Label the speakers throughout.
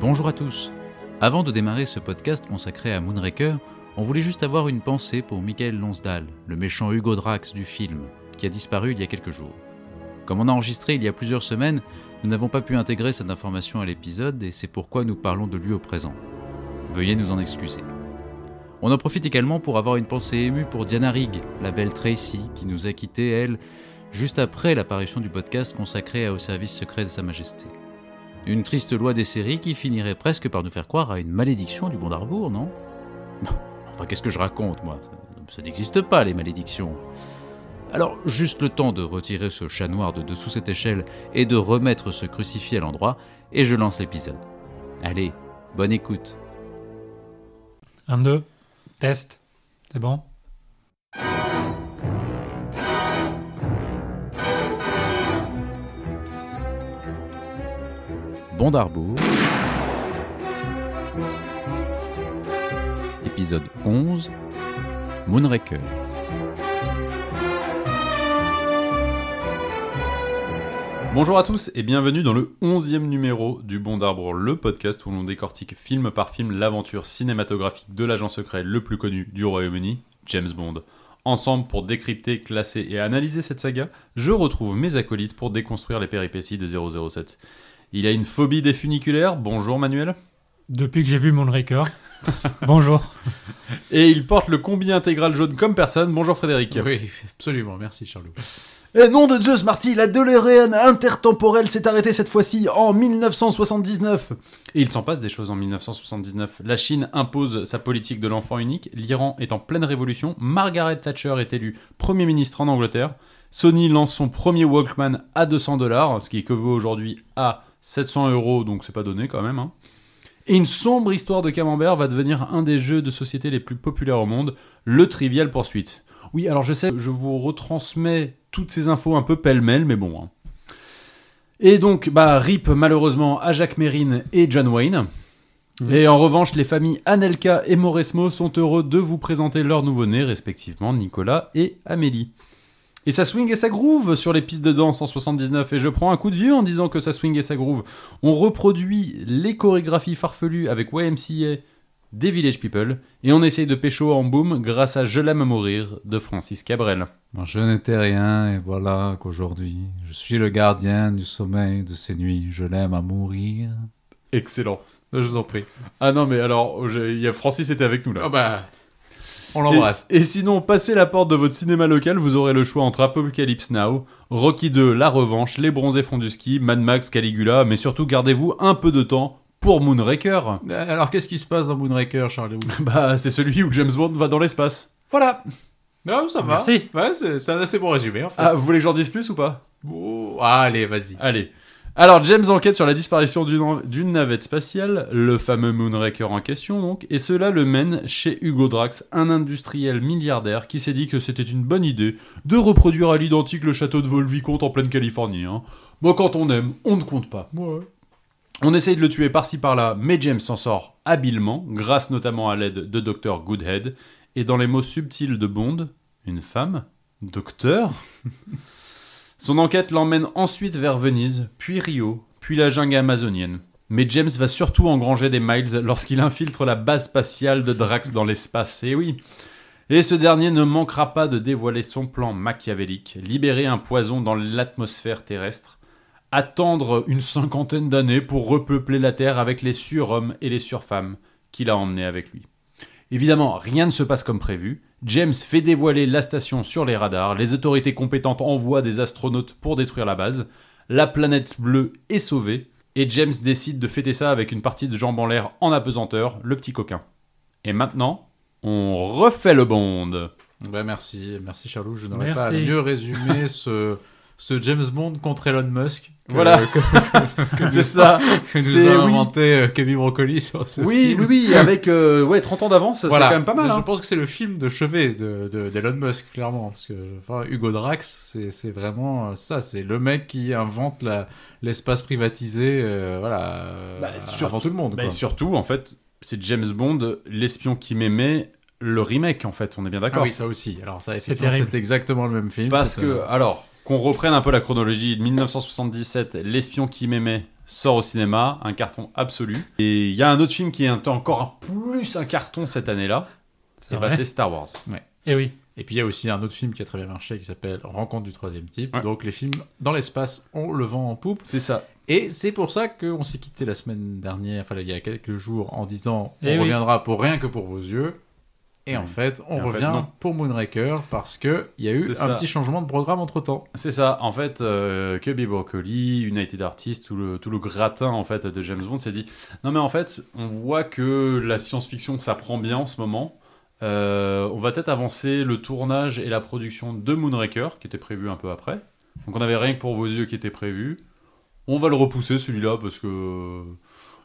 Speaker 1: Bonjour à tous. Avant de démarrer ce podcast consacré à Moonraker, on voulait juste avoir une pensée pour Michael Lonsdal, le méchant Hugo Drax du film, qui a disparu il y a quelques jours. Comme on a enregistré il y a plusieurs semaines, nous n'avons pas pu intégrer cette information à l'épisode et c'est pourquoi nous parlons de lui au présent. Veuillez nous en excuser. On en profite également pour avoir une pensée émue pour Diana Rigg, la belle Tracy, qui nous a quittés, elle, juste après l'apparition du podcast consacré au service secret de Sa Majesté. Une triste loi des séries qui finirait presque par nous faire croire à une malédiction du bon d'Arbour, non Enfin, qu'est-ce que je raconte, moi Ça n'existe pas, les malédictions. Alors, juste le temps de retirer ce chat noir de dessous cette échelle et de remettre ce crucifix à l'endroit, et je lance l'épisode. Allez, bonne écoute.
Speaker 2: 1, 2, test. C'est bon
Speaker 1: Bon d'Arbour. Épisode 11. Moonraker.
Speaker 3: Bonjour à tous et bienvenue dans le 11e numéro du Bond d'Arbre, le podcast où l'on décortique film par film l'aventure cinématographique de l'agent secret le plus connu du Royaume-Uni, James Bond. Ensemble pour décrypter, classer et analyser cette saga, je retrouve mes acolytes pour déconstruire les péripéties de 007. Il a une phobie des funiculaires, bonjour Manuel,
Speaker 2: Depuis que j'ai vu Moonraker. Bonjour.
Speaker 3: et il porte le combi intégral jaune comme personne, bonjour Frédéric.
Speaker 4: Oui, absolument, merci Charlot.
Speaker 3: Et nom de Zeus, Marty, la DeLorean intertemporelle s'est arrêtée cette fois-ci en 1979. Et il s'en passe des choses en 1979. La Chine impose sa politique de l'enfant unique, l'Iran est en pleine révolution, Margaret Thatcher est élue Premier ministre en Angleterre, Sony lance son premier Walkman à 200 dollars, ce qui équivaut aujourd'hui à 700 euros, donc c'est pas donné quand même. hein. Et une sombre histoire de camembert va devenir un des jeux de société les plus populaires au monde, le Trivial Poursuite. Oui, alors je sais, je vous retransmets toutes ces infos un peu pêle-mêle, mais bon. hein. Et donc, bah, rip malheureusement à Jacques Mérine et John Wayne. Et en revanche, les familles Anelka et Mauresmo sont heureux de vous présenter leurs nouveau-nés, respectivement Nicolas et Amélie. Et ça swing et ça groove sur les pistes de danse en 79, et je prends un coup de vieux en disant que ça swing et ça groove. On reproduit les chorégraphies farfelues avec YMCA des Village People, et on essaye de pécho en boom grâce à Je l'aime à mourir de Francis Cabrel.
Speaker 4: Bon, je n'étais rien et voilà qu'aujourd'hui, je suis le gardien du sommeil de ces nuits. Je l'aime à mourir.
Speaker 3: Excellent. Je vous en prie. Ah non, mais alors, j'ai- il y a Francis était avec nous là.
Speaker 4: bah, on
Speaker 3: Et, et sinon, passez la porte de votre cinéma local, vous aurez le choix entre Apocalypse Now, Rocky 2, La Revanche, Les Bronzés Fonds du Ski, Mad Max, Caligula, mais surtout gardez-vous un peu de temps pour Moonraker.
Speaker 4: Euh, Alors, qu'est-ce qui se passe dans Moonraker, Charlot
Speaker 3: Bah, c'est celui où James Bond va dans l'espace. Voilà.
Speaker 4: Non, ça
Speaker 2: va. Merci.
Speaker 4: Ouais, c'est un assez bon résumé, en fait.
Speaker 3: Ah, vous voulez que j'en dise plus ou pas
Speaker 4: Oh, allez, vas-y.
Speaker 3: Allez. Alors, James enquête sur la disparition d'une nav- d'une navette spatiale, le fameux Moonraker en question donc, et cela le mène chez Hugo Drax, un industriel milliardaire qui s'est dit que c'était une bonne idée de reproduire à l'identique le château de Volvicomte en pleine Californie. Hein. Moi, quand on aime, on ne compte pas. On essaye de le tuer par-ci par-là, mais James s'en sort habilement, grâce notamment à l'aide de Dr. Goodhead, et dans les mots subtils de Bond, une femme, docteur son enquête l'emmène ensuite vers Venise, puis Rio, puis la jungle amazonienne. Mais James va surtout engranger des miles lorsqu'il infiltre la base spatiale de Drax dans l'espace, et oui. Et ce dernier ne manquera pas de dévoiler son plan machiavélique, libérer un poison dans l'atmosphère terrestre, attendre une cinquantaine d'années pour repeupler la Terre avec les surhommes et les surfemmes qu'il a emmenés avec lui. Évidemment, rien ne se passe comme prévu. James fait dévoiler la station sur les radars, les autorités compétentes envoient des astronautes pour détruire la base, la planète bleue est sauvée, et James décide de fêter ça avec une partie de jambes en l'air en apesanteur, le petit coquin. Et maintenant, on refait le bond.
Speaker 4: Ouais, Bah, merci, merci Charlot. Je n'aurais pas
Speaker 2: Merci.
Speaker 4: mieux résumé ce, ce James Bond contre Elon Musk. que-
Speaker 3: Voilà.
Speaker 4: que,
Speaker 3: C'est ça.
Speaker 4: que nous
Speaker 3: C'est-
Speaker 4: a
Speaker 3: oui.
Speaker 4: inventé euh, Kevin Broccoli sur ce
Speaker 3: Oui,
Speaker 4: film.
Speaker 3: oui, oui, avec euh, ouais, 30 ans d'avance, c'est quand même pas mal.
Speaker 4: Je
Speaker 3: hein.
Speaker 4: pense que c'est le film de chevet de- de- d'Elon Musk, clairement. Parce que enfin, Hugo Drax, c'est- c'est vraiment euh, ça. C'est le mec qui invente la- l'espace privatisé euh, voilà, euh,
Speaker 3: Bah,
Speaker 4: avant
Speaker 3: surtout-
Speaker 4: tout le monde.
Speaker 3: Bah,
Speaker 4: quoi.
Speaker 3: et surtout, en fait, c'est James Bond, l'espion qui m'aimait, le remake, en fait, on est bien
Speaker 4: ah
Speaker 3: d'accord.
Speaker 4: oui, ça aussi. Alors, ça,
Speaker 2: C'est
Speaker 4: c'est
Speaker 2: terrible.
Speaker 4: c'est exactement le même film.
Speaker 3: Parce
Speaker 4: c'est,
Speaker 3: que,
Speaker 4: euh,
Speaker 3: alors, qu'on reprenne un peu la chronologie, 1977, L'espion qui m'aimait, sort au cinéma, un carton absolu. Et il y a un autre film qui est un- encore plus un carton cette année-là,
Speaker 2: C'est
Speaker 3: et bah
Speaker 2: vrai.
Speaker 3: c'est Star Wars.
Speaker 2: Eh oui.
Speaker 4: Et puis il y a aussi un autre film qui a très bien marché qui s'appelle Rencontre du troisième type.
Speaker 3: Ouais.
Speaker 4: Donc les films dans l'espace ont le vent en poupe.
Speaker 3: C'est ça.
Speaker 4: Et c'est pour ça qu'on s'est quitté la semaine dernière, enfin il y a quelques jours, en disant on
Speaker 2: Eh oui.
Speaker 4: reviendra pour rien que pour vos yeux. Et en
Speaker 3: Mm.
Speaker 4: fait, on
Speaker 3: Et en fait,
Speaker 4: revient
Speaker 3: non.
Speaker 4: pour Moonraker parce que il y a eu
Speaker 3: C'est
Speaker 4: un
Speaker 3: ça.
Speaker 4: petit changement de programme entre temps.
Speaker 3: C'est ça, en fait, euh, Cubby Broccoli, United Artists, tout le, tout le gratin en fait de James Bond s'est dit non mais en fait, on voit que la science-fiction ça prend bien en ce moment. Euh, on va peut-être avancer le tournage et la production de Moonraker qui était prévu un peu après. Donc on avait rien que pour vos yeux qui était prévu. On va le repousser celui-là parce que euh,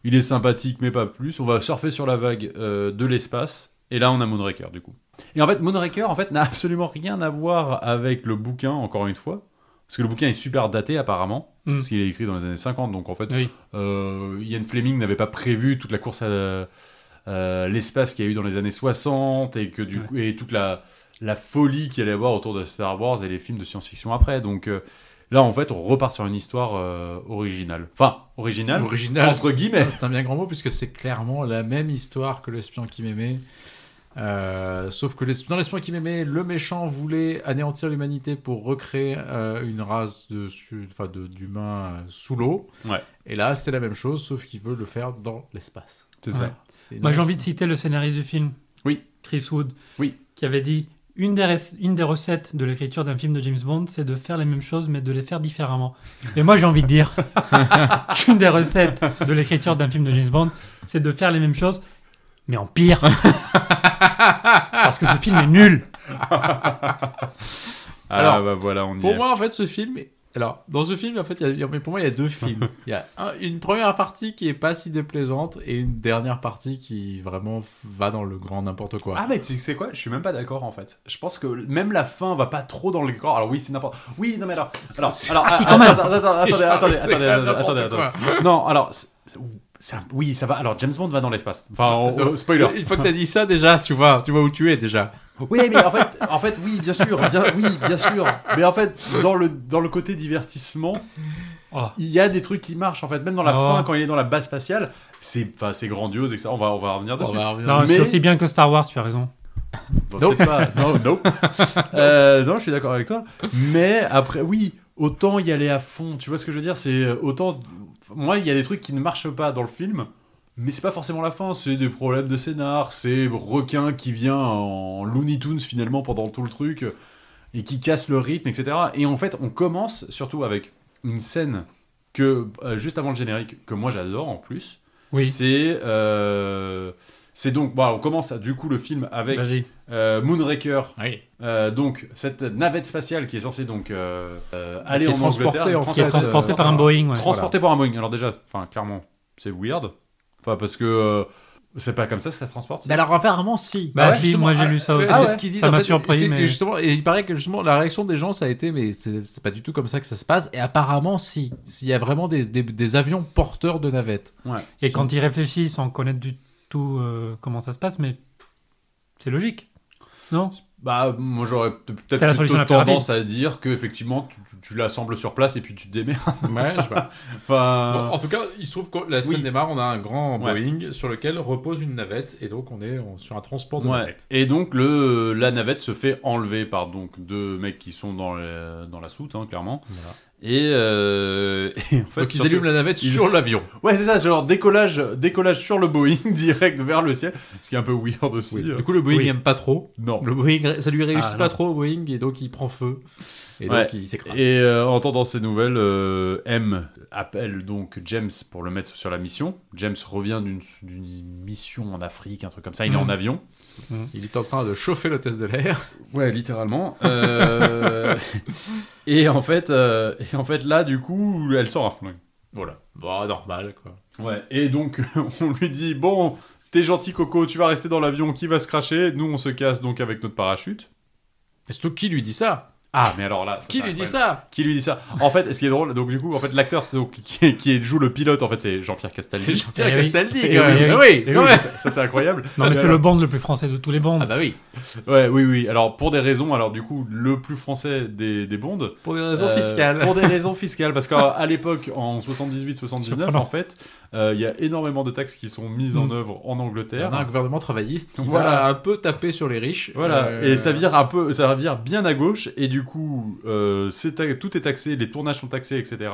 Speaker 3: il est sympathique mais pas plus. On va surfer sur la vague euh, de l'espace et là on a Moonraker du coup. Et en fait Moonraker en fait n'a absolument rien à voir avec le bouquin encore une fois. Parce que le bouquin est super daté apparemment,
Speaker 2: Mm.
Speaker 3: parce qu'il est écrit dans les années 50, donc en fait,
Speaker 2: eh Oui.
Speaker 3: euh, Ian Fleming n'avait pas prévu toute la course à euh, l'espace qu'il y a eu dans les années 60 et que du
Speaker 2: Ouais.
Speaker 3: coup- et toute la, la folie qu'il allait y avoir autour de Star Wars et les films de science-fiction après. Donc euh, là, en fait, on repart sur une histoire euh, originale. Enfin, originale.
Speaker 4: Original.
Speaker 3: Entre guillemets.
Speaker 4: c'est- C'est un bien grand mot puisque c'est clairement la même histoire que l'espion qui m'aimait. Euh, sauf que l'esp- dans l'espion qui m'aimait, le méchant voulait anéantir l'humanité pour recréer euh, une race de su- enfin, de- d'humains euh, sous l'eau.
Speaker 3: Ouais.
Speaker 4: Et là, c'est la même chose, sauf qu'il veut le faire dans l'espace.
Speaker 3: C'est
Speaker 2: Ouais. Bah,
Speaker 3: ça.
Speaker 4: C'est
Speaker 2: Moi, j'ai
Speaker 4: énorme.
Speaker 2: envie de citer le scénariste du film.
Speaker 3: Oui.
Speaker 2: Chris Wood.
Speaker 3: Oui.
Speaker 2: Qui avait dit une des, rec- une des recettes de l'écriture d'un film de James Bond, c'est de faire les mêmes choses, mais de les faire différemment. Et moi, j'ai envie de dire qu'une des recettes de l'écriture d'un film de James Bond, c'est de faire les mêmes choses, mais en pire. Parce que ce film est nul.
Speaker 3: Ah,
Speaker 4: Alors,
Speaker 3: bah voilà, on y
Speaker 4: Pour
Speaker 3: est.
Speaker 4: moi, en fait, ce film. Alors, dans ce film, en fait, il y a- il y a- mais pour moi, il y a deux films. Il y a un- une première partie qui est pas si déplaisante et une dernière partie qui vraiment f- va dans le grand n'importe quoi.
Speaker 3: Ah mais tu sais quoi, je suis même pas d'accord en fait. Je pense que même la fin va pas trop dans le corps. Alors oui, c'est n'importe. Oui, non mais alors, alors, alors,
Speaker 2: Ah, si,
Speaker 3: ah,
Speaker 2: quand même.
Speaker 3: attends, attends, attendez, attendez,
Speaker 4: C'est
Speaker 3: attendez,
Speaker 4: n'importe
Speaker 3: attendez,
Speaker 4: quoi.
Speaker 3: attendez. Non, alors, c'est- c'est- c'est un- oui, ça va. Alors James Bond va dans l'espace. Enfin, on- euh, spoiler.
Speaker 4: Une fois que t'as dit ça, déjà, tu vois, tu vois où tu es déjà.
Speaker 3: Oui, mais en fait, en fait, oui, bien sûr, bien, oui, bien sûr. Mais en fait, dans le dans le côté divertissement,
Speaker 2: Oh.
Speaker 3: il y a des trucs qui marchent en fait. Même dans la
Speaker 2: Oh.
Speaker 3: fin, quand il est dans la base spatiale, c'est enfin, c'est grandiose et ça. On va on va revenir dessus.
Speaker 4: bah,
Speaker 2: Non,
Speaker 3: Mais-
Speaker 2: c'est aussi bien que Star Wars, tu as raison.
Speaker 3: Bon,
Speaker 4: Nope.
Speaker 3: peut-être pas. Non, nope. Euh, non, je suis d'accord avec toi. Mais après, oui, autant y aller à fond. Tu vois ce que je veux dire C'est euh, autant. Moi, il y a des trucs qui ne marchent pas dans le film, mais c'est pas forcément la fin. C'est des problèmes de scénar. C'est requin qui vient en Looney Tunes finalement pendant tout le truc et qui casse le rythme, etc. Et en fait, on commence surtout avec une scène que euh, juste avant le générique que moi j'adore en plus.
Speaker 2: Oui.
Speaker 3: C'est euh, c'est donc bon, alors, on commence à- du coup le film avec
Speaker 2: Vas-y.
Speaker 3: euh, Moonraker,
Speaker 4: Oui.
Speaker 3: euh, donc cette navette spatiale qui est censée donc euh, euh, aller
Speaker 4: Qui est
Speaker 3: en
Speaker 4: transportée,
Speaker 3: Angleterre,
Speaker 4: en
Speaker 2: Qui est
Speaker 4: fait,
Speaker 2: transporté
Speaker 4: euh,
Speaker 2: par un Boeing. ouais.
Speaker 3: transportée par un Boeing. Alors déjà, enfin clairement, c'est weird, enfin parce que euh, c'est pas comme ça que ça se transporte.
Speaker 4: Mais alors apparemment si.
Speaker 2: Bah
Speaker 4: Ouais,
Speaker 2: si,
Speaker 4: justement,
Speaker 2: moi, j'ai
Speaker 4: ah,
Speaker 2: lu ça
Speaker 4: ouais,
Speaker 2: aussi.
Speaker 4: C'est
Speaker 2: Ah
Speaker 4: ce
Speaker 2: ouais.
Speaker 4: qu'ils disent.
Speaker 2: Ça
Speaker 4: en
Speaker 2: m'a
Speaker 4: fait,
Speaker 2: surpris,
Speaker 4: c'est-
Speaker 2: mais-
Speaker 4: Justement, et il paraît que justement la réaction des gens ça a été mais c'est c'est pas du tout comme ça que ça se passe. Et apparemment si. S'il y a vraiment des, des, des avions porteurs de navettes.
Speaker 2: Et quand il réfléchit sans connaître du tout euh, comment ça se passe, mais c'est logique. Non
Speaker 3: Bah moi j'aurais peut- peut-être
Speaker 2: C'est la
Speaker 3: plutôt
Speaker 2: solution la plus
Speaker 3: tendance à dire que effectivement tu, tu- tu l'assembles sur place et puis tu te démerdes.
Speaker 4: Ouais, je sais pas. Euh,
Speaker 3: Enfin,
Speaker 4: tout cas, il se trouve que la
Speaker 3: scène
Speaker 4: démarre, on a un grand
Speaker 3: Ouais.
Speaker 4: Boeing sur lequel repose une navette et donc on est sur un transport
Speaker 3: Ouais. Et donc le la navette se fait enlever par donc deux mecs qui sont dans la, dans la soute hein, clairement.
Speaker 4: Voilà.
Speaker 3: Et, euh, et en fait,
Speaker 4: donc ils
Speaker 3: surtout-
Speaker 4: allument la navette
Speaker 3: ils-
Speaker 4: sur l'avion.
Speaker 3: Ouais, c'est ça, c'est genre décollage, décollage sur le Boeing direct vers le ciel, ce qui est un peu weird aussi.
Speaker 4: Oui.
Speaker 3: Euh,
Speaker 4: Du coup, le Boeing
Speaker 2: Oui.
Speaker 4: n'aime pas trop.
Speaker 3: Non.
Speaker 4: Le Boeing, ça lui réussit
Speaker 2: Ah,
Speaker 4: pas
Speaker 2: non.
Speaker 4: trop, Boeing, et donc il prend feu. Et
Speaker 3: Ouais.
Speaker 4: donc il s'écrase.
Speaker 3: Et euh, en entendant ces nouvelles, euh, M appelle donc James pour le mettre sur la mission. James revient d'une- d'une mission en Afrique, un truc comme ça, il est
Speaker 2: Mhm.
Speaker 3: en avion.
Speaker 4: Il est en train de chauffer l'hôtesse de l'air.
Speaker 3: Ouais, littéralement. Euh, et, en fait, euh, et en fait, là, du coup, elle sort un flingue. Voilà.
Speaker 4: Bon, Bah, normal, quoi.
Speaker 3: Ouais, et donc on lui dit Bon, t'es gentil, Coco, tu vas rester dans l'avion qui va se cracher. Nous, on se casse donc avec notre parachute.
Speaker 4: Et surtout, qui lui dit ça
Speaker 3: Ah, mais alors là, ça,
Speaker 4: Qui
Speaker 3: c'est
Speaker 4: lui dit
Speaker 3: incroyable.
Speaker 4: ça
Speaker 3: Qui lui dit ça En fait, ce qui est drôle, donc du coup, en fait, l'acteur c'est donc qui, qui joue le pilote, en fait, c'est Jean-Pierre
Speaker 4: C'est
Speaker 3: Castaldi.
Speaker 4: Jean-Pierre
Speaker 2: Eh oui.
Speaker 4: Castaldi.
Speaker 3: Eh
Speaker 4: quand
Speaker 2: oui,
Speaker 4: même. Ah
Speaker 2: eh
Speaker 4: oui,
Speaker 3: Et oui,
Speaker 4: quand même.
Speaker 3: ça, ça, c'est incroyable.
Speaker 2: Non, mais c'est
Speaker 3: Alors-
Speaker 2: le bond le plus français de tous les bonds.
Speaker 4: Ah bah oui,
Speaker 3: Ouais, oui, oui. Alors pour des raisons, alors du coup, le plus français des, des bondes,
Speaker 4: pour des raisons
Speaker 3: Euh,
Speaker 4: fiscales.
Speaker 3: Pour des raisons fiscales, parce qu'à à l'époque, en 78-79,
Speaker 2: Surprenant.
Speaker 3: en fait, euh, il y a énormément de taxes qui sont mises en
Speaker 2: Mm.
Speaker 3: œuvre en Angleterre.
Speaker 4: On a un gouvernement travailliste qui
Speaker 3: Voilà.
Speaker 4: va un peu taper sur les riches.
Speaker 3: Voilà,
Speaker 4: Euh,
Speaker 3: et ça vire un peu, ça vire bien à gauche, et du coup, euh, c'est ta- tout est taxé, les tournages sont taxés, etc.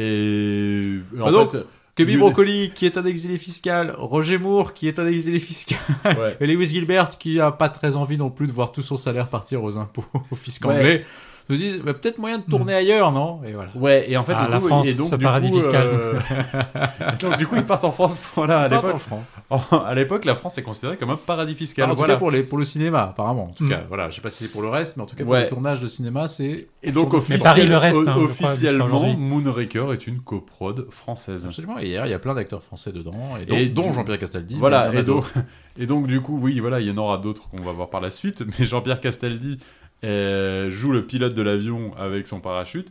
Speaker 3: Et
Speaker 2: Ah
Speaker 3: en
Speaker 4: Bah donc,
Speaker 3: fait,
Speaker 4: Kevin
Speaker 3: Nul.
Speaker 4: Broccoli qui est un exilé fiscal, Roger Moore qui est un exilé fiscal,
Speaker 3: ouais.
Speaker 4: et Lewis Gilbert qui a pas très envie non plus de voir tout son salaire partir aux impôts au fisc
Speaker 3: Ouais.
Speaker 4: anglais, nous disent bah, peut-être moyen de tourner ailleurs, non Et voilà.
Speaker 3: Ouais, et en fait,
Speaker 2: Ah,
Speaker 3: du
Speaker 2: la
Speaker 3: coup,
Speaker 2: France,
Speaker 3: et donc,
Speaker 2: ce
Speaker 3: du
Speaker 2: paradis
Speaker 3: coup,
Speaker 2: fiscal.
Speaker 3: euh, donc, du coup, ils partent en France. Voilà, à
Speaker 4: Pas
Speaker 3: l'époque,
Speaker 4: en France.
Speaker 3: à l'époque, la France est considérée comme un paradis fiscal. voilà.
Speaker 4: en
Speaker 3: Hmm.
Speaker 4: tout cas pour, les, pour le cinéma, apparemment. En tout
Speaker 2: Mm.
Speaker 4: cas, voilà, je sais pas si c'est pour le reste, mais en tout cas
Speaker 3: Ouais.
Speaker 4: pour les tournages de cinéma, c'est
Speaker 3: Et donc,
Speaker 4: Mais
Speaker 3: officiel-
Speaker 2: Paris le reste, hein, je crois, jusqu'à
Speaker 3: officiellement,
Speaker 2: aujourd'hui.
Speaker 3: Moonraker est une coprode française.
Speaker 4: absolument. Et hier, il y a plein d'acteurs français dedans, et,
Speaker 3: Et
Speaker 4: dont, dont
Speaker 3: du-
Speaker 4: Jean-Pierre Castaldi. mais
Speaker 3: Voilà,
Speaker 4: il y en
Speaker 3: et
Speaker 4: a
Speaker 3: donc,
Speaker 4: d'autres.
Speaker 3: et donc du coup, oui, voilà, il y en aura d'autres qu'on va voir par la suite, mais Jean-Pierre Castaldi euh, joue le pilote de l'avion avec son parachute.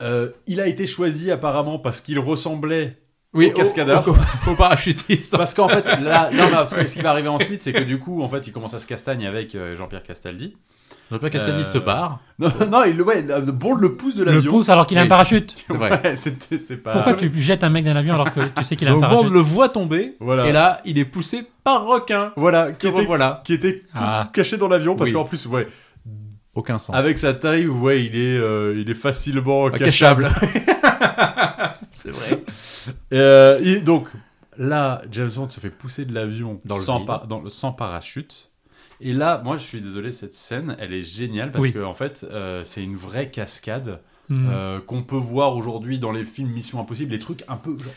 Speaker 3: Euh, il a été choisi apparemment parce qu'il ressemblait
Speaker 4: oui,
Speaker 3: au cascadeur.
Speaker 4: au, au parachutiste.
Speaker 3: parce qu'en fait, là, non, non, parce que ce qui va arriver ensuite, c'est que du coup, en fait, il commence à se castagne avec euh, Jean-Pierre Castaldi.
Speaker 4: Jean-Pierre Castaldi
Speaker 3: Euh,
Speaker 4: se barre.
Speaker 3: Non, non, il ouais, bon le pouce de
Speaker 2: Le
Speaker 3: l'avion. bah,
Speaker 2: pouce alors qu'il a
Speaker 4: Oui.
Speaker 2: un parachute.
Speaker 4: C'est vrai.
Speaker 3: Ouais, c'était- c'est pas.
Speaker 2: Pourquoi tu jettes un mec d'un avion alors que tu sais qu'il a un
Speaker 4: Donc, Bond
Speaker 2: parachute
Speaker 4: le voit tomber,
Speaker 3: Voilà.
Speaker 4: et là, il est poussé par requin.
Speaker 3: Voilà, qui
Speaker 4: Que
Speaker 3: était,
Speaker 4: voilà.
Speaker 3: qui était
Speaker 4: Ah.
Speaker 3: caché dans l'avion, parce
Speaker 4: Oui.
Speaker 3: qu'en plus, ouais,
Speaker 4: Aucun sens.
Speaker 3: avec sa taille, ouais, il est, euh, il est facilement
Speaker 4: Ah,
Speaker 3: caché.
Speaker 4: cachable. c'est vrai.
Speaker 3: Euh, et donc, là, James Bond se fait pousser de l'avion
Speaker 4: Dans le
Speaker 3: sans,
Speaker 4: vide.
Speaker 3: par- dans le- sans parachute. Et là, moi, je suis désolé, cette scène, elle est géniale parce
Speaker 2: Oui.
Speaker 3: que, en fait, euh, c'est une vraie cascade
Speaker 2: Hmm.
Speaker 3: euh, qu'on peut voir aujourd'hui dans les films Mission Impossible, des trucs un peu genre,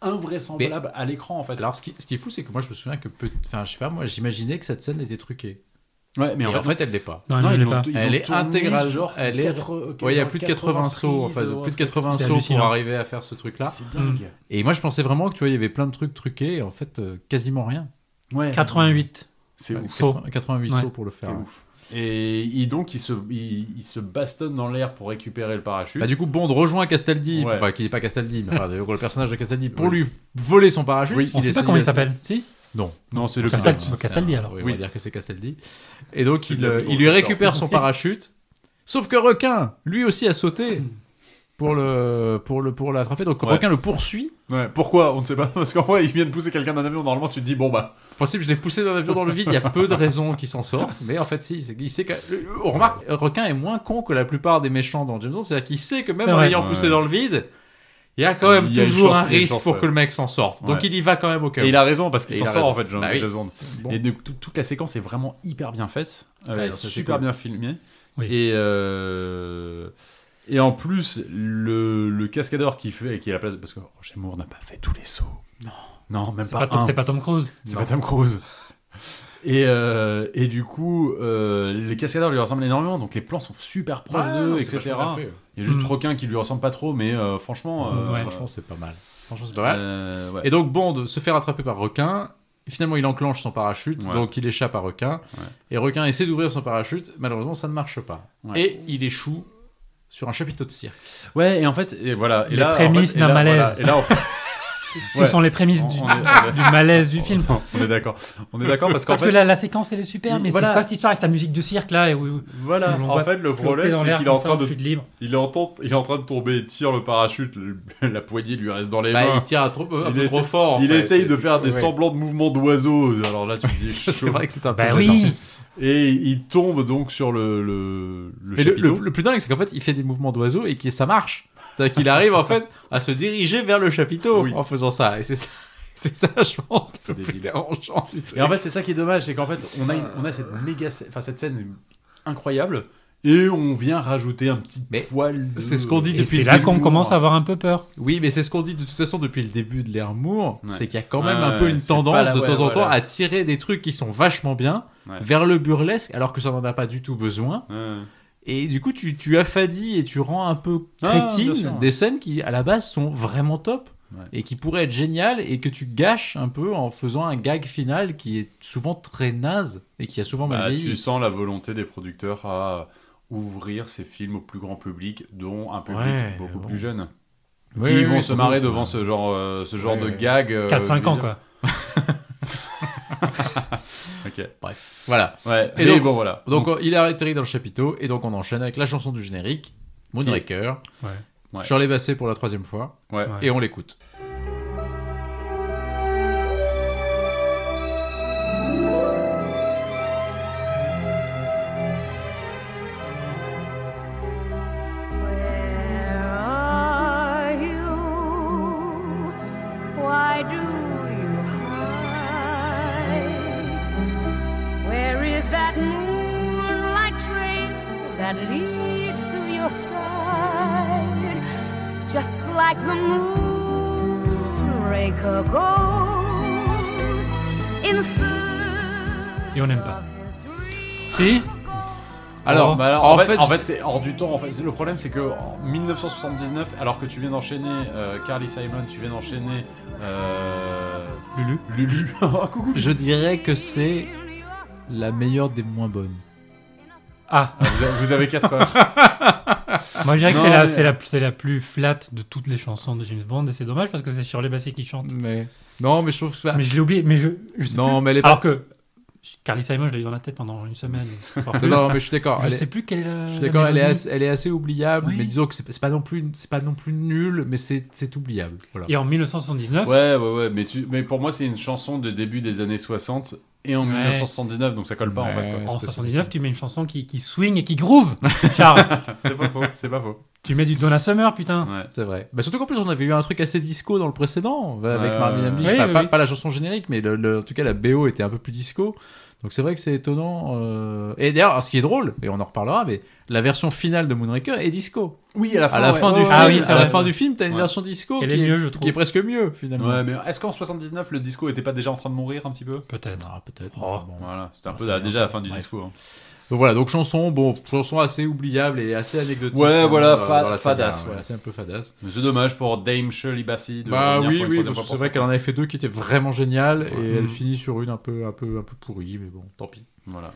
Speaker 3: invraisemblables à l'écran, en fait.
Speaker 4: Alors, ce qui, ce qui est fou, c'est que moi, je me souviens que, peut- enfin, je sais pas, moi, j'imaginais que cette scène était truquée.
Speaker 3: ouais, mais
Speaker 4: Et
Speaker 3: en, fait,
Speaker 4: elle l'est pas.
Speaker 2: Non,
Speaker 3: non,
Speaker 2: il
Speaker 3: ils
Speaker 2: ne l'est
Speaker 3: l'ont-
Speaker 2: pas.
Speaker 3: ils
Speaker 4: Elle
Speaker 3: ont
Speaker 4: est
Speaker 3: tourné,
Speaker 4: intégrale,
Speaker 3: genre,
Speaker 4: elle est-
Speaker 3: quatre-
Speaker 4: Ouais, il y a plus de 80 sauts, en fait,
Speaker 3: prises,
Speaker 4: plus de 80
Speaker 2: C'est
Speaker 4: sauts pour
Speaker 2: hallucinant.
Speaker 4: arriver à faire ce truc-là.
Speaker 3: C'est dingue.
Speaker 4: Et moi, je pensais vraiment que tu vois, il y avait plein de trucs truqués, et en fait, euh, quasiment rien.
Speaker 3: Mm. Ouais.
Speaker 2: 88.
Speaker 3: C'est
Speaker 4: Enfin,
Speaker 3: ouf.
Speaker 4: 80 88
Speaker 2: Ouais.
Speaker 4: sauts pour le faire.
Speaker 3: C'est ouf. Et il- donc, il se, il, il se bastonne dans l'air pour récupérer le parachute.
Speaker 4: Bah, du coup, Bond rejoint Castaldi,
Speaker 3: Ouais.
Speaker 4: enfin, qui n'est pas Castaldi, mais enfin, le personnage de Castaldi, pour
Speaker 3: Oui.
Speaker 4: lui voler son parachute.
Speaker 3: Oui,
Speaker 4: qu'il
Speaker 2: On ne sait
Speaker 4: essaie
Speaker 2: pas comment il
Speaker 4: d'essayer-
Speaker 2: s'appelle. Si
Speaker 4: Non,
Speaker 3: non, c'est le
Speaker 2: Castaldi.
Speaker 3: pilote.
Speaker 4: C'est un-
Speaker 2: Castaldi, alors.
Speaker 4: Oui, on
Speaker 3: Oui.
Speaker 4: va dire que c'est Castaldi. Et donc
Speaker 3: C'est
Speaker 4: il,
Speaker 3: bien
Speaker 4: euh,
Speaker 3: plutôt
Speaker 4: il lui
Speaker 3: le genre.
Speaker 4: récupère son parachute. Sauf que requin, lui aussi a sauté pour le pour le pour l'attraper. Donc
Speaker 3: Ouais.
Speaker 4: requin le poursuit.
Speaker 3: Ouais, pourquoi On ne sait pas. Parce qu'en vrai, il vient de pousser quelqu'un d'un avion. Normalement, tu te dis, bon, bah.
Speaker 4: En principe, je l'ai poussé d'un avion dans le vide. Il y a peu de raisons qu'il s'en sorte. Mais en fait, si, c'est qu'il sait que euh, on remarque, requin est moins con que la plupart des méchants dans James Bond. C'est-à-dire qu'il sait que même
Speaker 2: C'est
Speaker 4: en
Speaker 2: vrai.
Speaker 4: l'ayant poussé
Speaker 3: Ouais.
Speaker 4: dans le vide, il y a quand même
Speaker 3: Il y a une
Speaker 4: toujours
Speaker 3: chance,
Speaker 4: un
Speaker 3: il y a une
Speaker 4: risque
Speaker 3: chance,
Speaker 4: pour
Speaker 3: ouais.
Speaker 4: que le mec s'en sorte. Donc
Speaker 3: Ouais.
Speaker 4: il y va quand même au cœur.
Speaker 3: Et
Speaker 2: Ah,
Speaker 3: il a raison parce qu'il
Speaker 4: Et
Speaker 3: s'en
Speaker 4: il a
Speaker 3: sort, en
Speaker 4: raison.
Speaker 3: fait, Jean-
Speaker 4: Bah oui.
Speaker 3: James Bond. Et donc, tout- toute la séquence est vraiment hyper bien faite. euh,
Speaker 4: Ouais,
Speaker 3: et
Speaker 4: ça, c'est
Speaker 3: super
Speaker 4: cool.
Speaker 3: bien filmée.
Speaker 2: Oui.
Speaker 3: Et. euh, Et en plus, le, le cascadeur qui fait, qui est à la place, parce que Roger Moore n'a pas fait tous les sauts. Non, non, même
Speaker 2: C'est pas, Tom-
Speaker 3: un.
Speaker 2: c'est pas Tom Cruise.
Speaker 3: C'est pas Tom Cruise. Et, euh, et du coup, euh, les cascadeurs lui ressemblent énormément, donc les plans sont super proches d'eux, etc. Il y a juste
Speaker 2: Mm.
Speaker 3: Requin qui lui ressemble pas trop, mais euh, franchement. euh,
Speaker 2: Ouais.
Speaker 4: Franchement, c'est pas mal. Franchement, c'est pas mal.
Speaker 3: euh, ouais.
Speaker 4: Et donc Bond se fait rattraper par Requin. Finalement, il enclenche son parachute,
Speaker 3: Ouais.
Speaker 4: donc il échappe à Requin.
Speaker 3: Ouais.
Speaker 4: Et Requin essaie d'ouvrir son parachute. Malheureusement, ça ne marche pas.
Speaker 3: Ouais.
Speaker 4: Et il échoue sur un chapiteau de cirque.
Speaker 3: Ouais, et en fait, et voilà. Et
Speaker 2: Les
Speaker 3: là, en
Speaker 2: prémices
Speaker 3: fait, et là,
Speaker 2: d'un
Speaker 3: voilà,
Speaker 2: malaise.
Speaker 3: et là, on-
Speaker 2: Ce
Speaker 3: Ouais.
Speaker 2: sont les prémices
Speaker 3: on-
Speaker 2: du,
Speaker 3: on est-
Speaker 2: du malaise du
Speaker 3: on-
Speaker 2: film.
Speaker 3: on est d'accord. On est d'accord parce qu'en
Speaker 2: Parce que
Speaker 3: fait,
Speaker 2: la, la séquence elle est super,
Speaker 3: il-
Speaker 2: mais
Speaker 3: voilà.
Speaker 2: c'est quoi cette histoire avec sa musique de cirque là et où,
Speaker 3: voilà.
Speaker 2: on
Speaker 3: En
Speaker 2: va
Speaker 3: fait, le
Speaker 2: flotter
Speaker 3: problème,
Speaker 2: dans
Speaker 3: c'est
Speaker 2: l'air
Speaker 3: qu'il est en
Speaker 2: comme ça
Speaker 3: train
Speaker 2: en
Speaker 3: de,
Speaker 2: chute libre
Speaker 3: il est en, tente- il est en train de tomber, il tire le parachute, le- la poignée lui reste dans les
Speaker 4: Bah, il
Speaker 3: mains.
Speaker 4: tire à trop, un
Speaker 3: Eh ben, Il
Speaker 4: peu
Speaker 3: essaie-
Speaker 4: trop fort. en
Speaker 3: Il
Speaker 4: fait.
Speaker 3: essaye de faire des
Speaker 4: Ouais.
Speaker 3: semblants de mouvements d'oiseaux. Alors là, tu te dis,
Speaker 4: c'est vrai que c'est un peu
Speaker 2: Bah
Speaker 4: gênant.
Speaker 2: oui,
Speaker 3: Et il tombe donc sur le le, le
Speaker 4: Mais le,
Speaker 3: chapiteau.
Speaker 4: le- le plus dingue, c'est qu'en fait, il fait des mouvements d'oiseau et que ça marche. C'est-à-dire qu'il arrive en fait à se diriger vers le chapiteau
Speaker 3: Oui.
Speaker 4: en faisant ça. Et c'est ça, c'est ça, je pense,
Speaker 3: C'est
Speaker 4: le plus
Speaker 3: débile.
Speaker 4: dérangeant du truc.
Speaker 3: Et en fait, c'est ça qui est dommage, c'est qu'en fait, on a, une- on a cette méga, scè- enfin cette scène incroyable, et on vient rajouter un petit
Speaker 4: Mais
Speaker 3: poil. de-
Speaker 4: c'est ce qu'on dit
Speaker 2: Et
Speaker 4: depuis
Speaker 2: c'est
Speaker 4: le
Speaker 2: là
Speaker 4: début,
Speaker 2: qu'on commence
Speaker 3: moi.
Speaker 2: à avoir un peu peur.
Speaker 4: Oui, mais c'est ce qu'on dit de toute façon depuis le début de l'ère Moore,
Speaker 3: Ouais.
Speaker 4: c'est qu'il y a quand même
Speaker 3: Ouais,
Speaker 4: un peu
Speaker 3: ouais,
Speaker 4: une
Speaker 3: c'est pas
Speaker 4: tendance
Speaker 3: la-
Speaker 4: de
Speaker 3: ouais,
Speaker 4: temps en temps
Speaker 3: voilà.
Speaker 4: à tirer des trucs qui sont vachement bien
Speaker 3: Ouais.
Speaker 4: vers le burlesque alors que ça n'en a pas du tout besoin.
Speaker 3: Ouais.
Speaker 4: Et du coup, tu, tu affadis et tu rends un peu
Speaker 3: Ah, bien
Speaker 4: crétine
Speaker 3: sûr.
Speaker 4: des scènes qui à la base sont vraiment top
Speaker 3: Ouais.
Speaker 4: et qui pourraient être géniales et que tu gâches un peu en faisant un gag final qui est souvent très naze et qui a souvent
Speaker 3: Bah,
Speaker 4: mal
Speaker 3: tu
Speaker 4: vieilli.
Speaker 3: sens la volonté des producteurs à ouvrir ces films au plus grand public, dont un public
Speaker 4: Ouais,
Speaker 3: beaucoup
Speaker 4: bon.
Speaker 3: plus jeune.
Speaker 4: Oui,
Speaker 3: qui
Speaker 4: oui,
Speaker 3: vont
Speaker 4: oui,
Speaker 3: se
Speaker 4: sans
Speaker 3: marrer
Speaker 4: doute,
Speaker 3: devant
Speaker 4: ouais.
Speaker 3: ce genre, euh, ce genre
Speaker 4: Ouais,
Speaker 3: de
Speaker 4: ouais.
Speaker 3: gag. euh,
Speaker 2: 4-5 ans,
Speaker 3: bizarre.
Speaker 2: quoi.
Speaker 3: Ok.
Speaker 4: Voilà.
Speaker 3: Ouais.
Speaker 4: Et
Speaker 3: Et,
Speaker 4: donc-
Speaker 3: bon, voilà.
Speaker 4: Donc, on- il est atterri dans le chapiteau et donc on enchaîne avec la chanson du générique, Moonraker.
Speaker 2: Ouais.
Speaker 3: Ouais.
Speaker 4: Shirley Bassey pour la troisième fois
Speaker 3: ouais.
Speaker 2: Ouais.
Speaker 4: et on l'écoute.
Speaker 5: Where are you? Why do you hide? Where is that moonlight trail that leads to your side? Just like the moonraker goes in search
Speaker 2: Et on n'aime pas.
Speaker 5: of his dream.
Speaker 2: Si
Speaker 3: Alors,
Speaker 2: Oh.
Speaker 3: bah alors,
Speaker 4: En
Speaker 3: en, fait,
Speaker 4: fait,
Speaker 3: en fait, c'est hors du temps. En fait, le problème, c'est que en 1979, alors que tu viens d'enchaîner euh, Carly Simon, tu viens d'enchaîner euh,
Speaker 2: Lulu.
Speaker 3: Lulu. Ah, coucou.
Speaker 4: Je dirais que c'est la meilleure des moins bonnes.
Speaker 2: Ah,
Speaker 3: Ah, vous avez- Vous avez 4 heures.
Speaker 2: moi je dirais que
Speaker 3: Non,
Speaker 2: c'est la,
Speaker 3: mais-
Speaker 2: c'est la, c'est la plus flat de toutes les chansons de James Bond et c'est dommage parce que c'est Shirley Bassey qui chante.
Speaker 4: Mais non, mais je trouve ça.
Speaker 2: Mais je l'ai oublié, mais je, je sais
Speaker 4: non,
Speaker 2: plus.
Speaker 4: mais elle est
Speaker 2: Alors que Carly Simon, je l'ai eu dans la tête pendant une semaine. voire
Speaker 4: pas.
Speaker 2: plus.
Speaker 4: Non, mais je suis d'accord.
Speaker 2: je
Speaker 4: elle est-
Speaker 2: sais plus quelle est la.
Speaker 4: Je suis
Speaker 2: Euh, la
Speaker 4: d'accord, elle, est
Speaker 2: mélodie.
Speaker 4: assez- elle est assez oubliable,
Speaker 2: Oui.
Speaker 4: mais disons que c'est c'est pas non plus, c'est pas non plus nul, mais c'est c'est oubliable. Voilà.
Speaker 2: Et en 1979,
Speaker 3: Ouais, ouais, ouais. Mais, tu, mais pour moi, c'est une chanson de début des années 60 et en
Speaker 2: Ouais.
Speaker 3: 1979, donc ça colle pas en fait.
Speaker 4: Ouais,
Speaker 3: quoi.
Speaker 2: en
Speaker 4: c'est
Speaker 2: 79, tu mets une chanson qui, qui swing et qui groove, Charles.
Speaker 3: C'est pas faux, c'est pas faux.
Speaker 2: tu mets du Donna Summer, putain.
Speaker 3: Ouais.
Speaker 4: C'est vrai. Bah, surtout qu'en plus, on avait eu un truc assez disco dans le précédent, avec
Speaker 3: Ouais,
Speaker 4: Marvin
Speaker 3: ouais,
Speaker 4: Hamlisch.
Speaker 2: ouais.
Speaker 4: Enfin,
Speaker 2: Oui,
Speaker 4: pas,
Speaker 2: oui, oui.
Speaker 4: pas la chanson générique, mais le- le- en tout cas, la BO était un peu plus disco. Donc c'est vrai que c'est étonnant. euh, Et d'ailleurs, ce qui est drôle, et on en reparlera, mais la version finale de Moonraker est disco.
Speaker 3: Oui, à la
Speaker 4: À la fin du film,
Speaker 2: Ah oui, c'est
Speaker 4: à la
Speaker 2: vrai.
Speaker 4: fin du film, t'as une
Speaker 3: Ouais.
Speaker 4: version disco
Speaker 2: Elle
Speaker 4: qui,
Speaker 2: est
Speaker 4: est,
Speaker 2: mieux, je
Speaker 4: qui
Speaker 2: trouve.
Speaker 4: est presque mieux finalement.
Speaker 3: Ouais, mais est-ce qu'en 79, le disco était pas déjà en train de mourir un petit peu
Speaker 2: Peut-être.
Speaker 4: Ah, peut-être.
Speaker 2: Oh.
Speaker 4: Bon.
Speaker 3: Voilà, c'était un
Speaker 4: Ah,
Speaker 3: peu
Speaker 4: ça
Speaker 3: la-
Speaker 4: vient.
Speaker 3: déjà la fin du
Speaker 4: Ouais.
Speaker 3: disco. hein.
Speaker 4: Donc voilà, donc chanson, bon, chanson assez oubliable et assez anecdotique.
Speaker 3: Ouais,
Speaker 4: hein,
Speaker 3: voilà,
Speaker 4: dans-
Speaker 3: fa-
Speaker 4: dans la
Speaker 3: fadasse,
Speaker 4: saga,
Speaker 3: voilà.
Speaker 4: c'est un peu fadasse.
Speaker 3: Mais C'est dommage pour Dame Shirley Bassey de
Speaker 4: Bah
Speaker 3: revenir
Speaker 4: oui,
Speaker 3: pour une
Speaker 4: oui,
Speaker 3: troisième
Speaker 4: parce que
Speaker 3: fois
Speaker 4: c'est
Speaker 3: pour
Speaker 4: vrai
Speaker 3: ça.
Speaker 4: qu'elle en avait fait deux qui étaient vraiment géniales et
Speaker 2: Ouais.
Speaker 4: elle
Speaker 2: Mhm.
Speaker 4: finit sur une un peu, un peu, un peu pourrie, mais bon, tant pis.
Speaker 3: Voilà.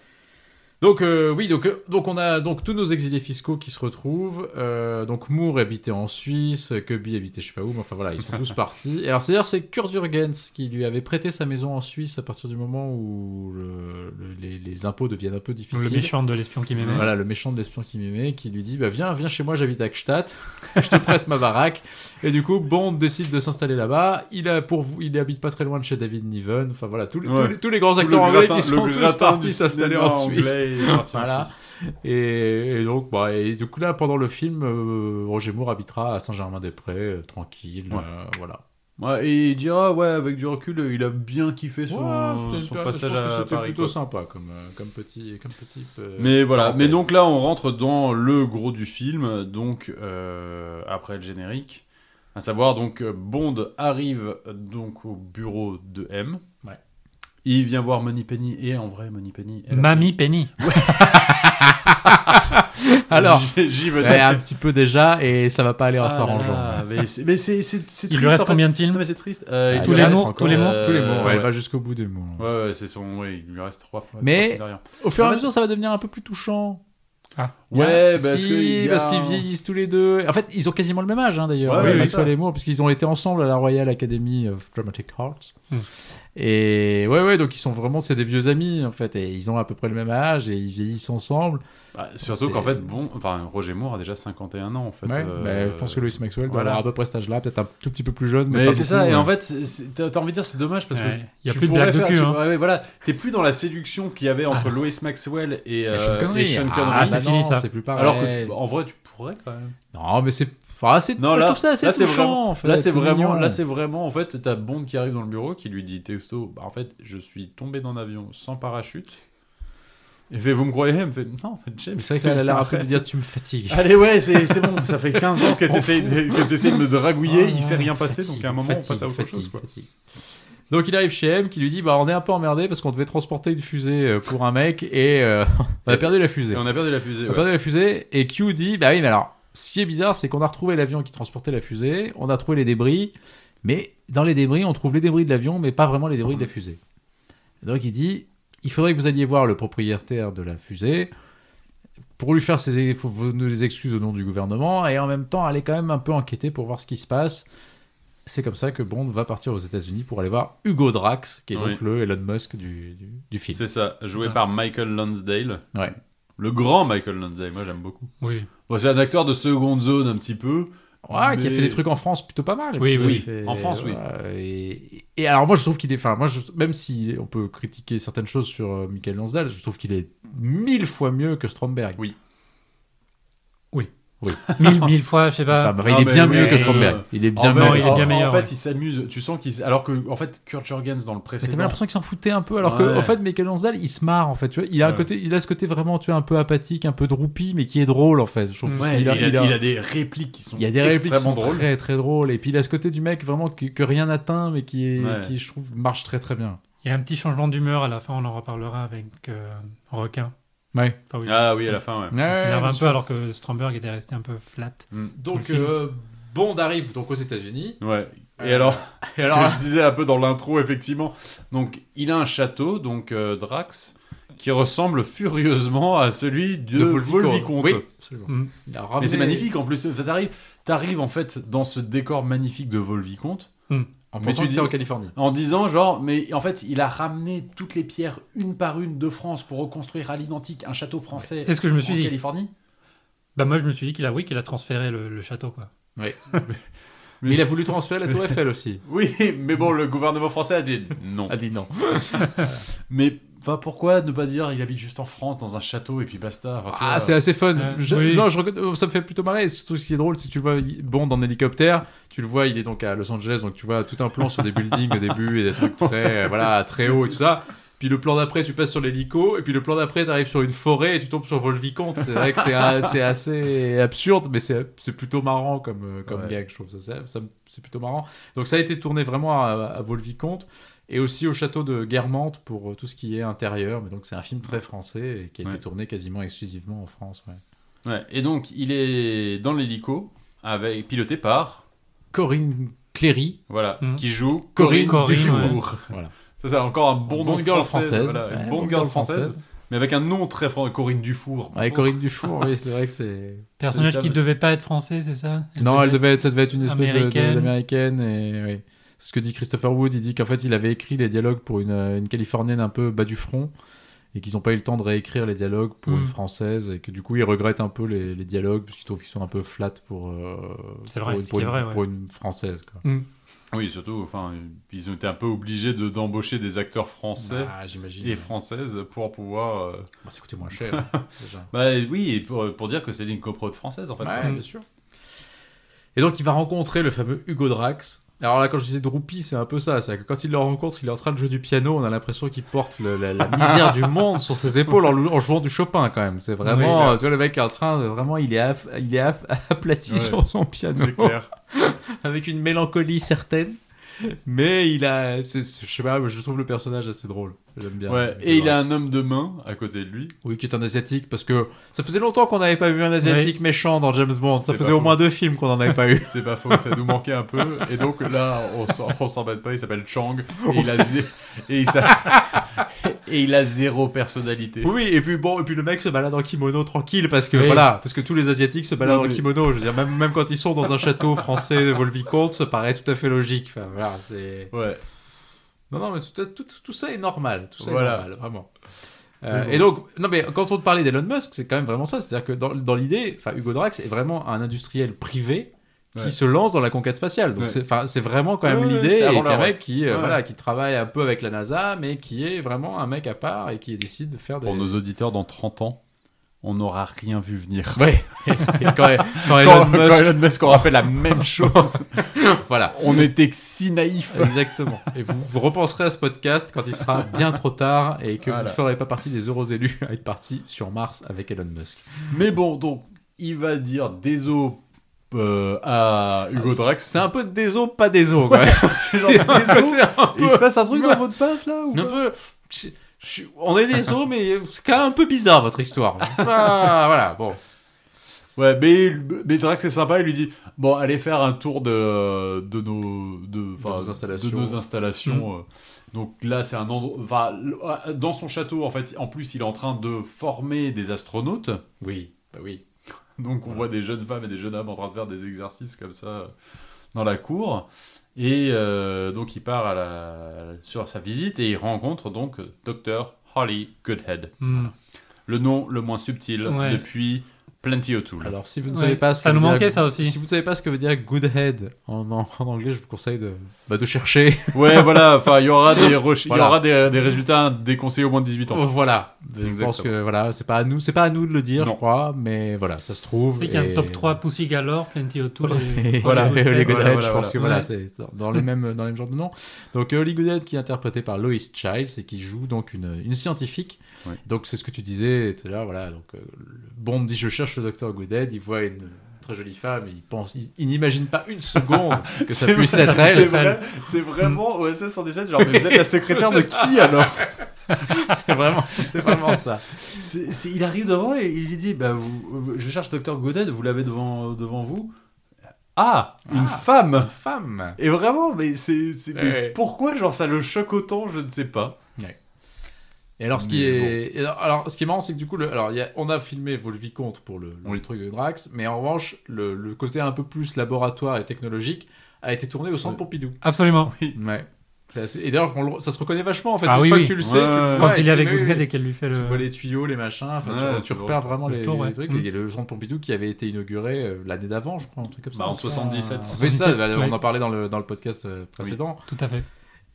Speaker 4: Donc euh, oui, donc euh, donc on a donc tous nos exilés fiscaux qui se retrouvent. euh, donc Moore habitait en Suisse, Cubby habitait je sais pas où, mais enfin voilà, ils sont tous partis. Et alors c'est-à-dire c'est Kurt Jurgens qui lui avait prêté sa maison en Suisse à partir du moment où le- le- les, les impôts deviennent un peu
Speaker 2: Le
Speaker 4: difficiles.
Speaker 2: méchant de l'espion qui m'aimait.
Speaker 4: Voilà, le méchant de l'espion qui m'aimait, qui lui dit bah, Viens, viens chez moi, j'habite à Gstaad, je te prête ma baraque. Et du coup, Bond décide de s'installer là-bas. Il, a pour vous, il habite pas très loin de chez David Niven. Enfin voilà, tous les,
Speaker 3: Ouais.
Speaker 4: tous les, tous les grands acteurs
Speaker 3: Tout
Speaker 4: anglais
Speaker 3: gratin-
Speaker 4: qui sont
Speaker 3: le
Speaker 4: tous
Speaker 3: gratin
Speaker 4: partis
Speaker 3: du
Speaker 4: s'installer
Speaker 3: cinéma
Speaker 4: en Suisse.
Speaker 3: anglais est parti en
Speaker 4: Voilà.
Speaker 3: Suisse.
Speaker 4: Et, et donc, bah, et du coup, là, pendant le film, euh, Roger Moore habitera à Saint-Germain-des-Prés, euh, tranquille.
Speaker 3: Ouais.
Speaker 4: euh, voilà.
Speaker 3: Ouais, et il dira, ouais, avec du recul, il a bien kiffé son,
Speaker 4: Ouais,
Speaker 3: son
Speaker 4: c'était-
Speaker 3: passage
Speaker 4: je pense que
Speaker 3: à
Speaker 4: c'était
Speaker 3: Paris.
Speaker 4: plutôt
Speaker 3: quoi.
Speaker 4: sympa comme, euh, comme petit. Comme petit euh,
Speaker 3: Mais voilà, mais
Speaker 4: parenthèse.
Speaker 3: donc là on rentre dans le gros du film, donc euh, après le générique, à savoir donc euh, Bond arrive euh, donc au bureau de M.
Speaker 4: Ouais.
Speaker 3: Il vient voir Moneypenny et en vrai Moneypenny. elle a-
Speaker 2: Mamie Penny.
Speaker 4: Alors,
Speaker 3: J'y- j'y venais.
Speaker 4: ouais, un petit peu déjà, et ça va pas aller en
Speaker 3: Ah
Speaker 4: s'arrangeant.
Speaker 3: là là, mais c'est- mais c'est c'est- c'est
Speaker 2: Il
Speaker 3: triste.
Speaker 2: lui reste
Speaker 3: en fait.
Speaker 2: combien de
Speaker 3: Non,
Speaker 2: films
Speaker 3: mais c'est triste. Euh, il
Speaker 4: Ah,
Speaker 2: tous
Speaker 3: lui
Speaker 2: les
Speaker 3: reste
Speaker 2: mots,
Speaker 3: encore,
Speaker 2: tous les mots
Speaker 3: euh,
Speaker 4: Tous les mots, ouais,
Speaker 3: ouais.
Speaker 4: elle va jusqu'au bout des mots.
Speaker 3: Ouais, ouais, c'est son. Ouais, il lui reste trois fois.
Speaker 4: Mais-
Speaker 3: trois fois derrière.
Speaker 4: Au fur et
Speaker 3: En
Speaker 4: à
Speaker 3: fait-
Speaker 4: mesure, ça va devenir un peu plus touchant.
Speaker 3: Bah, Ouais, parce
Speaker 4: Si,
Speaker 3: que il y a
Speaker 4: parce qu'ils
Speaker 3: un-
Speaker 4: vieillissent tous les deux. En fait, ils ont quasiment le même âge, hein, d'ailleurs.
Speaker 3: Ouais,
Speaker 4: Ouais,
Speaker 3: oui,
Speaker 4: Maxwell
Speaker 3: oui, ça.
Speaker 4: et Moore, puisqu'ils ont été ensemble à la Royal Academy of Dramatic Arts.
Speaker 2: Hmm.
Speaker 4: Et ouais, ouais, donc ils sont vraiment, c'est des vieux amis, en fait. Et ils ont à peu près le même âge et ils vieillissent ensemble.
Speaker 3: Bah, surtout
Speaker 4: C'est-
Speaker 3: qu'en fait, bon, enfin, Roger Moore a déjà 51 ans en fait.
Speaker 4: Ouais,
Speaker 3: euh,
Speaker 4: bah, je pense que Lois Maxwell doit
Speaker 3: voilà.
Speaker 4: avoir à peu près cet âge-là, peut-être un tout petit peu plus jeune. Mais,
Speaker 3: Mais
Speaker 4: pas
Speaker 3: c'est
Speaker 4: beaucoup, hein.
Speaker 3: ça, et
Speaker 4: ouais.
Speaker 3: en fait, c'est- c'est- t'as t'as envie de dire c'est dommage parce
Speaker 2: Ouais.
Speaker 3: que.
Speaker 2: Y a
Speaker 3: tu
Speaker 2: plus de
Speaker 3: pourrais
Speaker 2: blagues de
Speaker 3: faire-
Speaker 2: cul,
Speaker 3: tu-
Speaker 2: hein. Ah.
Speaker 3: ouais, ouais, voilà, t'es plus dans la séduction qu'il y avait entre Lois Maxwell et,
Speaker 4: Et
Speaker 3: euh,
Speaker 4: Sean Connery.
Speaker 3: et Sean Connery.
Speaker 4: Ah,
Speaker 2: c'est
Speaker 4: bah
Speaker 2: fini,
Speaker 4: non,
Speaker 2: ça.
Speaker 4: C'est plus pareil.
Speaker 3: alors que, tu- en vrai, tu pourrais quand même.
Speaker 4: Non, mais c'est. Enfin, c'est-
Speaker 3: Non,
Speaker 4: moi, je
Speaker 3: là-
Speaker 4: trouve ça assez
Speaker 3: là, c'est
Speaker 4: touchant,
Speaker 3: vraiment-
Speaker 4: en fait.
Speaker 3: là, c'est vraiment,
Speaker 4: mignon.
Speaker 3: là, c'est vraiment, en fait, t'as Bond qui arrive dans le bureau, qui lui dit texto, bah, en fait, je suis tombé d'un avion sans parachute. Il fait, vous me croyez Elle me fait, non, en fait, James.
Speaker 4: Mais C'est vrai qu'elle a l'air un peu de
Speaker 3: arrête.
Speaker 4: dire tu me fatigues.
Speaker 3: Allez, ouais, c'est c'est bon, ça fait 15 ans que t'essayes de, que t'essayes de me draguiller,
Speaker 4: Oh
Speaker 3: il s'est rien passé, donc à un moment, on passe à autre chose, quoi.
Speaker 4: Donc il arrive chez M qui lui dit bah on est un peu emmerdé parce qu'on devait transporter une fusée euh, pour un mec et euh, on a perdu la fusée.
Speaker 3: Et on a perdu la fusée.
Speaker 4: On a
Speaker 3: ouais.
Speaker 4: perdu la fusée et Q dit bah oui mais alors ce qui est bizarre c'est qu'on a retrouvé l'avion qui transportait la fusée, on a trouvé les débris, mais dans les débris on trouve les débris de l'avion mais pas vraiment les débris de
Speaker 3: Mhm.
Speaker 4: la fusée. Donc il dit il faudrait que vous alliez voir le propriétaire de la fusée pour lui faire ses, faut- faut nous les excuses au nom du gouvernement et en même temps aller quand même un peu enquêter pour voir ce qui se passe. C'est comme ça que Bond va partir aux États-Unis pour aller voir Hugo Drax, qui est
Speaker 3: Oui.
Speaker 4: donc le Elon Musk du, du, du film.
Speaker 3: C'est ça, joué
Speaker 2: ça.
Speaker 3: par Michael Lonsdale.
Speaker 4: Ouais.
Speaker 3: Le grand Michael Lonsdale, moi j'aime beaucoup.
Speaker 2: Oui.
Speaker 3: Bon, c'est un acteur de seconde zone un petit peu.
Speaker 4: Ouais, qui a
Speaker 3: Mais-
Speaker 4: fait des trucs en France plutôt pas mal.
Speaker 2: Oui,
Speaker 4: Et puis,
Speaker 2: oui,
Speaker 4: il fait-
Speaker 3: en France, oui.
Speaker 4: voilà, et, et alors moi je trouve qu'il est, enfin moi je- même si on peut critiquer certaines choses sur euh, Michael Lonsdale, je trouve qu'il est mille fois mieux que Stromberg.
Speaker 3: Oui.
Speaker 2: Mille, mille fois, je sais pas.
Speaker 4: Enfin, bah,
Speaker 3: Non,
Speaker 4: il est
Speaker 3: mais
Speaker 4: bien
Speaker 3: oui,
Speaker 4: mieux que
Speaker 3: euh,
Speaker 4: Stromberg. Il est bien
Speaker 3: en
Speaker 2: non,
Speaker 4: mieux.
Speaker 3: fait,
Speaker 2: il est
Speaker 3: en-
Speaker 2: bien
Speaker 3: en
Speaker 2: meilleur,
Speaker 3: fait,
Speaker 2: ouais.
Speaker 3: il s'amuse. Tu sens qu'il. Alors que, en fait, Kurt Jorgens dans le
Speaker 4: Mais t'avais
Speaker 3: précédent.
Speaker 4: l'impression qu'il s'en foutait un peu, alors
Speaker 3: Ouais.
Speaker 4: que en fait, Michael Lonsdale, il se marre en fait. Tu vois, il a un
Speaker 3: Ouais.
Speaker 4: côté, il a ce côté vraiment, tu vois, un peu apathique, un peu droupi, mais qui est drôle en fait. Je trouve parce
Speaker 3: Ouais,
Speaker 4: qu'il
Speaker 3: il,
Speaker 4: a-
Speaker 3: a,
Speaker 4: il a-
Speaker 3: il a des répliques qui sont
Speaker 4: il y a des répliques qui sont
Speaker 3: extrêmement drôles.
Speaker 4: très très drôles, et puis il a ce côté du mec vraiment que, que rien n'atteint, mais qui est,
Speaker 3: Ouais.
Speaker 4: qui je trouve marche très très bien.
Speaker 2: Il y a un petit changement d'humeur à la fin, on en reparlera avec euh, Requin.
Speaker 4: Ouais.
Speaker 2: Enfin, oui.
Speaker 3: Ah oui, à la fin, ouais.
Speaker 2: il s'énerve un peu alors que Stromberg était resté un peu flat.
Speaker 4: Donc
Speaker 2: Tout le film.
Speaker 4: euh, Bond arrive donc aux États-Unis.
Speaker 3: Mm. Ouais. Et
Speaker 4: Euh,
Speaker 3: alors, et
Speaker 4: parce
Speaker 3: alors
Speaker 4: que-
Speaker 3: je disais un peu dans l'intro, effectivement. Donc, il a un château, donc euh, Drax, qui ressemble furieusement à celui de, Volvicomte.
Speaker 4: Oui.
Speaker 2: Mm.
Speaker 4: Il a
Speaker 3: Mais
Speaker 4: ramené-
Speaker 3: c'est magnifique en plus. Enfin, T'arrives, t'arrives en fait dans ce décor magnifique de Volvicomte
Speaker 4: En
Speaker 3: Mais tu
Speaker 4: pensant que
Speaker 3: dis-
Speaker 4: c'est en Californie.
Speaker 3: en disant genre, mais en fait, il a ramené toutes les pierres une par une de France pour reconstruire à l'identique un château français.
Speaker 2: C'est ce que je me suis
Speaker 3: en
Speaker 2: dit.
Speaker 3: Californie.
Speaker 2: Bah moi je me suis dit qu'il a oui qu'il a transféré le, le château quoi.
Speaker 4: Mais il a voulu transférer la Tour Eiffel aussi.
Speaker 3: Oui, mais bon, le gouvernement français a dit non.
Speaker 4: Ah dit non.
Speaker 3: Mais enfin, pourquoi ne pas dire il habite juste en France dans un château et puis basta enfin, tu vois.
Speaker 4: Ah, c'est assez fun.
Speaker 2: Euh,
Speaker 4: Je-
Speaker 2: oui.
Speaker 4: Non, je reconna- euh, ça me fait plutôt marrer. Surtout ce qui est drôle, c'est que tu le vois il- Bond en hélicoptère. Tu le vois, il est donc à Los Angeles, donc tu vois tout un plan sur des buildings au début et des trucs très, euh, voilà, très hauts et tout ça. Puis le plan d'après, tu passes sur l'hélico, et puis le plan d'après, t'arrives sur une forêt et tu tombes sur Volvicomte. C'est vrai que c'est un- c'est assez absurde, mais c'est c'est plutôt marrant comme, euh, comme
Speaker 3: Ouais.
Speaker 4: gag, je trouve. Ça, ça- ça me- c'est plutôt marrant. Donc ça a été tourné vraiment à, à Volvicomte et aussi au château de Guermantes pour euh, tout ce qui est intérieur. Mais donc c'est un film très français et qui a
Speaker 3: Ouais.
Speaker 4: été tourné quasiment exclusivement en France. ouais.
Speaker 3: Ouais, et donc il est dans l'hélico, avec, piloté par,
Speaker 4: Corinne Cléry.
Speaker 3: voilà,
Speaker 2: Mhm.
Speaker 3: qui joue
Speaker 4: Corinne
Speaker 3: Corinne,
Speaker 2: Corinne,
Speaker 3: Dufour.
Speaker 4: Voilà.
Speaker 3: Ça, c'est encore un bon nom
Speaker 4: Bond
Speaker 3: de
Speaker 4: girl
Speaker 3: français,
Speaker 4: française.
Speaker 3: voilà, une
Speaker 4: Ouais,
Speaker 3: Bond
Speaker 4: Bond
Speaker 3: girl
Speaker 4: girl
Speaker 3: française,
Speaker 4: française.
Speaker 3: mais avec un nom très français, Corinne Dufour.
Speaker 4: Avec Corinne Dufour, oui, c'est vrai que c'est.
Speaker 2: Personnage
Speaker 3: ça,
Speaker 2: qui
Speaker 3: mais-
Speaker 2: devait pas être français c'est ça
Speaker 4: Non, elle devait être, ça devait être une espèce de- de-
Speaker 2: Américaine.
Speaker 4: d'américaine. et oui. C'est ce que dit Christopher Wood. Il dit qu'en fait, il avait écrit les dialogues pour une, euh, une Californienne un peu bas du front et qu'ils n'ont pas eu le temps de réécrire les dialogues pour
Speaker 2: Mm.
Speaker 4: une Française et que du coup, ils regrettent un peu les, les dialogues parce qu'ils trouvent qu'ils sont un peu flat pour, euh,
Speaker 2: C'est vrai,
Speaker 4: pour,
Speaker 2: ce
Speaker 4: pour
Speaker 2: qui
Speaker 4: une,
Speaker 2: est vrai, ouais.
Speaker 4: pour une Française. Quoi.
Speaker 3: Oui, surtout, enfin, ils ont été un peu obligés de, d'embaucher des acteurs français
Speaker 4: Ah, j'imagine.
Speaker 3: et françaises pour pouvoir... euh,
Speaker 4: Bon, ça coûtait moins cher. déjà.
Speaker 3: Bah oui, et pour, pour dire que c'est une coprode française, en fait.
Speaker 4: Ouais,
Speaker 3: quoi.
Speaker 4: bien sûr. Et donc, il va rencontrer le fameux Hugo Drax. Alors là, quand je disais Droopy, c'est un peu ça. C'est que quand il le rencontre, il est en train de jouer du piano. On a l'impression qu'il porte le- la, la misère du monde sur ses épaules en, lou- en jouant du Chopin, quand même. C'est vraiment, tu vois, le mec est en train de vraiment, il est, aff- il est aff- aplati
Speaker 3: Ouais.
Speaker 4: sur son piano
Speaker 3: C'est clair.
Speaker 4: avec une mélancolie certaine. Mais il a, c'est- je sais pas, je trouve le personnage assez drôle. J'aime bien.
Speaker 3: Ouais.
Speaker 4: Hugo
Speaker 3: Et il a
Speaker 4: Drax.
Speaker 3: un homme de main à côté de lui.
Speaker 4: Oui, qui est un asiatique, parce que ça faisait longtemps qu'on n'avait pas vu un asiatique méchant dans James Bond. Ça
Speaker 3: C'est
Speaker 4: faisait
Speaker 3: pas
Speaker 4: au
Speaker 3: faux.
Speaker 4: moins deux films qu'on n'en avait pas eu.
Speaker 3: C'est pas faux, ça nous manquait un peu. Et donc là, on s'en- on s'en bat pas, il s'appelle Chang. Et il, a zé- et, il s'a- et il a zéro personnalité.
Speaker 4: Oui, et puis bon, et puis le mec se balade en kimono tranquille parce que
Speaker 2: Oui.
Speaker 4: voilà, parce que tous les asiatiques se baladent
Speaker 3: Non, mais-
Speaker 4: en kimono. Je veux dire, même, même quand ils sont dans un château français de Volvicomte, ça paraît tout à fait logique. Enfin, voilà, c'est.
Speaker 3: Ouais.
Speaker 4: Non, non, mais tout, tout- tout ça est normal. Tout ça
Speaker 3: Voilà.
Speaker 4: est normal, vraiment. Euh, et donc, non mais quand on te parlait d'Elon Musk, c'est quand même vraiment ça. C'est-à-dire que dans, dans l'idée, enfin, Hugo Drax est vraiment un industriel privé qui
Speaker 3: Ouais.
Speaker 4: se lance dans la conquête spatiale. Donc
Speaker 3: Ouais.
Speaker 4: c'est, enfin, c'est vraiment quand même
Speaker 3: Ouais, ouais,
Speaker 4: l'idée.
Speaker 3: c'est
Speaker 4: Et
Speaker 3: avant
Speaker 4: qu'un
Speaker 3: l'heure, ouais.
Speaker 4: mec qui, euh,
Speaker 3: Ouais.
Speaker 4: voilà, qui travaille un peu avec la NASA, mais qui est vraiment un mec à part et qui décide de faire des.
Speaker 3: Pour nos auditeurs, dans 30 ans, on n'aura rien vu venir.
Speaker 4: Ouais. Et quand, quand Elon
Speaker 3: Quand,
Speaker 4: Musk,
Speaker 3: quand Elon Musk aura fait la même chose,
Speaker 4: voilà.
Speaker 3: on était si naïfs.
Speaker 4: Exactement. Et vous, vous repenserez à ce podcast quand il sera bien trop tard et que vous
Speaker 3: Voilà.
Speaker 4: ne ferez pas partie des heureux élus à être parti sur Mars avec Elon Musk.
Speaker 3: Mais bon, donc, il va dire des os euh, à Hugo
Speaker 4: Ah,
Speaker 3: Drax.
Speaker 4: C'est un peu des os, pas des os. Quoi.
Speaker 3: C'est genre des os. Et Il se passe un truc dans votre passe là ou
Speaker 4: Un
Speaker 3: pas
Speaker 4: peu- je- je- on est des os, mais c'est quand même un peu bizarre votre histoire. Ah, voilà, bon.
Speaker 3: Ouais, mais, mais Drax est sympa, il lui dit Bon, allez faire un tour de, de, nos, de, enfin,
Speaker 4: De nos installations.
Speaker 3: de nos installations, euh. Donc là, c'est un endroit. enfin, le- Dans son château, en fait, en plus, il est en train de former des astronautes.
Speaker 4: Oui, bah oui.
Speaker 3: Donc on voit des jeunes femmes et des jeunes hommes en train de faire des exercices comme ça euh, dans la cour. Et euh, donc il part à la- sur sa visite et il rencontre donc Dr. Holly Goodhead.
Speaker 2: Hmm.
Speaker 3: Le nom le moins subtil
Speaker 2: Ouais.
Speaker 3: depuis Plenty O'Toole.
Speaker 4: Alors, si vous ne
Speaker 2: Ouais,
Speaker 4: savez pas ce
Speaker 2: ça
Speaker 4: que
Speaker 2: nous
Speaker 4: veut dire-
Speaker 2: manquait, ça aussi.
Speaker 4: Si vous ne savez pas ce que veut dire good head en, en- en anglais, je vous conseille de, bah, de chercher.
Speaker 3: Ouais, voilà, enfin il y aura des, reche- il
Speaker 4: Voilà.
Speaker 3: y aura des, des résultats déconseillés au moins de 18 ans.
Speaker 4: Euh, voilà. Je
Speaker 3: Exactement.
Speaker 4: pense que voilà, c'est pas à nous, c'est pas à nous de le dire,
Speaker 3: Non.
Speaker 4: je crois, mais voilà, ça se
Speaker 2: Tu
Speaker 4: trouve.
Speaker 2: sais qu'il y a un
Speaker 4: et-
Speaker 2: top 3 Pussy Galore, Plenty O'Toole et...
Speaker 4: Et voilà, et Holly
Speaker 2: Goodhead.
Speaker 4: Goodhead,
Speaker 3: Voilà, voilà,
Speaker 4: je pense que
Speaker 2: voilà.
Speaker 4: voilà, c'est dans les mêmes dans les mêmes genres de noms. Donc Holly Goodhead qui est interprétée par Lois Child et qui joue donc une, une scientifique.
Speaker 3: Ouais.
Speaker 4: Donc c'est ce que tu disais tout à l'heure, voilà. Donc euh, le Bond dit je cherche le docteur Goodhead, il voit une très jolie femme, et il pense, il, il n'imagine pas une seconde que ça
Speaker 3: C'est
Speaker 4: puisse
Speaker 3: vrai,
Speaker 4: être
Speaker 3: C'est
Speaker 4: elle.
Speaker 3: vrai, c'est vraiment OSS 117, genre mais vous êtes la secrétaire de qui alors
Speaker 4: C'est vraiment, c'est vraiment ça.
Speaker 3: C'est- c'est- il arrive devant et il lui dit bah, vous, Je cherche Docteur Godet, vous l'avez devant, devant vous Ah Une femme
Speaker 4: Femme.
Speaker 3: Et vraiment, mais, c'est c'est- mais
Speaker 4: Ouais.
Speaker 3: pourquoi genre, ça le choque autant Je ne sais pas.
Speaker 4: Et alors, ce qui
Speaker 3: Mais
Speaker 4: est, et alors, alors, ce qui est marrant, c'est que du coup, le, alors, il y a- on a filmé Vaut le Vicomte pour le, le
Speaker 3: Oui.
Speaker 4: truc de Drax, mais en revanche, le, le côté un peu plus laboratoire et technologique a été tourné au centre
Speaker 3: Ouais.
Speaker 4: Pompidou.
Speaker 2: Absolument.
Speaker 4: Ouais. C'est assez- Et d'ailleurs, on le- ça se reconnaît vachement en fait.
Speaker 2: Ah
Speaker 4: Une
Speaker 2: oui,
Speaker 4: fois
Speaker 2: oui.
Speaker 4: que tu le sais, tu le
Speaker 3: Ouais.
Speaker 4: vois,
Speaker 2: Quand
Speaker 4: et
Speaker 2: il
Speaker 4: tu
Speaker 2: est
Speaker 4: dis,
Speaker 2: avec
Speaker 4: oui,
Speaker 2: Goodhead
Speaker 4: oui.
Speaker 2: et qu'elle lui fait
Speaker 4: Tu vois
Speaker 2: le...
Speaker 4: les tuyaux, les machins, enfin, tu
Speaker 3: Ouais,
Speaker 4: vois-
Speaker 3: c'est
Speaker 4: tu,
Speaker 3: vrai,
Speaker 4: repères
Speaker 3: c'est
Speaker 4: vraiment
Speaker 2: vrai.
Speaker 4: les,
Speaker 2: Le tour,
Speaker 4: les
Speaker 2: ouais.
Speaker 4: trucs.
Speaker 2: Mm.
Speaker 4: Et le centre Pompidou qui avait été inauguré euh, l'année d'avant, je crois, un truc comme ça.
Speaker 3: Bah, en 77.
Speaker 4: Oui, c'est ça,
Speaker 2: 77,
Speaker 4: bah,
Speaker 2: Ah, ouais.
Speaker 4: on en parlait dans le, dans le podcast euh, précédent.
Speaker 2: Tout à fait.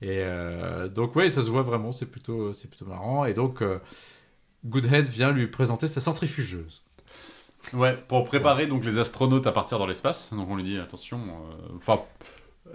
Speaker 4: Et euh, donc, ouais, ça se voit vraiment, c'est plutôt, c'est plutôt marrant. Et donc, euh, Goodhead vient lui présenter sa centrifugeuse.
Speaker 3: Ouais, pour préparer donc, les astronautes à partir dans l'espace, donc on lui dit Attention, euh, enfin.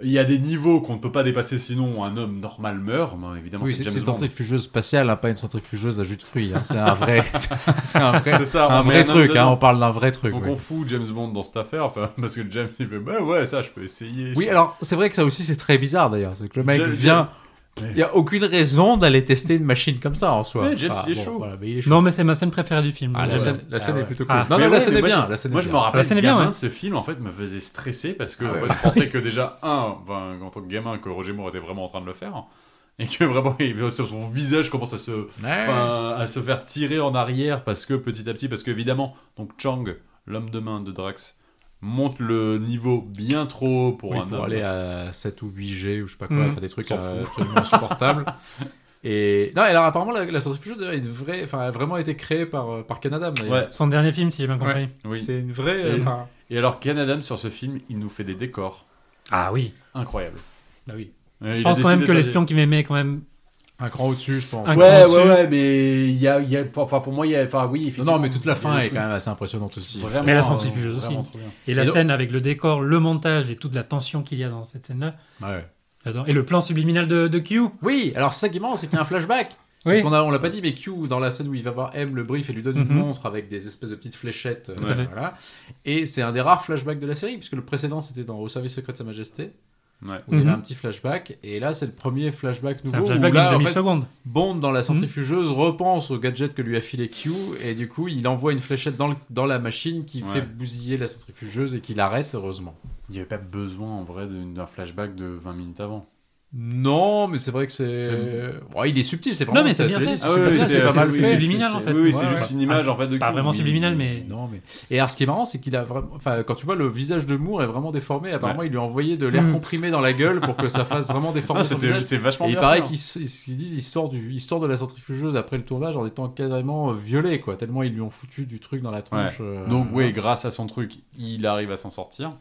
Speaker 3: il y a des niveaux qu'on ne peut pas dépasser, sinon un homme normal meurt. mais évidemment,
Speaker 4: oui,
Speaker 3: c'est
Speaker 4: c'est
Speaker 3: James
Speaker 4: c'est une
Speaker 3: Bond.
Speaker 4: centrifugeuse spatiale, hein, pas une centrifugeuse à jus de fruits. hein. C'est un vrai, c'est un vrai,
Speaker 3: C'est ça,
Speaker 4: un
Speaker 3: on met un
Speaker 4: vrai
Speaker 3: homme
Speaker 4: truc. hein,
Speaker 3: dedans.
Speaker 4: on parle d'un vrai truc.
Speaker 3: Donc
Speaker 4: ouais.
Speaker 3: on fout James Bond dans cette affaire, enfin, parce que James il fait bah ouais ça je peux essayer.
Speaker 4: Oui,
Speaker 3: Je-
Speaker 4: alors c'est vrai que ça aussi c'est très bizarre d'ailleurs, c'est que le mec
Speaker 3: James-
Speaker 4: vient.
Speaker 3: James-
Speaker 4: Il n'y a aucune raison d'aller tester une machine comme ça en soi.
Speaker 3: Ouais, James, il est chaud.
Speaker 4: Ah, voilà, mais il est chaud.
Speaker 2: Non, mais c'est ma scène préférée du film.
Speaker 4: Ah, la
Speaker 2: Donc,
Speaker 4: scène, la
Speaker 3: Ah
Speaker 4: scène
Speaker 3: ouais.
Speaker 4: est plutôt cool.
Speaker 2: Ah.
Speaker 4: Non,
Speaker 3: Mais
Speaker 4: non,
Speaker 3: ouais,
Speaker 4: la scène
Speaker 3: mais
Speaker 4: est
Speaker 3: moi,
Speaker 4: bien.
Speaker 3: je-
Speaker 4: la scène
Speaker 3: moi,
Speaker 4: est
Speaker 3: je me
Speaker 4: bien. hein.
Speaker 3: rappelle,
Speaker 2: La scène est bien,
Speaker 3: gamin,
Speaker 2: ouais.
Speaker 3: ce film, en fait, me faisait stresser parce que
Speaker 4: Ah
Speaker 3: en
Speaker 4: ouais.
Speaker 3: fait, je pensais que déjà, un, enfin, en tant que gamin, que Roger Moore était vraiment en train de le faire. Et que vraiment, il- sur son visage commence à se,
Speaker 4: Ouais.
Speaker 3: enfin, à se faire tirer en arrière parce que petit à petit, parce qu'évidemment, donc Chang, l'homme de main de Drax, monte le niveau bien trop haut pour
Speaker 4: Oui,
Speaker 3: un
Speaker 4: pour
Speaker 3: homme.
Speaker 4: aller à 7 ou 8 G ou je sais pas quoi,
Speaker 2: Mm.
Speaker 4: enfin, des trucs
Speaker 3: S'en
Speaker 4: euh,
Speaker 3: fout.
Speaker 4: absolument insupportables. Et non, et alors apparemment la, la centrifugeuse d'ailleurs, est une vraie, enfin, a vraiment été créée par euh, par Ken Adam. d'ailleurs.
Speaker 3: Ouais,
Speaker 2: Ah, Son dernier film, si j'ai bien compris.
Speaker 3: oui.
Speaker 4: C'est une vraie. euh,
Speaker 3: Et-
Speaker 4: enfin-
Speaker 3: Et alors, Ken Adam, sur ce film, il nous fait des décors
Speaker 4: Ah oui.
Speaker 3: incroyables.
Speaker 4: Bah oui.
Speaker 3: Euh,
Speaker 2: Je pense quand même que l'espion qui m'aimait, quand même.
Speaker 4: Un cran au-dessus, je pense.
Speaker 2: Un
Speaker 3: Ouais,
Speaker 2: cran
Speaker 3: ouais,
Speaker 2: dessus.
Speaker 3: ouais, mais il y a, il y a- enfin, pour moi, il y a, enfin, oui,
Speaker 4: Non,
Speaker 3: effectivement.
Speaker 4: non, mais toute la
Speaker 3: Il
Speaker 4: fin
Speaker 3: y a des
Speaker 4: est
Speaker 3: trucs
Speaker 4: quand même assez impressionnante aussi.
Speaker 3: vraiment,
Speaker 2: Mais la
Speaker 3: euh,
Speaker 2: centrifugeuse aussi.
Speaker 3: vraiment trop bien.
Speaker 2: Et la
Speaker 4: Et donc-
Speaker 2: scène avec le décor, le montage et toute la tension qu'il y a dans cette scène-là.
Speaker 4: Ouais.
Speaker 2: J'adore. Et le plan subliminal de, de Q.
Speaker 4: Oui, alors c'est ça qui est marrant, c'est qu'il y a un flashback.
Speaker 2: Oui.
Speaker 4: Parce qu'on a, on l'a pas dit, mais Q, dans la scène où il va voir M, le brief, et lui donne une
Speaker 2: Mhm.
Speaker 4: montre avec des espèces de petites fléchettes. euh,
Speaker 2: Tout à fait.
Speaker 4: voilà. Et c'est un des rares flashbacks de la série, puisque le précédent c'était dans Au service secret de Sa Majesté,
Speaker 3: Ouais.
Speaker 4: où il y avait
Speaker 2: Mhm.
Speaker 4: un petit flashback. Et là, c'est le premier flashback
Speaker 2: C'est
Speaker 4: nouveau.
Speaker 2: un flashback
Speaker 4: où là,
Speaker 2: d'une
Speaker 4: en fait,
Speaker 2: demi-seconde.
Speaker 4: Bond, dans la
Speaker 2: Mhm.
Speaker 4: centrifugeuse, repense au gadget que lui a filé Q, et du coup, il envoie une fléchette dans, le- dans la machine qui
Speaker 3: Ouais.
Speaker 4: fait bousiller la centrifugeuse et qui l'arrête, heureusement.
Speaker 3: Il n'y avait pas besoin en vrai d'une- d'un flashback de 20 minutes avant.
Speaker 4: Non, mais c'est vrai que c'est. Ouais, il est subtil, c'est vraiment.
Speaker 2: mais c'est
Speaker 4: ça,
Speaker 2: bien
Speaker 4: tu l'as
Speaker 2: fait.
Speaker 4: dit, c'est
Speaker 2: Ah
Speaker 4: subtil,
Speaker 2: oui,
Speaker 4: c'est pas mal
Speaker 2: c'est
Speaker 4: fait.
Speaker 2: subliminal,
Speaker 3: c'est-
Speaker 2: en fait.
Speaker 3: Oui, oui, c'est
Speaker 4: Ouais,
Speaker 3: juste
Speaker 4: ouais.
Speaker 3: une image en fait de
Speaker 2: Pas
Speaker 3: Q,
Speaker 2: vraiment
Speaker 3: mais-
Speaker 2: subliminal, mais-
Speaker 4: Non, mais... Et alors, ce qui est marrant, c'est qu'il a vraiment. Enfin, quand tu vois, le visage de Moore est vraiment déformé. Apparemment, il lui a envoyé de l'air
Speaker 2: Mm.
Speaker 4: comprimé dans la gueule pour que ça fasse vraiment déformer
Speaker 3: Ah,
Speaker 4: son
Speaker 3: c'était-
Speaker 4: visage.
Speaker 3: c'est vachement
Speaker 4: Et il
Speaker 3: bien
Speaker 4: paraît
Speaker 3: fait,
Speaker 4: qu'ils s- ils s- ils disent il sort, du, il sort de la centrifugeuse après le tournage en étant carrément euh, violé, quoi. Tellement ils lui ont foutu du truc dans la tronche. euh,
Speaker 3: hein. Donc,
Speaker 4: voilà.
Speaker 3: oui, grâce à son truc, il arrive à s'en sortir.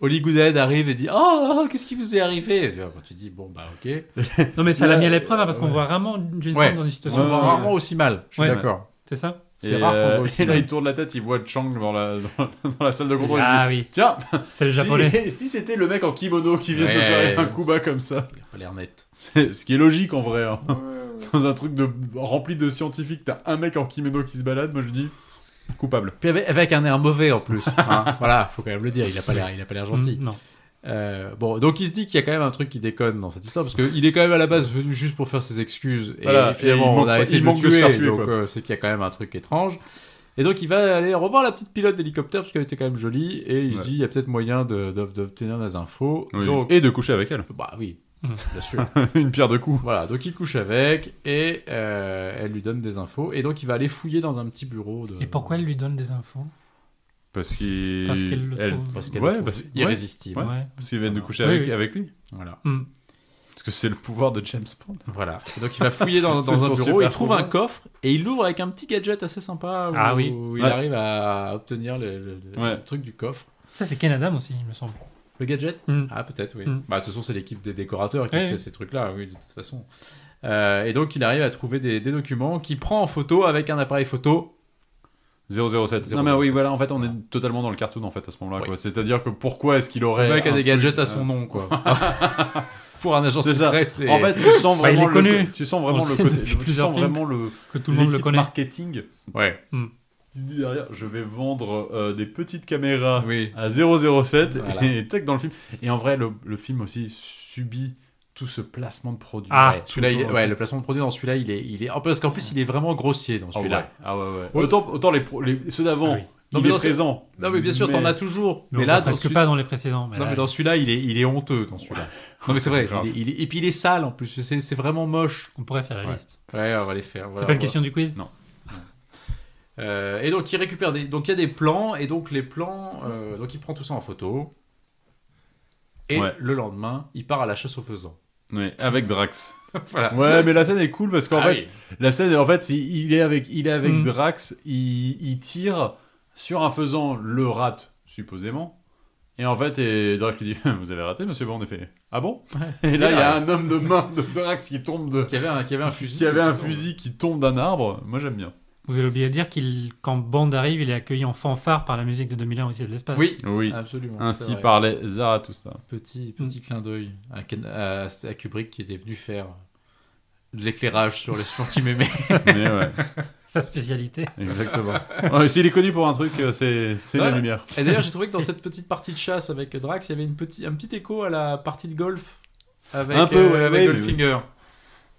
Speaker 4: Holly Goodhead arrive et dit Oh, oh, qu'est-ce qui vous est arrivé Et puis, Quand tu dis Bon, bah, ok.
Speaker 2: Non, mais ça l'a
Speaker 3: Là,
Speaker 2: mis à l'épreuve hein, parce qu'on
Speaker 4: ouais.
Speaker 2: voit vraiment James
Speaker 4: Ouais.
Speaker 2: Bond dans une
Speaker 4: On
Speaker 2: situation.
Speaker 4: va
Speaker 3: Ouais, ouais,
Speaker 2: euh,
Speaker 4: rarement aussi mal, je suis
Speaker 2: Ouais.
Speaker 4: d'accord.
Speaker 2: C'est ça
Speaker 4: C'est
Speaker 3: Et,
Speaker 4: rare qu'on
Speaker 3: euh,
Speaker 4: voit aussi
Speaker 3: Et là,
Speaker 4: mal.
Speaker 3: il tourne la tête, il voit Chang dans la, dans, dans la salle de contrôle. il
Speaker 2: Ah
Speaker 3: dit,
Speaker 2: oui,
Speaker 3: Tiens,
Speaker 2: c'est le japonais.
Speaker 3: si, si c'était le mec en kimono qui vient de me
Speaker 4: Ouais.
Speaker 3: faire un coup bas comme ça.
Speaker 4: Il a pas l'air net.
Speaker 3: C'est- Ce qui est logique en vrai. hein. Dans un truc de, rempli de scientifiques, t'as un mec en kimono qui se balade, moi je dis coupable.
Speaker 4: Puis avec, avec un air mauvais en plus. hein. voilà, faut quand même le dire, il a pas l'air, il a pas l'air gentil.
Speaker 2: Mm, Non.
Speaker 4: Euh, bon, donc il se dit qu'il y a quand même un truc qui déconne dans cette histoire parce qu'il est quand même à la base venu juste pour faire ses excuses et
Speaker 3: Voilà, et
Speaker 4: finalement
Speaker 3: il
Speaker 4: on a
Speaker 3: manque-
Speaker 4: essayé
Speaker 3: il
Speaker 4: de le
Speaker 3: manque de se
Speaker 4: tuer,
Speaker 3: faire tuer,
Speaker 4: donc
Speaker 3: quoi.
Speaker 4: euh, c'est qu'il y a quand même un truc étrange. Et donc il va aller revoir la petite pilote d'hélicoptère parce qu'elle était quand même jolie et il
Speaker 3: Ouais.
Speaker 4: se dit il y a peut-être moyen de- de- d'obtenir des infos.
Speaker 3: Oui.
Speaker 4: Donc,
Speaker 3: Et de coucher avec elle.
Speaker 4: bah oui,
Speaker 2: Mm.
Speaker 4: bien sûr.
Speaker 3: Une pierre de coups.
Speaker 4: voilà, donc il couche avec et euh, elle lui donne des infos et donc il va aller fouiller dans un petit bureau. De...
Speaker 2: Et pourquoi elle lui donne des infos
Speaker 3: Parce qu'il.
Speaker 2: Parce qu'elle le
Speaker 3: elle-
Speaker 2: trouve.
Speaker 4: Parce qu'elle
Speaker 3: Ouais,
Speaker 4: le trouve
Speaker 3: parce- ouais.
Speaker 4: irrésistible.
Speaker 3: Ouais.
Speaker 2: Ouais.
Speaker 3: Parce qu'il vient de coucher
Speaker 2: Oui,
Speaker 3: avec,
Speaker 2: oui.
Speaker 3: avec lui.
Speaker 4: Voilà.
Speaker 2: Hmm.
Speaker 3: Parce que c'est le pouvoir de James Bond.
Speaker 4: Voilà. Et donc il va fouiller dans, dans
Speaker 3: C'est
Speaker 4: un
Speaker 3: son
Speaker 4: bureau,
Speaker 3: super
Speaker 4: il trouve
Speaker 3: pouvoir.
Speaker 4: un coffre et il l'ouvre avec un petit gadget assez sympa où,
Speaker 2: Ah oui.
Speaker 4: où il
Speaker 3: Ouais.
Speaker 4: arrive à obtenir le, le- le
Speaker 3: Ouais.
Speaker 4: truc du coffre.
Speaker 2: Ça, c'est Ken Adam aussi, il me semble.
Speaker 4: Le gadget
Speaker 2: Mm.
Speaker 4: Ah peut-être oui.
Speaker 2: Mm.
Speaker 4: Bah de toute façon c'est l'équipe des décorateurs qui
Speaker 2: Ouais,
Speaker 4: fait
Speaker 2: ouais.
Speaker 4: ces trucs-là, oui de toute façon. Euh, et donc il arrive à trouver des, des documents qu'il prend en photo avec un appareil photo.
Speaker 3: 007.
Speaker 4: Non,
Speaker 3: Non, mais oui,
Speaker 4: 007.
Speaker 3: voilà, en fait, on est totalement dans le cartoon, en fait, à ce moment-là.
Speaker 4: Oui.
Speaker 3: quoi. C'est-à-dire que pourquoi est-ce qu'il
Speaker 4: Le
Speaker 3: aurait.
Speaker 4: mec a
Speaker 3: un
Speaker 4: des
Speaker 3: truc-
Speaker 4: gadgets à son nom quoi. Pour un agent
Speaker 3: C'est ça.
Speaker 4: secret, c'est
Speaker 3: En fait, tu sens
Speaker 2: Bah, il est
Speaker 3: vraiment, le,
Speaker 2: connu.
Speaker 3: co- tu sens
Speaker 2: On
Speaker 3: vraiment
Speaker 2: le
Speaker 3: le
Speaker 2: sait
Speaker 3: côté,
Speaker 2: depuis
Speaker 3: tu
Speaker 2: plusieurs
Speaker 3: sens
Speaker 2: films.
Speaker 3: vraiment le,
Speaker 2: Que tout le monde le
Speaker 3: l'équipe
Speaker 2: connaît.
Speaker 3: marketing. Ouais.
Speaker 2: Hmm.
Speaker 3: Il se dit derrière, je vais vendre euh, des petites caméras
Speaker 4: oui.
Speaker 3: à 007
Speaker 4: Voilà.
Speaker 3: et tac dans le film. Et en vrai, le, le film aussi subit tout ce placement de produit.
Speaker 2: Ah,
Speaker 4: Ouais, celui-là, il est- ouais, le placement de produit dans celui-là, il est, il est, oh, parce qu'en plus, il est vraiment grossier dans
Speaker 3: Ah ouais.
Speaker 4: celui-là.
Speaker 3: Ah ouais, ouais. Autant, autant les, pro- les- ceux d'avant,
Speaker 2: Ah oui.
Speaker 3: il
Speaker 4: Non, mais
Speaker 3: est
Speaker 4: non, c'est-
Speaker 3: présent.
Speaker 4: Non, mais bien sûr, t'en as toujours. Mais,
Speaker 2: Non,
Speaker 4: là,
Speaker 2: pas-
Speaker 4: dans
Speaker 2: parce que
Speaker 4: celui-
Speaker 2: pas dans les précédents. mais
Speaker 4: non,
Speaker 2: là,
Speaker 4: mais dans celui-là, il est, il est honteux dans celui-là. non, mais c'est vrai.
Speaker 3: Grave.
Speaker 4: il est- il est- Et puis il est sale en plus. C'est c'est vraiment moche.
Speaker 2: On pourrait faire la
Speaker 4: Ouais.
Speaker 2: liste.
Speaker 4: Ouais, on va les faire.
Speaker 2: c'est pas une question du quiz
Speaker 4: Non. Euh, et donc, il récupère des. Donc, il y a des plans. Et donc, les plans. euh, donc, il prend tout ça en photo. Et
Speaker 3: Ouais.
Speaker 4: le lendemain, il part à la chasse aux faisans.
Speaker 3: Ouais, avec Drax.
Speaker 4: Voilà.
Speaker 3: Ouais, mais la scène est cool parce qu'en
Speaker 4: Ah
Speaker 3: fait,
Speaker 4: oui.
Speaker 3: la scène, en fait, il il est avec, il est avec
Speaker 2: Mm.
Speaker 3: Drax, il, il tire sur un faisant, le rate, supposément. Et en fait, et Drax lui dit Vous avez raté, monsieur Bond, en effet. Ah bon Et là, il y a un homme de main de Drax qui tombe de.
Speaker 4: Qui avait un, qui avait un fusil.
Speaker 3: Qui avait un fusil qui tombe d'un arbre. Moi, j'aime bien.
Speaker 2: Vous avez oublié de dire qu'il, quand Bond arrive, il est accueilli en fanfare par la musique de 2001 Odyssée de l'espace.
Speaker 4: Oui, Mm.
Speaker 3: Oui.
Speaker 4: absolument. c'est
Speaker 3: Ainsi
Speaker 4: vrai.
Speaker 3: parlait Zarathustra.
Speaker 4: Petit, petit clin d'œil à, Ken- à- à Kubrick qui était venu faire de l'éclairage sur les gens qui m'aimaient.
Speaker 3: Mais ouais,
Speaker 2: Sa spécialité.
Speaker 3: exactement. Ouais, S'il est connu pour un truc, euh, c'est c'est la
Speaker 4: Ouais. Ah
Speaker 3: lumière.
Speaker 4: Et d'ailleurs, j'ai trouvé que dans cette petite partie de chasse avec Drax, il y avait une petite, un petit écho à la partie de golf avec,
Speaker 3: Un peu,
Speaker 4: euh,
Speaker 3: ouais,
Speaker 4: avec
Speaker 3: ouais,
Speaker 4: Goldfinger.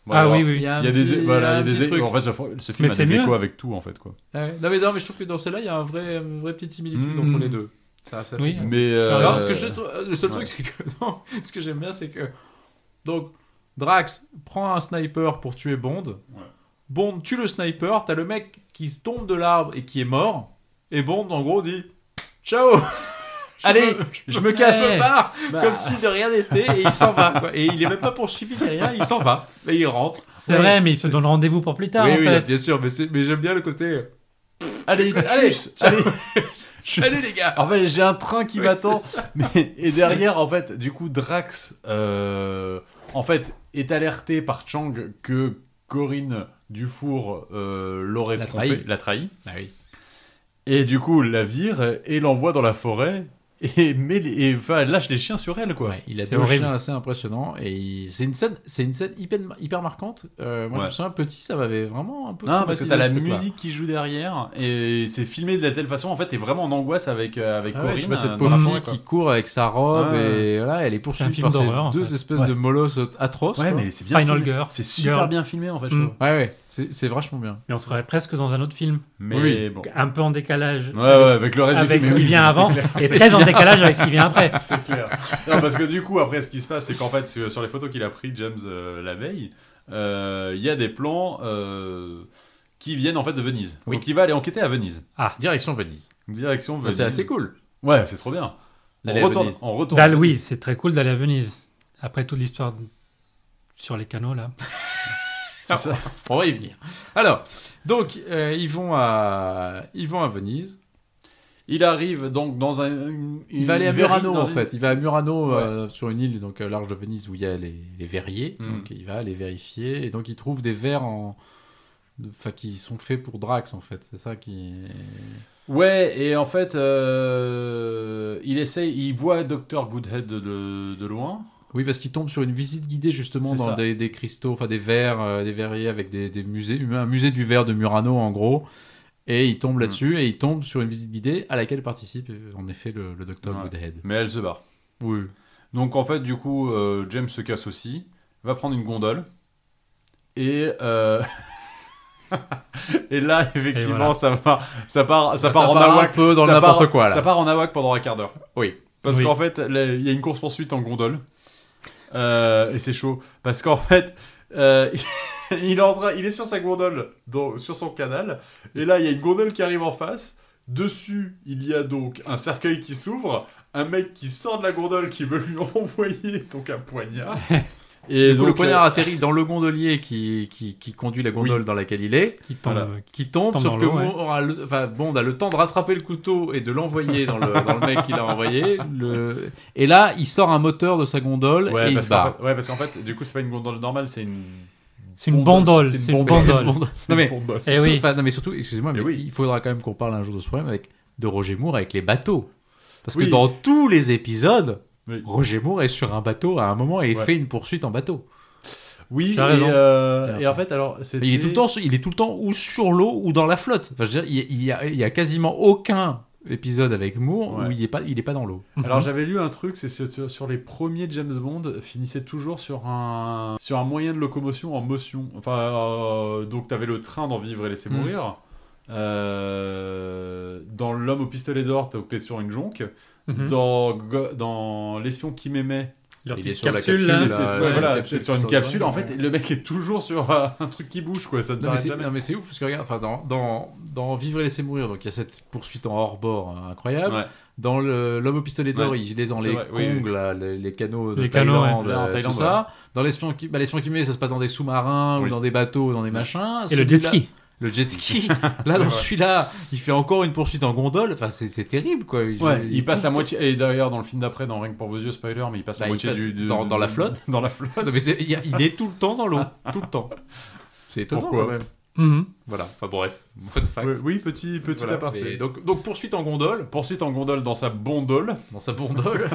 Speaker 3: Bon,
Speaker 2: ah
Speaker 3: alors,
Speaker 2: oui, oui.
Speaker 4: Il y a, un
Speaker 3: Il y a des,
Speaker 4: petit-
Speaker 3: voilà,
Speaker 4: un
Speaker 3: il y a
Speaker 4: petit
Speaker 3: des
Speaker 4: truc.
Speaker 3: échos. En fait, ce, ce film
Speaker 2: Mais
Speaker 3: a
Speaker 2: c'est
Speaker 3: des
Speaker 2: mieux.
Speaker 3: échos avec tout, en fait. Quoi.
Speaker 4: Ah ouais. Non, mais non, mais je trouve que dans celle-là, il y a un vrai, une vraie petite similitude
Speaker 3: Mhm.
Speaker 4: entre les deux. Ça- ça fait
Speaker 2: Oui.
Speaker 4: penser.
Speaker 3: Mais. euh,
Speaker 4: Non, ce que je trouve- le seul
Speaker 3: ouais.
Speaker 4: truc, c'est que non, ce que j'aime bien, c'est que donc Drax prend un sniper pour tuer Bond.
Speaker 3: Ouais.
Speaker 4: Bond tue le sniper. T'as le mec qui se tombe de l'arbre et qui est mort. Et Bond, en gros, dit ciao. Allez,
Speaker 3: je me
Speaker 4: casse.
Speaker 2: Ouais.
Speaker 4: Part,
Speaker 3: Bah.
Speaker 4: Comme si de rien n'était et il s'en va. quoi. Et il est même pas poursuivi ni rien. Il s'en va et il rentre.
Speaker 2: C'est
Speaker 4: Ouais.
Speaker 2: vrai, mais il se donne rendez-vous pour plus tard,
Speaker 4: oui,
Speaker 2: en
Speaker 4: oui,
Speaker 2: fait.
Speaker 4: bien sûr. Mais, c'est- mais j'aime bien le côté. euh,
Speaker 3: Allez,
Speaker 4: Allez,
Speaker 3: tchuss, allez.
Speaker 4: Allez les gars.
Speaker 3: En fait, j'ai un train qui
Speaker 4: Oui,
Speaker 3: m'attend. Mais- Et derrière, en fait, du coup, Drax euh, en fait, est alerté par Chang que Corinne Dufour euh, l'aurait
Speaker 4: L'a
Speaker 3: trompé,
Speaker 4: trahi.
Speaker 3: l'a trahi.
Speaker 4: Ah oui.
Speaker 3: Et du coup, la vire et l'envoie dans la forêt et, met les- et, enfin, lâche les chiens sur elle, quoi.
Speaker 4: Ouais, il a
Speaker 2: C'est
Speaker 4: deux
Speaker 2: horrible.
Speaker 4: chiens assez impressionnants et il- c'est une scène, c'est une scène hyper, hyper marquante. Euh, moi,
Speaker 3: Ouais.
Speaker 4: je me souviens petit, ça m'avait vraiment un peu.
Speaker 3: Non, parce que t'as la
Speaker 4: traumatisé, ce truc-là.
Speaker 3: musique qui joue derrière et c'est filmé de la telle façon. En fait, t'es vraiment en angoisse avec, euh, avec
Speaker 4: Ah ouais,
Speaker 3: Corinne.
Speaker 4: tu vois
Speaker 3: euh,
Speaker 4: cette
Speaker 3: dans
Speaker 4: pauvre
Speaker 3: la
Speaker 4: fille
Speaker 3: forêt, quoi.
Speaker 4: qui court avec sa robe
Speaker 3: Ouais.
Speaker 4: et voilà, elle
Speaker 2: C'est
Speaker 4: est
Speaker 2: un
Speaker 4: poursuivie
Speaker 2: film
Speaker 4: par ces
Speaker 2: d'horreur, en
Speaker 4: deux
Speaker 2: fait.
Speaker 4: espèces
Speaker 3: Ouais.
Speaker 4: de molosses atroces.
Speaker 3: Ouais,
Speaker 4: quoi.
Speaker 3: mais c'est bien.
Speaker 2: Final
Speaker 3: filmé.
Speaker 2: Girl.
Speaker 3: C'est super
Speaker 2: Girl.
Speaker 3: bien filmé en fait, je
Speaker 2: Mm.
Speaker 3: trouve.
Speaker 4: ouais, ouais, c'est c'est vachement bien.
Speaker 2: Mais on serait presque dans un autre film,
Speaker 3: Mais
Speaker 4: Oui.
Speaker 3: bon.
Speaker 2: un peu en décalage.
Speaker 3: Ouais, ouais, avec le reste
Speaker 2: avec
Speaker 3: du
Speaker 2: ce qui
Speaker 3: film. mais oui,
Speaker 2: vient avant et très en décalage avec ce qui vient après.
Speaker 3: C'est clair. Non, parce que du coup, après, ce qui se passe, c'est qu'en fait, sur sur les photos qu'il a pris James euh, la veille, euh, il y a des plans euh, qui viennent en fait de Venise.
Speaker 4: Oui.
Speaker 3: Donc il va aller enquêter à Venise.
Speaker 4: Direction Venise.
Speaker 3: Direction
Speaker 4: Ça,
Speaker 3: Venise.
Speaker 4: C'est assez cool.
Speaker 3: Ouais, c'est trop bien.
Speaker 4: D'aller
Speaker 3: On
Speaker 4: à
Speaker 3: retourne,
Speaker 4: Venise.
Speaker 3: on retourne.
Speaker 2: D'aller, oui, c'est très cool d'aller à Venise. Après toute l'histoire de- sur les canaux, là.
Speaker 3: C'est ça.
Speaker 4: On va y venir. Alors, donc euh, ils vont à ils vont à Venise.
Speaker 3: Il arrive donc dans un. une-
Speaker 4: Il va aller à
Speaker 3: verrie
Speaker 4: Murano
Speaker 3: dans
Speaker 4: en
Speaker 3: une-
Speaker 4: fait. Il va à Murano euh, sur une île donc euh, large de Venise où il y a les, les verriers.
Speaker 3: Mm.
Speaker 4: Donc il va les vérifier et donc il trouve des verres en enfin qui sont faits pour Drax en fait. C'est ça qui
Speaker 3: Ouais, et en fait, euh, il essaye, il voit Dr. Goodhead de- de- de loin.
Speaker 4: Oui, parce qu'il tombe sur une visite guidée justement
Speaker 3: C'est
Speaker 4: dans
Speaker 3: ça.
Speaker 4: des, des cristaux, enfin des verres, euh, des verriers avec des, des musées, un musée du verre de Murano en gros. Et il tombe là-dessus et il tombe sur une visite guidée à laquelle participe euh, en effet le, le docteur
Speaker 3: Ouais.
Speaker 4: Goodhead.
Speaker 3: Mais elle se barre.
Speaker 4: Oui.
Speaker 3: Donc en fait, du coup, euh, James se casse aussi, va prendre une gondole, et euh, Et là, effectivement,
Speaker 2: voilà.
Speaker 3: ça, part, ça part, ça
Speaker 4: Ça
Speaker 3: part en
Speaker 4: part un
Speaker 3: awak.
Speaker 4: peu dans
Speaker 3: ça part-
Speaker 4: n'importe quoi, là.
Speaker 3: Ça part en awak pendant un quart d'heure. Oui. Parce
Speaker 2: Oui.
Speaker 3: qu'en fait, là, il y a une course poursuite en gondole. Euh, et c'est chaud. Parce qu'en fait, euh, il, est en train- il est sur sa gondole, dans- sur son canal. Et là, il y a une gondole qui arrive en face. Dessus, il y a donc un cercueil qui s'ouvre, un mec qui sort de la gondole qui veut lui renvoyer donc un poignard. Et
Speaker 4: Du coup,
Speaker 3: donc,
Speaker 4: le poignard
Speaker 3: euh,
Speaker 4: atterrit dans le gondolier qui, qui, qui conduit la gondole dans laquelle il est,
Speaker 2: Qui tombe.
Speaker 3: Voilà.
Speaker 4: qui tombe,
Speaker 2: Tombe
Speaker 4: sauf
Speaker 2: dans
Speaker 4: que
Speaker 2: l'eau,
Speaker 4: Bond
Speaker 2: ouais.
Speaker 4: aura le, enfin, Bond a le temps de rattraper le couteau et de l'envoyer dans le, dans le mec qui l'a envoyé. Le... Et là, il sort un moteur de sa gondole
Speaker 3: ouais,
Speaker 4: et il
Speaker 3: parce
Speaker 4: se
Speaker 3: qu'en
Speaker 4: barre.
Speaker 3: fait- ouais, parce qu'en fait, du coup, c'est pas une gondole normale, c'est une.
Speaker 2: C'est une bandole. C'est une bandole.
Speaker 4: Bond- Non mais,
Speaker 3: Gondole.
Speaker 2: Eh
Speaker 4: surtout-
Speaker 2: oui.
Speaker 4: enfin, non, mais surtout, excusez-moi, mais
Speaker 3: Eh oui.
Speaker 4: il faudra quand même qu'on parle un jour de ce problème avec, de Roger Moore avec les bateaux. Parce
Speaker 3: Oui.
Speaker 4: que dans tous les épisodes,
Speaker 3: Oui.
Speaker 4: Roger Moore est sur un bateau à un moment et
Speaker 3: Ouais.
Speaker 4: fait une poursuite en bateau.
Speaker 3: Oui,
Speaker 2: Tu as raison.
Speaker 3: Et, euh,
Speaker 4: Alors.
Speaker 3: et en fait, alors, c'est.
Speaker 4: Mais il est tout le temps, sur- il est tout le temps ou sur l'eau ou dans la flotte. Enfin, je veux dire, il, il y a, il y a quasiment aucun épisode avec Moore
Speaker 3: Ouais.
Speaker 4: où il est pas, il est pas dans l'eau.
Speaker 2: Mhm.
Speaker 3: Alors j'avais lu un truc, c'est sur sur les premiers James Bond finissait toujours sur un sur un moyen de locomotion en motion. Enfin, euh, donc t'avais le train dans Vivre et laisser
Speaker 4: Hmm.
Speaker 3: mourir. Euh, dans L'homme au pistolet d'or, t'es- t'es sur une jonque.
Speaker 2: Mhm.
Speaker 3: Dans, Go- dans L'espion qui m'aimait,
Speaker 2: Leur
Speaker 4: Il est
Speaker 2: petite
Speaker 4: sur la
Speaker 2: capsule,
Speaker 4: capsule,
Speaker 2: là.
Speaker 3: c'est-
Speaker 4: là,
Speaker 3: c'est- ouais,
Speaker 4: ouais,
Speaker 3: voilà,
Speaker 4: une capsule
Speaker 3: t'es sur
Speaker 4: qui
Speaker 3: une
Speaker 4: sort de
Speaker 3: capsule.
Speaker 4: là,
Speaker 3: En fait,
Speaker 4: ouais.
Speaker 3: le mec est toujours sur euh, un truc qui bouge, quoi. Ça ne
Speaker 4: Non mais,
Speaker 3: s'arrête
Speaker 4: c'est,
Speaker 3: jamais.
Speaker 4: non, mais c'est ouf parce que regarde, enfin, dans, dans, dans Vivre et laisser mourir, donc il y a cette poursuite en hors-bord hein, incroyable.
Speaker 3: Ouais.
Speaker 4: Dans le- L'homme au pistolet d'or,
Speaker 3: Ouais.
Speaker 4: il est dans
Speaker 3: C'est
Speaker 4: les
Speaker 3: vrai, oui,
Speaker 4: Kongs, là, les, les canaux de
Speaker 2: Les canaux,
Speaker 4: Thaïlande,
Speaker 3: ouais.
Speaker 4: euh,
Speaker 3: Là, en
Speaker 4: tout
Speaker 3: Thaïlande,
Speaker 4: ça. Dans l'espion qui, bah, l'espion qui met, ça se passe dans des sous-marins
Speaker 3: Oui.
Speaker 4: ou dans des bateaux, dans des machins.
Speaker 2: Et le
Speaker 4: Celui-là-
Speaker 2: jet ski.
Speaker 4: Le jet ski. là, dans
Speaker 3: Ouais.
Speaker 4: celui-là, il fait encore une poursuite en gondole. Enfin, c'est, c'est terrible, quoi. Il-
Speaker 3: Ouais,
Speaker 4: il-
Speaker 3: il passe la moitié. Et d'ailleurs, dans le film d'après, dans Rien que pour vos yeux, spoiler, mais il passe
Speaker 4: Bah,
Speaker 3: la
Speaker 4: il
Speaker 3: moitié
Speaker 4: passe
Speaker 3: du. du-
Speaker 4: dans-
Speaker 3: du-
Speaker 4: dans la flotte.
Speaker 3: Dans la flotte. Ah.
Speaker 4: Non, mais c'est- il y a- il est tout le temps dans l'eau, tout le temps. C'est étonnant.
Speaker 3: Pourquoi
Speaker 4: quand même.
Speaker 2: Mhm.
Speaker 4: Voilà. Enfin bref, fun fact.
Speaker 3: Ouais, oui, petit, petit
Speaker 4: Voilà.
Speaker 3: aparté.
Speaker 4: Mais Donc, donc poursuite en gondole,
Speaker 3: Poursuite en gondole dans sa bondole.
Speaker 4: dans sa gondole.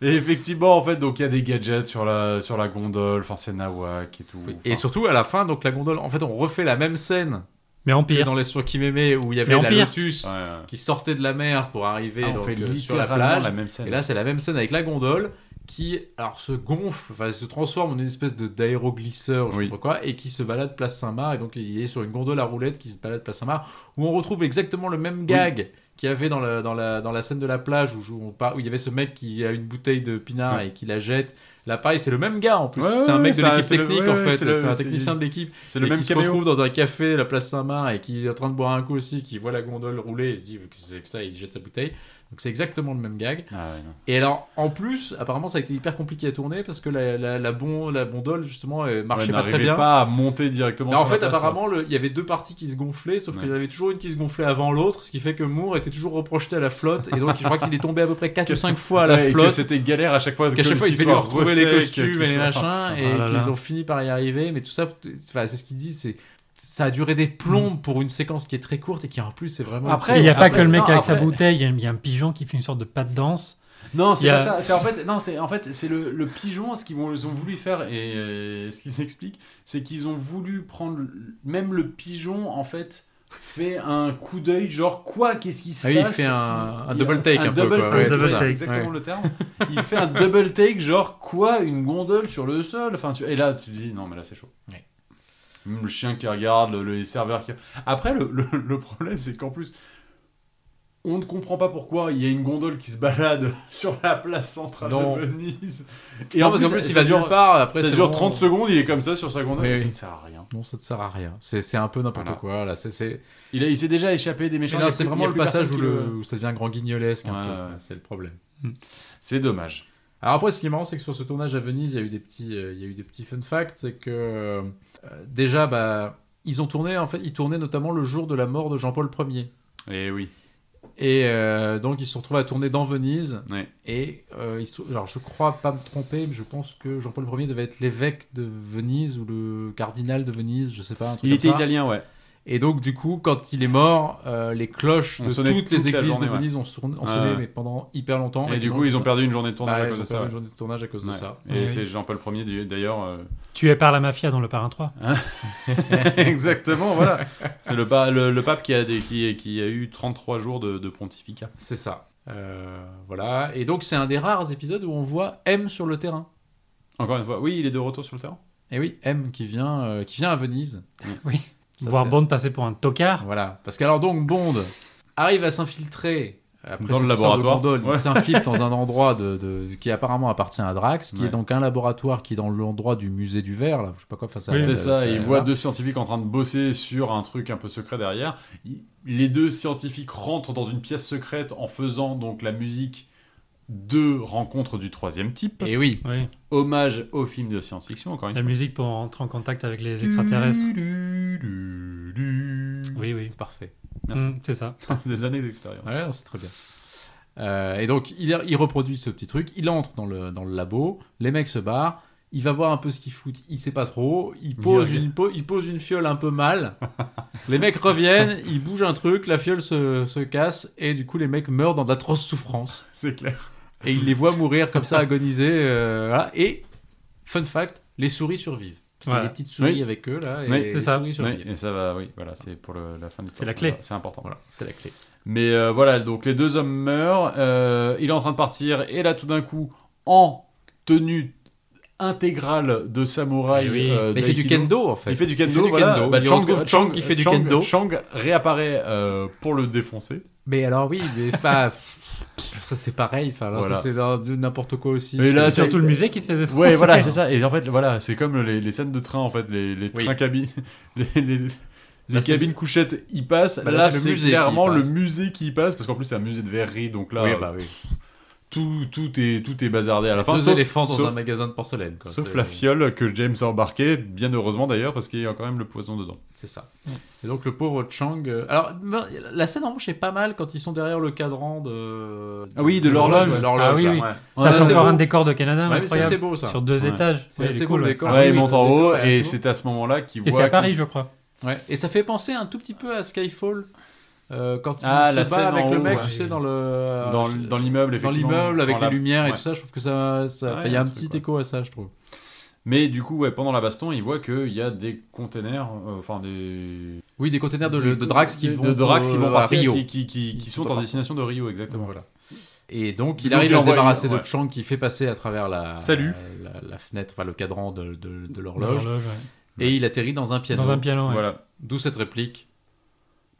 Speaker 3: Et effectivement, en fait, donc il y a des gadgets sur la, sur la gondole. Enfin, c'est Nawak et tout.
Speaker 4: Et
Speaker 3: Enfin,
Speaker 4: surtout à la fin, donc la gondole. En fait, on refait la même scène
Speaker 2: Mais en
Speaker 4: que
Speaker 2: pire.
Speaker 4: dans les soins qui m'aimaient où il y avait
Speaker 2: Mais en
Speaker 4: la
Speaker 2: pire.
Speaker 4: Lotus
Speaker 3: ouais, ouais.
Speaker 4: qui sortait de la mer pour arriver
Speaker 3: Ah, on
Speaker 4: donc,
Speaker 3: fait
Speaker 4: euh, sur la
Speaker 3: littéralement
Speaker 4: plage.
Speaker 3: la même scène.
Speaker 4: Et là, c'est la même scène avec la gondole qui alors se gonfle, enfin se transforme en une espèce de d'aéroglisseur, je
Speaker 3: Oui.
Speaker 4: sais pas quoi, et qui se balade place Saint-Marc. Et donc il est sur une gondole à roulette qui se balade place Saint-Marc, où on retrouve exactement le même gag qu'il y avait dans la, dans la, dans la scène de la plage où, je- où on par- où il y avait ce mec qui a une bouteille de pinard et qui la jette. Là, pareil, c'est le même gars en plus.
Speaker 3: Ouais,
Speaker 4: c'est un
Speaker 3: ouais,
Speaker 4: mec de
Speaker 3: c'est un-
Speaker 4: l'équipe
Speaker 3: c'est le-
Speaker 4: technique
Speaker 3: ouais,
Speaker 4: en
Speaker 3: ouais,
Speaker 4: fait.
Speaker 3: c'est le-
Speaker 4: C'est un
Speaker 3: c'est-
Speaker 4: technicien de l'équipe
Speaker 3: c'est le
Speaker 4: et
Speaker 3: même
Speaker 4: qui se
Speaker 3: caméo.
Speaker 4: retrouve dans un café, la place Saint-Marc, et qui est en train de boire un coup aussi, qui voit la gondole rouler, et se dit, qu'est-ce que c'est que ça, il jette sa bouteille. Donc c'est exactement le même gag.
Speaker 3: Ah, ouais, non.
Speaker 4: Et alors, en plus, apparemment, ça a été hyper compliqué à tourner parce que la, la, la, bon, la gondole, justement, euh, marchait
Speaker 3: Ouais,
Speaker 4: pas très
Speaker 3: n'arrivait
Speaker 4: bien.
Speaker 3: pas à monter directement.
Speaker 4: Mais en
Speaker 3: sur la
Speaker 4: fait,
Speaker 3: place,
Speaker 4: apparemment, le- il y avait deux parties qui se gonflaient, sauf
Speaker 3: Ouais.
Speaker 4: qu'il y en avait toujours une qui se gonflait avant l'autre, ce qui fait que Moore était toujours reprojeté à la flotte, et donc je crois qu'il est tombé à peu près 4 ou 5 fois à
Speaker 3: quoi.
Speaker 4: la
Speaker 3: Ouais, et que
Speaker 4: flotte.
Speaker 3: c'était galère à chaque fois.
Speaker 4: Qu'à
Speaker 3: que-
Speaker 4: chaque fois, il
Speaker 3: qu'il
Speaker 4: devait lui
Speaker 3: soit
Speaker 4: retrouver les
Speaker 3: resec,
Speaker 4: costumes
Speaker 3: qu'il
Speaker 4: et les
Speaker 3: soit-
Speaker 4: machins,
Speaker 2: putain,
Speaker 4: et
Speaker 2: oh là là.
Speaker 4: qu'ils ont fini par y arriver. Mais tout ça, enfin, c'est ce qu'ils disent, c'est ça a duré des plombes pour une séquence qui est très courte et qui en plus c'est vraiment.
Speaker 3: Après,
Speaker 2: Il n'y a
Speaker 3: ça
Speaker 2: pas
Speaker 3: peut-
Speaker 2: que le mec
Speaker 3: non,
Speaker 2: avec sa
Speaker 3: après-
Speaker 2: bouteille. Il y a- Il y a un pigeon qui fait une sorte de pas de danse.
Speaker 3: Non,
Speaker 2: Il
Speaker 3: c'est
Speaker 2: y a-
Speaker 3: pas ça. C'est en fait, non, c'est en fait, c'est le, le pigeon. Ce qu'ils vont- ils ont voulu faire et euh, ce qu'ils expliquent, c'est qu'ils ont voulu prendre le- même le pigeon en fait fait un coup d'œil genre quoi qu'est-ce qui se
Speaker 4: Ah oui, il
Speaker 3: passe
Speaker 4: fait un, un
Speaker 3: Il-
Speaker 4: double take un, peu.
Speaker 3: double
Speaker 4: quoi.
Speaker 3: take,
Speaker 4: Ouais, c'est
Speaker 2: double
Speaker 4: ça.
Speaker 3: c'est
Speaker 2: take,
Speaker 3: exactement
Speaker 4: Ouais.
Speaker 3: le terme il fait un double take genre quoi une gondole sur le sol enfin tu- et là tu te dis non mais là c'est chaud
Speaker 4: Ouais.
Speaker 3: Même le chien qui regarde le, le serveur qui après le, le- le problème c'est qu'en plus on ne comprend pas pourquoi il y a une gondole qui se balade sur la place centrale
Speaker 4: Non.
Speaker 3: de Venise
Speaker 4: Et en, plus, il
Speaker 3: ça
Speaker 4: va nulle
Speaker 3: dure,
Speaker 4: part. Après,
Speaker 3: ça
Speaker 4: c'est
Speaker 3: dure
Speaker 4: bon.
Speaker 3: 30 secondes il est comme ça sur sa gondole
Speaker 4: Oui,
Speaker 3: ça
Speaker 4: oui.
Speaker 3: ne sert à rien
Speaker 4: Non, ça ne sert à rien. C'est c'est un peu n'importe
Speaker 3: Voilà.
Speaker 4: quoi. Là, c'est c'est.
Speaker 3: il, a- il s'est déjà échappé des méchants
Speaker 4: Mais
Speaker 3: il y
Speaker 4: là,
Speaker 3: a
Speaker 4: c'est
Speaker 3: plus- il
Speaker 4: vraiment
Speaker 3: y a
Speaker 4: le
Speaker 3: plus personne
Speaker 4: passage où,
Speaker 3: qui
Speaker 4: le- où ça devient grand guignolesque. un
Speaker 3: Ouais,
Speaker 4: peu.
Speaker 3: ouais.
Speaker 4: C'est le problème.
Speaker 3: c'est dommage
Speaker 4: Alors après, ce qui est marrant, c'est que sur ce tournage à Venise, il y a eu des petits, euh, il y a eu des petits fun facts, c'est que euh, déjà, bah, ils ont tourné, en fait, ils tournaient notamment le jour de la mort de Jean-Paul Ier.
Speaker 3: et oui
Speaker 4: Et euh, donc, ils se sont retrouvés à tourner dans Venise.
Speaker 3: Ouais.
Speaker 4: Et euh, ils se trou- alors, je crois pas me tromper, mais je pense que Jean-Paul Ier devait être l'évêque de Venise ou le cardinal de Venise, je sais pas. Un truc
Speaker 3: il
Speaker 4: comme
Speaker 3: était
Speaker 4: ça.
Speaker 3: italien ouais
Speaker 4: Et donc, du coup, quand il est mort, euh, les cloches
Speaker 3: On
Speaker 4: de toutes
Speaker 3: sonnait
Speaker 4: les
Speaker 3: toute la
Speaker 4: églises
Speaker 3: journée,
Speaker 4: de
Speaker 3: ouais.
Speaker 4: Venise ont, sourn- ont
Speaker 3: Ouais,
Speaker 4: sonné,
Speaker 3: ouais.
Speaker 4: mais pendant hyper longtemps.
Speaker 3: Et, du
Speaker 4: donc,
Speaker 3: coup, ils ont perdu une journée de tournage
Speaker 4: bah,
Speaker 3: à cause
Speaker 4: ils ont
Speaker 3: de
Speaker 4: perdu
Speaker 3: ça.
Speaker 4: une journée de tournage à cause de
Speaker 3: Ouais.
Speaker 4: ça.
Speaker 3: Et
Speaker 2: Oui.
Speaker 3: c'est Jean-Paul Ier du- d'ailleurs. euh,
Speaker 2: Tué par la mafia dans le parrain 3.
Speaker 3: Exactement, voilà. C'est le, pa- le- le pape qui a, des, qui, qui a eu 33 jours de, de pontificat.
Speaker 4: C'est ça. Euh, voilà. Et donc, c'est un des rares épisodes où on voit M sur le terrain.
Speaker 3: Encore une fois, oui, il est de retour sur le terrain.
Speaker 4: Et oui, M qui vient, euh, qui vient à Venise.
Speaker 2: Oui.
Speaker 4: Ça,
Speaker 2: Voir
Speaker 4: c'est-
Speaker 2: Bond passer pour un tocard.
Speaker 4: Voilà. Parce que alors donc Bond arrive à s'infiltrer après
Speaker 3: Dans le
Speaker 4: cette histoire de
Speaker 3: laboratoire.
Speaker 4: gondole,
Speaker 3: Ouais.
Speaker 4: Il s'infiltre dans un endroit de, de- qui apparemment appartient à Drax, qui
Speaker 3: Ouais.
Speaker 4: est donc un laboratoire qui est dans l'endroit du musée du verre. Là, je sais pas quoi. Enfin, ça-
Speaker 2: Oui.
Speaker 4: euh,
Speaker 3: bah, C'est ça, il
Speaker 4: voilà.
Speaker 3: voit deux scientifiques en train de bosser sur un truc un peu secret derrière. Il- Les deux scientifiques rentrent dans une pièce secrète en faisant donc la musique de Rencontre du troisième type.
Speaker 4: Et Eh oui.
Speaker 2: Oui,
Speaker 3: Hommage au film de science-fiction, encore une
Speaker 2: la musique pour entrer en contact avec les extraterrestres.
Speaker 4: Mmh.
Speaker 3: fois.
Speaker 2: Oui, oui.
Speaker 4: Parfait.
Speaker 3: Merci.
Speaker 2: Mm, c'est ça.
Speaker 3: Des années d'expérience.
Speaker 4: Ouais, non, c'est très bien. Euh, et donc, il, il reproduit ce petit truc, il entre dans le, dans le labo, les mecs se barrent, il va voir un peu ce qu'ils foutent, il sait pas trop, il pose,
Speaker 3: regarde.
Speaker 4: une, po- il pose une fiole un peu mal, les mecs reviennent, ils bougent un truc, la fiole se, se casse, et du coup, les mecs meurent dans d'atroces souffrances.
Speaker 3: C'est clair.
Speaker 4: Et il les voit mourir comme ça, agoniser, euh, voilà. Et, fun fact, les souris survivent. Parce qu'il y a
Speaker 2: Voilà.
Speaker 4: des petites souris
Speaker 3: Oui.
Speaker 4: avec eux, là, et
Speaker 3: Oui,
Speaker 4: les
Speaker 2: c'est ça.
Speaker 4: souris survivent.
Speaker 3: et ça va, oui, voilà, c'est pour le- la fin de l'histoire.
Speaker 2: C'est la clé.
Speaker 3: C'est important.
Speaker 4: Voilà, c'est la clé.
Speaker 3: Mais euh, voilà, donc les deux hommes meurent. euh, il est en train de partir et là, tout d'un coup, en tenue intégrale de samouraï,
Speaker 2: Eh oui.
Speaker 3: euh,
Speaker 4: Mais il fait du
Speaker 3: d'aikido,
Speaker 4: kendo, en fait.
Speaker 3: Il fait du kendo,
Speaker 4: Il fait du
Speaker 3: voilà.
Speaker 4: kendo.
Speaker 3: Bah,
Speaker 4: Il
Speaker 3: Chang,
Speaker 4: retrouve Chang qui fait du
Speaker 3: Chang-
Speaker 4: kendo.
Speaker 3: Chang réapparaît euh, pour le défoncer.
Speaker 4: Mais alors oui, mais enfin, pff, ça c'est pareil, enfin là,
Speaker 3: Voilà.
Speaker 4: ça c'est dans- de n'importe quoi aussi.
Speaker 3: Et là,
Speaker 2: C'est
Speaker 4: C'est-
Speaker 2: surtout le musée qui se fait défoncer.
Speaker 3: Ouais, voilà, c'est ça. Et en fait, voilà, c'est comme les, les scènes de train, en fait, les, les
Speaker 4: Oui.
Speaker 3: trains cabines, les, les- les
Speaker 4: Là, c'est-
Speaker 3: cabines couchettes, ils passent.
Speaker 4: Bah, là,
Speaker 3: là,
Speaker 4: c'est le
Speaker 3: c'est
Speaker 4: musée qui y
Speaker 3: clairement le
Speaker 4: passe.
Speaker 3: musée qui y passe, parce qu'en plus, c'est un musée de verrerie, donc là,
Speaker 4: Oui, bah oui.
Speaker 3: tout, tout est tout est bazardé à la fin.
Speaker 4: Deux
Speaker 3: sauf-
Speaker 4: éléphants dans
Speaker 3: sauf-
Speaker 4: un magasin de porcelaine. quoi.
Speaker 3: Sauf
Speaker 4: C'est-
Speaker 3: la fiole que James a embarquée, bien heureusement d'ailleurs, parce qu'il y a quand même le poison dedans.
Speaker 4: C'est ça. Et donc le pauvre Chang. euh, Alors ben, la scène en revanche est pas mal quand ils sont derrière le cadran de.
Speaker 3: Ah oui, de l'horloge.
Speaker 4: ouais, l'horloge,
Speaker 2: Ah oui,
Speaker 4: là,
Speaker 2: oui.
Speaker 4: ouais.
Speaker 2: Ça
Speaker 4: Ouais,
Speaker 2: fait
Speaker 4: c'est
Speaker 2: encore
Speaker 4: beau.
Speaker 2: un décor de Canada
Speaker 4: Ouais, mais c'est
Speaker 2: incroyable.
Speaker 4: c'est beau ça.
Speaker 2: Sur deux
Speaker 3: Ouais.
Speaker 2: étages.
Speaker 4: C'est
Speaker 2: Ouais, il
Speaker 4: assez
Speaker 2: est
Speaker 4: beau
Speaker 2: cool,
Speaker 4: le
Speaker 2: ouais.
Speaker 4: décor.
Speaker 3: ouais,
Speaker 4: oui,
Speaker 3: il monte en
Speaker 4: le décor
Speaker 3: haut
Speaker 4: est assez
Speaker 3: et
Speaker 4: beau.
Speaker 3: c'est à ce moment-là qu'il
Speaker 2: Et
Speaker 3: voit.
Speaker 2: c'est à
Speaker 3: que-
Speaker 2: Paris, je crois.
Speaker 4: Ouais. Et ça fait penser un tout petit peu à Skyfall euh, quand il
Speaker 3: Ah,
Speaker 4: se
Speaker 3: la
Speaker 4: bat
Speaker 3: scène
Speaker 4: avec
Speaker 3: en
Speaker 4: le
Speaker 3: haut,
Speaker 4: mec,
Speaker 3: ouais.
Speaker 4: tu sais, dans le
Speaker 3: dans, l- dans l'immeuble,
Speaker 4: dans
Speaker 3: effectivement.
Speaker 4: l'immeuble avec
Speaker 3: Dans
Speaker 4: les
Speaker 3: la-
Speaker 4: lumières et
Speaker 3: ouais.
Speaker 4: tout ça. Je trouve que ça, ça-
Speaker 3: Ouais,
Speaker 4: enfin, il y a un
Speaker 3: un truc,
Speaker 4: petit
Speaker 3: ouais.
Speaker 4: écho à ça, je trouve.
Speaker 3: Mais du coup, ouais, pendant la baston, il voit qu'il y a des containers, euh, enfin des.
Speaker 4: Oui, des containers de,
Speaker 3: des-
Speaker 4: de Drax qui
Speaker 3: de-
Speaker 4: vont
Speaker 3: de Drax qui
Speaker 4: au-
Speaker 3: vont
Speaker 4: à
Speaker 3: partir,
Speaker 4: Rio.
Speaker 3: qui, qui- qui- qui
Speaker 4: Ils
Speaker 3: sont
Speaker 4: sont
Speaker 3: en
Speaker 4: partout.
Speaker 3: destination de Rio, exactement. Voilà.
Speaker 4: Et donc, il
Speaker 3: Donc,
Speaker 4: arrive
Speaker 3: il
Speaker 4: à se
Speaker 3: envoie
Speaker 4: débarrasser
Speaker 3: une-
Speaker 4: de
Speaker 3: ouais.
Speaker 4: Chang qui fait passer à travers la,
Speaker 3: Salut.
Speaker 4: la, la fenêtre, enfin, le cadran de, de- de l'horloge.
Speaker 2: L'horloge, ouais.
Speaker 4: Et il atterrit dans un piano.
Speaker 2: Dans un piano, ouais.
Speaker 3: Voilà.
Speaker 4: D'où cette réplique.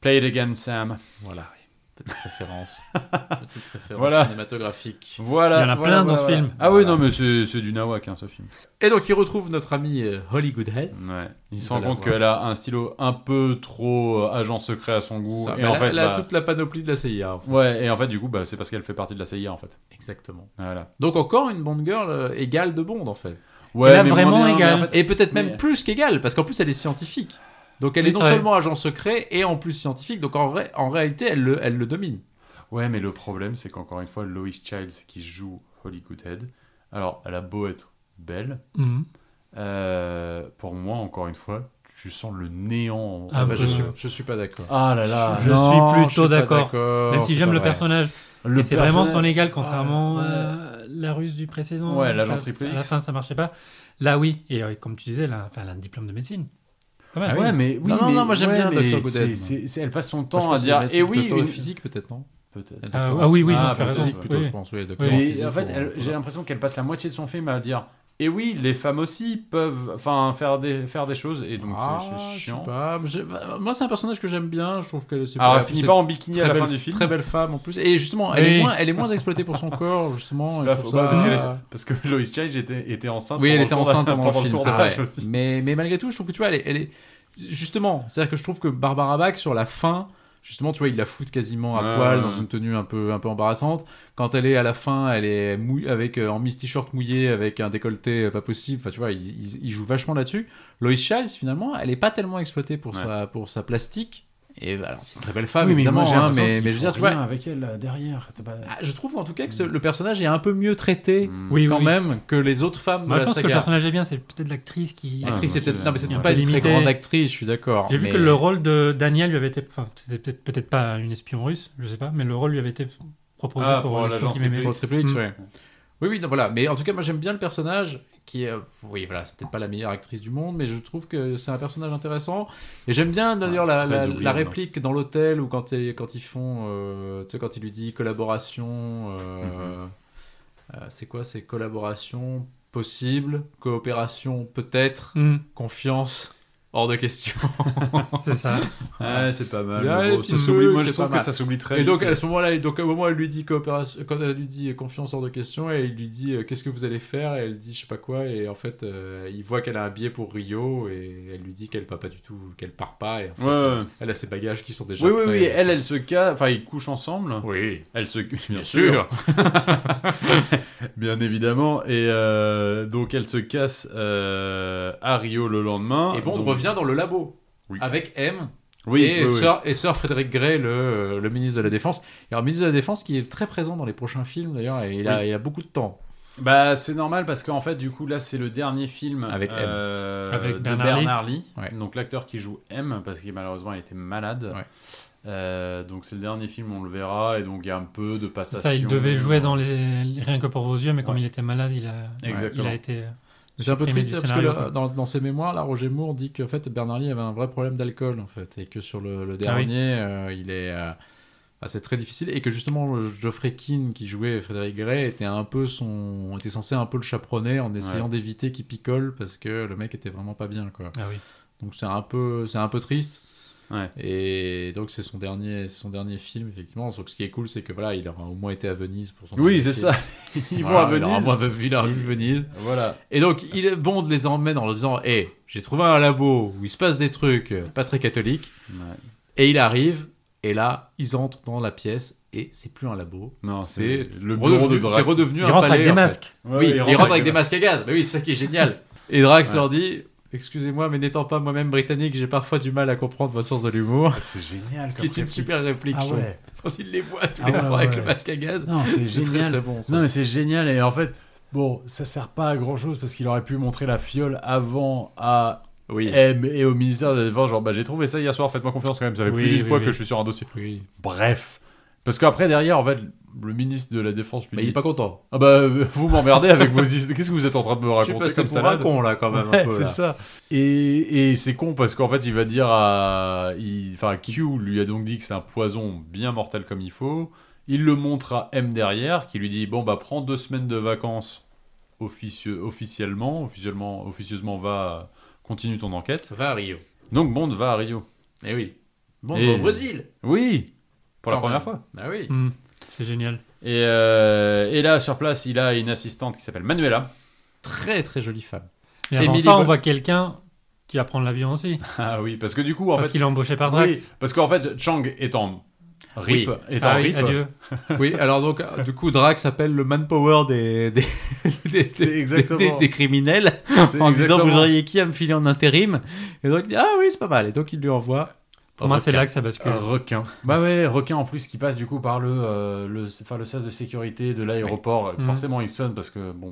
Speaker 3: Play it again, Sam.
Speaker 4: Voilà. oui. Petite référence. Petite référence
Speaker 3: Voilà.
Speaker 4: cinématographique.
Speaker 3: Voilà.
Speaker 2: Il y en a
Speaker 3: voilà,
Speaker 2: plein dans
Speaker 3: voilà,
Speaker 2: ce
Speaker 3: voilà.
Speaker 2: film.
Speaker 3: Ah oui,
Speaker 4: Voilà.
Speaker 3: non, mais c'est c'est du nawak, hein, ce film.
Speaker 4: Et donc, il retrouve notre ami euh, Holly Goodhead.
Speaker 3: Ouais. Il se
Speaker 4: peut
Speaker 3: rend
Speaker 4: la
Speaker 3: compte
Speaker 4: voir.
Speaker 3: qu'elle a un stylo un peu trop euh, agent secret à son goût.
Speaker 4: C'est ça.
Speaker 3: Et
Speaker 4: Bah,
Speaker 3: en
Speaker 4: elle a-
Speaker 3: fait,
Speaker 4: elle a
Speaker 3: bah,
Speaker 4: toute la panoplie de la CIA. en fait.
Speaker 3: Ouais, et en fait, du coup, bah, c'est parce qu'elle fait partie de la CIA, en fait.
Speaker 4: Exactement.
Speaker 3: Voilà.
Speaker 4: Donc, encore une Bond girl euh, égale de Bond, en fait.
Speaker 3: Ouais,
Speaker 2: a
Speaker 3: mais moins
Speaker 2: vraiment
Speaker 3: bien,
Speaker 2: égal.
Speaker 3: mais en fait-
Speaker 4: Et peut-être même
Speaker 3: Mais-
Speaker 4: plus qu'égale, parce qu'en plus, elle est scientifique. Donc, elle
Speaker 2: Oui,
Speaker 4: est non
Speaker 2: c'est vrai.
Speaker 4: seulement agent secret et en plus scientifique. Donc, en, vrai- en réalité, elle le, elle le domine.
Speaker 3: Ouais, mais le problème, c'est qu'encore une fois, Lois Childs qui joue Holly Goodhead, alors, elle a beau être belle,
Speaker 2: Mhm.
Speaker 3: euh, pour moi, encore une fois, tu sens le néant.
Speaker 2: Ah,
Speaker 4: Ah bah, je,
Speaker 2: euh,
Speaker 4: suis, je suis pas d'accord.
Speaker 3: Ah là là.
Speaker 2: Je
Speaker 4: Non,
Speaker 2: suis
Speaker 4: je
Speaker 2: plutôt
Speaker 4: pas
Speaker 2: d'accord. Même si
Speaker 4: Oh, c'est
Speaker 2: j'aime
Speaker 4: pas
Speaker 2: le
Speaker 4: vrai.
Speaker 2: personnage.
Speaker 3: Le
Speaker 2: Et c'est vraiment son
Speaker 3: personnage-
Speaker 2: égal, contrairement
Speaker 3: Ah, ouais.
Speaker 2: à la ruse du précédent.
Speaker 3: Ouais, l'agent
Speaker 2: Ça-
Speaker 3: triple
Speaker 2: À la
Speaker 3: X.
Speaker 2: fin, ça marchait pas. Là, oui. Et euh, comme tu disais, là, enfin, elle a un diplôme de médecine. Pas mal.
Speaker 4: Ah
Speaker 3: Ouais, mais oui,
Speaker 4: Non, non,
Speaker 3: mais-
Speaker 4: non, moi, j'aime
Speaker 3: ouais,
Speaker 4: bien
Speaker 3: mais
Speaker 4: Dr. Goodhead,
Speaker 3: c'est-
Speaker 4: moi.
Speaker 3: c'est- c'est- Elle passe son
Speaker 4: Moi, je
Speaker 3: temps
Speaker 4: pense
Speaker 3: à
Speaker 4: que
Speaker 3: dire,
Speaker 4: c'est
Speaker 3: eh oui,
Speaker 4: plutôt
Speaker 3: une-
Speaker 4: physique peut-être, non
Speaker 3: Peut-être.
Speaker 2: Ah, ah oui, oui,
Speaker 3: Ah,
Speaker 2: non, tu as
Speaker 3: bah,
Speaker 2: raison.
Speaker 4: physique plutôt,
Speaker 2: Oui.
Speaker 4: je pense, oui,
Speaker 2: Oui.
Speaker 4: d'accord.
Speaker 3: Mais
Speaker 4: Physique,
Speaker 3: en fait,
Speaker 4: bon,
Speaker 3: elle-
Speaker 4: voilà.
Speaker 3: j'ai l'impression qu'elle passe la moitié de son film à dire Et oui, les femmes aussi peuvent enfin, faire, des, faire des choses, et donc
Speaker 4: Ah,
Speaker 3: c'est- c'est
Speaker 4: je
Speaker 3: chiant.
Speaker 4: sais pas. Je- bah, Moi, c'est un personnage que j'aime bien. Je trouve qu'elle c'est
Speaker 3: Alors,
Speaker 4: pas-
Speaker 3: elle finit
Speaker 4: c'est
Speaker 3: pas en
Speaker 4: une
Speaker 3: bikini
Speaker 4: très
Speaker 3: à la
Speaker 4: belle,
Speaker 3: fin du film.
Speaker 4: Très belle femme en plus. Et justement, elle,
Speaker 2: Oui.
Speaker 4: est, moins, elle est moins exploitée pour son corps, justement.
Speaker 3: C'est
Speaker 4: et
Speaker 3: pas
Speaker 4: je trouve
Speaker 3: faux,
Speaker 4: ça-
Speaker 3: parce, qu'elle était- parce que Lois Childs était, était enceinte.
Speaker 4: Oui, elle était
Speaker 3: pendant le
Speaker 4: enceinte
Speaker 3: tournage-
Speaker 4: pendant le film, c'est vrai.
Speaker 3: tournage aussi.
Speaker 4: Mais, mais malgré tout, je trouve que tu vois, elle est. elle est- Justement, c'est-à-dire que je trouve que Barbara Bach, sur la fin, justement, tu vois, il la fout quasiment à
Speaker 3: Ouais,
Speaker 4: poil
Speaker 3: ouais,
Speaker 4: dans
Speaker 3: ouais.
Speaker 4: une tenue un peu, un peu embarrassante. Quand elle est à la fin, elle est mouille, avec, euh, en Miss T-shirt mouillé, avec un décolleté euh, pas possible. Enfin, tu vois, il, il- il joue vachement là-dessus. Lois Childs, finalement, elle est pas tellement exploitée pour,
Speaker 3: Ouais.
Speaker 4: sa, pour sa plastique. Et bah, alors, c'est une très belle femme,
Speaker 3: Oui,
Speaker 4: évidemment,
Speaker 3: moi, j'ai
Speaker 4: hein,
Speaker 3: l'impression
Speaker 4: mais,
Speaker 3: qu'ils
Speaker 4: mais je veux dire,
Speaker 3: font
Speaker 4: tu vois,
Speaker 3: rien avec elle euh, derrière. t'as pas-
Speaker 4: ah, je trouve en tout cas que ce- le personnage est un peu mieux traité.
Speaker 3: Mm.
Speaker 2: Oui,
Speaker 4: quand
Speaker 2: oui, oui.
Speaker 4: même que les autres femmes
Speaker 2: Moi, je
Speaker 4: de la
Speaker 2: pense que
Speaker 4: saga.
Speaker 2: le personnage est bien, c'est peut-être l'actrice qui.
Speaker 3: Ah,
Speaker 4: Actrice,
Speaker 3: moi,
Speaker 4: c'est peut-être.
Speaker 2: bah,
Speaker 3: c'est-
Speaker 4: Non, mais c'est peut-être
Speaker 3: ouais.
Speaker 4: pas une très
Speaker 2: Limité.
Speaker 4: grande actrice, je suis d'accord.
Speaker 2: J'ai vu
Speaker 4: mais-
Speaker 2: que le rôle de Daniel lui avait été. Enfin, c'était peut-être- peut-être pas une espion russe, je sais pas, mais le rôle lui avait été proposé
Speaker 3: Ah,
Speaker 2: pour,
Speaker 3: pour
Speaker 2: l'espion
Speaker 3: l'agent
Speaker 2: qui m'aimait.
Speaker 4: Pour le Triple H,
Speaker 2: Mm.
Speaker 4: ouais. Oui, oui, non, voilà. Mais en tout cas, moi, j'aime bien le personnage qui est. euh, Oui, voilà, c'est peut-être pas la meilleure actrice du monde, mais je trouve que c'est un personnage intéressant. Et j'aime bien d'ailleurs
Speaker 3: Ouais,
Speaker 4: la,
Speaker 3: très
Speaker 4: la-
Speaker 3: oubliable.
Speaker 4: la réplique dans l'hôtel où quand, il- quand ils font. euh, tu sais, quand il lui dit collaboration.
Speaker 2: Mm-hmm.
Speaker 4: euh, euh, c'est quoi C'est collaboration possible, coopération peut-être,
Speaker 2: Mm.
Speaker 4: confiance hors de question.
Speaker 2: C'est ça.
Speaker 3: Ah, Ouais, c'est pas mal.
Speaker 4: Il y a
Speaker 3: le
Speaker 4: les
Speaker 3: gros.
Speaker 4: petits
Speaker 3: Ça s'oublie, moi
Speaker 4: trucs,
Speaker 3: je
Speaker 4: c'est pas
Speaker 3: trouve que
Speaker 4: mal.
Speaker 3: ça s'oublie très
Speaker 4: Et donc
Speaker 3: vite.
Speaker 4: à ce moment-là, et donc à un moment elle lui dit coopération, quand elle lui dit confiance hors de question, et il lui dit euh, qu'est-ce que vous allez faire, et elle dit je sais pas quoi, et en fait euh, il voit qu'elle a un billet pour Rio, et elle lui dit qu'elle part pas du tout, qu'elle part pas, et en fait,
Speaker 3: Ouais, ouais.
Speaker 4: elle a ses bagages qui sont déjà
Speaker 3: Oui, oui,
Speaker 4: prêts.
Speaker 3: oui, elle, elle se casse, enfin, ils couchent ensemble.
Speaker 4: Oui,
Speaker 3: Elle se... Bien
Speaker 4: sûr.
Speaker 3: Bien évidemment. Et euh, donc, elle se casse euh, à Rio le lendemain.
Speaker 4: Et Bond
Speaker 3: Donc-
Speaker 4: revient dans le labo
Speaker 3: Oui.
Speaker 4: avec M
Speaker 3: Oui, oui,
Speaker 4: et,
Speaker 3: oui.
Speaker 4: Sir, et Sir Frédéric Gray, le, euh, le ministre de la Défense. Et alors, ministre de la Défense qui est très présent dans les prochains films d'ailleurs, et il, a, il a beaucoup de temps.
Speaker 3: Bah, c'est normal parce qu'en fait, du coup, là, c'est le dernier film
Speaker 4: Avec M.
Speaker 3: euh,
Speaker 2: Avec
Speaker 3: de
Speaker 2: Bernard
Speaker 3: Bernard,
Speaker 2: Lee.
Speaker 3: Lee.
Speaker 4: Ouais.
Speaker 3: Donc, l'acteur qui joue M, parce que malheureusement, il était malade.
Speaker 4: Ouais.
Speaker 3: Euh, donc, c'est le dernier film, on le verra. Et donc, il y a un peu de
Speaker 2: C'est
Speaker 3: passation.
Speaker 2: ça, il devait jouer dans les... les- rien que pour vos yeux, mais comme
Speaker 3: Ouais.
Speaker 2: il était malade, il a,
Speaker 3: Exactement.
Speaker 2: il a été. euh,
Speaker 4: C'est un peu
Speaker 2: Supprimer
Speaker 4: triste
Speaker 2: du
Speaker 4: parce que
Speaker 2: scénario,
Speaker 4: là,
Speaker 2: quoi.
Speaker 4: dans, dans ses mémoires, là, Roger Moore dit qu'en fait Bernard Lee avait un vrai problème d'alcool en fait et que sur le, le
Speaker 2: Ah oui.
Speaker 4: dernier, euh, il est euh, ah, c'est très difficile et que justement Geoffrey Keane qui jouait Frédéric Gray était un peu son était censé un peu le chaperonner en essayant d'éviter qu'il picole parce que le mec était vraiment pas bien quoi.
Speaker 2: Ah oui.
Speaker 4: Donc c'est un peu c'est un peu triste.
Speaker 3: Ouais.
Speaker 4: Et donc c'est son dernier c'est son dernier film effectivement. Sauf que ce qui est cool c'est que voilà il aura au moins été à Venise pour son
Speaker 3: Oui, c'est
Speaker 4: dernier film.
Speaker 3: ça. Ils
Speaker 4: Voilà,
Speaker 3: vont à
Speaker 4: Il aura au
Speaker 3: Venise.
Speaker 4: moins vu- il aura vu Venise.
Speaker 3: Voilà.
Speaker 4: Et donc, il, Bond les emmène en leur disant Hé, j'ai trouvé un labo où il se passe des trucs euh, pas très catholiques.
Speaker 3: Ouais.
Speaker 4: Et il arrive, et là, ils entrent dans la pièce, et c'est plus un labo.
Speaker 3: Non,
Speaker 4: C'est
Speaker 3: c'est le bureau
Speaker 4: redevenu,
Speaker 3: de
Speaker 4: c'est
Speaker 3: Drax.
Speaker 4: redevenu
Speaker 2: Il
Speaker 4: un
Speaker 2: rentre
Speaker 4: palais.
Speaker 2: avec des
Speaker 4: en fait.
Speaker 2: masques.
Speaker 4: Oui, il rentre avec des
Speaker 3: masques.
Speaker 4: masques à gaz. Mais oui, c'est ça qui est génial. Et Drax
Speaker 3: Ouais.
Speaker 4: leur dit Excusez-moi, mais n'étant pas moi-même britannique, j'ai parfois du mal à comprendre votre sens de l'humour.
Speaker 3: C'est génial.
Speaker 4: Ce qui est une super
Speaker 2: Ah
Speaker 4: réplique, je trouve. Quand ils les voient tous
Speaker 3: Ah
Speaker 4: les
Speaker 3: ouais,
Speaker 4: trois
Speaker 3: ouais,
Speaker 4: avec
Speaker 3: ouais.
Speaker 4: le masque à gaz,
Speaker 3: Non, c'est
Speaker 4: c'est très très bon. ça.
Speaker 3: Non, mais c'est génial. Et en fait, bon, ça sert pas à grand chose parce qu'il aurait pu montrer la fiole avant à
Speaker 4: Oui.
Speaker 3: M et au ministère de la Défense. Genre, bah, j'ai trouvé ça hier soir, faites-moi confiance quand même. Ça fait
Speaker 4: Oui,
Speaker 3: plus d'une
Speaker 4: oui,
Speaker 3: fois
Speaker 4: oui.
Speaker 3: que je suis sur un dossier.
Speaker 4: Oui.
Speaker 3: Bref. Parce qu'après, derrière, en fait, le ministre de la Défense lui
Speaker 4: Mais il
Speaker 3: dit
Speaker 4: est pas content.
Speaker 3: Ah bah, euh, vous m'emmerdez avec vos histoires. Qu'est-ce que vous êtes en train de me
Speaker 4: Je suis
Speaker 3: raconter
Speaker 4: passé
Speaker 3: comme
Speaker 4: pour
Speaker 3: ça
Speaker 4: un con, là, quand même. un
Speaker 3: Ouais,
Speaker 4: peu,
Speaker 3: c'est
Speaker 4: là.
Speaker 3: ça. Et, et c'est con parce qu'en fait, il va dire à. il- Enfin, Q lui a donc dit que c'est un poison bien mortel comme il faut. Il le montre à M derrière qui lui dit Bon, bah, prends deux semaines de vacances officieux, officiellement. Officiellement, officieusement, va. Continue ton enquête.
Speaker 4: Ça va à Rio.
Speaker 3: Donc, Bond va à Rio.
Speaker 4: Eh oui. Bon,
Speaker 3: Et-
Speaker 4: au Brésil.
Speaker 3: Oui Pour la
Speaker 4: Quand
Speaker 3: première
Speaker 4: même.
Speaker 3: fois.
Speaker 4: Bah oui.
Speaker 2: Hmm, C'est génial.
Speaker 3: Et, euh, et là, sur place, il a une assistante qui s'appelle Manuela.
Speaker 4: Très très jolie femme.
Speaker 2: Et avant
Speaker 4: Emily
Speaker 2: ça, on
Speaker 4: Bo-
Speaker 2: voit quelqu'un qui va prendre l'avion aussi.
Speaker 3: Ah oui, parce que du coup, en
Speaker 2: parce
Speaker 3: fait.
Speaker 2: qu'il est embauché par
Speaker 3: oui,
Speaker 2: Drax.
Speaker 3: parce qu'en fait, Chang est en. Rip, est en
Speaker 2: Ah oui,
Speaker 3: rip.
Speaker 2: adieu.
Speaker 4: Oui, alors donc, euh, du coup, Drax s'appelle le manpower des, des, des,
Speaker 3: C'est
Speaker 4: des-
Speaker 3: exactement.
Speaker 4: des- des criminels
Speaker 3: C'est
Speaker 4: en disant
Speaker 3: exactement-
Speaker 4: vous auriez qui à me filer en intérim Et donc, il dit, ah oui, c'est pas mal. Et donc, il lui envoie.
Speaker 2: Pour moi, c'est
Speaker 4: Requin.
Speaker 2: là que ça bascule.
Speaker 3: Un requin. Bah ouais, requin en plus qui passe du coup par le, euh, le, enfin, le sas de sécurité de l'aéroport.
Speaker 2: Oui.
Speaker 3: Forcément, il sonne parce que bon,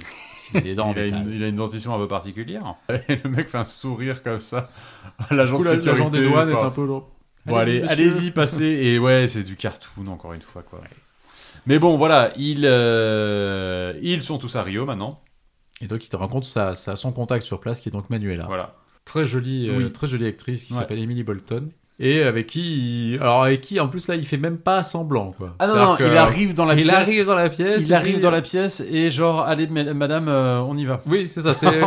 Speaker 4: Il est dans
Speaker 3: il, a une, il a une dentition un peu particulière. Et le mec fait un sourire comme ça. L'agent de sécurité.
Speaker 4: L'agent des douanes est
Speaker 3: enfin,
Speaker 4: un peu lourd.
Speaker 3: Bon, allez,
Speaker 4: monsieur.
Speaker 3: allez-y, passez. Et ouais, c'est du cartoon encore une fois quoi. Mais bon, voilà, ils, euh, ils sont tous à Rio maintenant.
Speaker 4: Et donc, il te rencontre sa, sa- son contact sur place qui est donc Manuela.
Speaker 3: Voilà.
Speaker 4: Très jolie, euh,
Speaker 3: Oui.
Speaker 4: très jolie actrice qui
Speaker 3: Ouais.
Speaker 4: s'appelle Emily Bolton. Et avec qui. il- Alors, avec qui, en plus, là, il fait même pas semblant, quoi.
Speaker 3: Ah non,
Speaker 4: C'est-à-dire
Speaker 3: non,
Speaker 4: que-
Speaker 3: il arrive dans la
Speaker 4: il
Speaker 3: pièce.
Speaker 4: arrive dans la pièce.
Speaker 3: il arrive
Speaker 4: dit-
Speaker 3: dans la pièce et genre, allez, ma- madame, euh, on y va.
Speaker 4: Oui, c'est ça. C'est...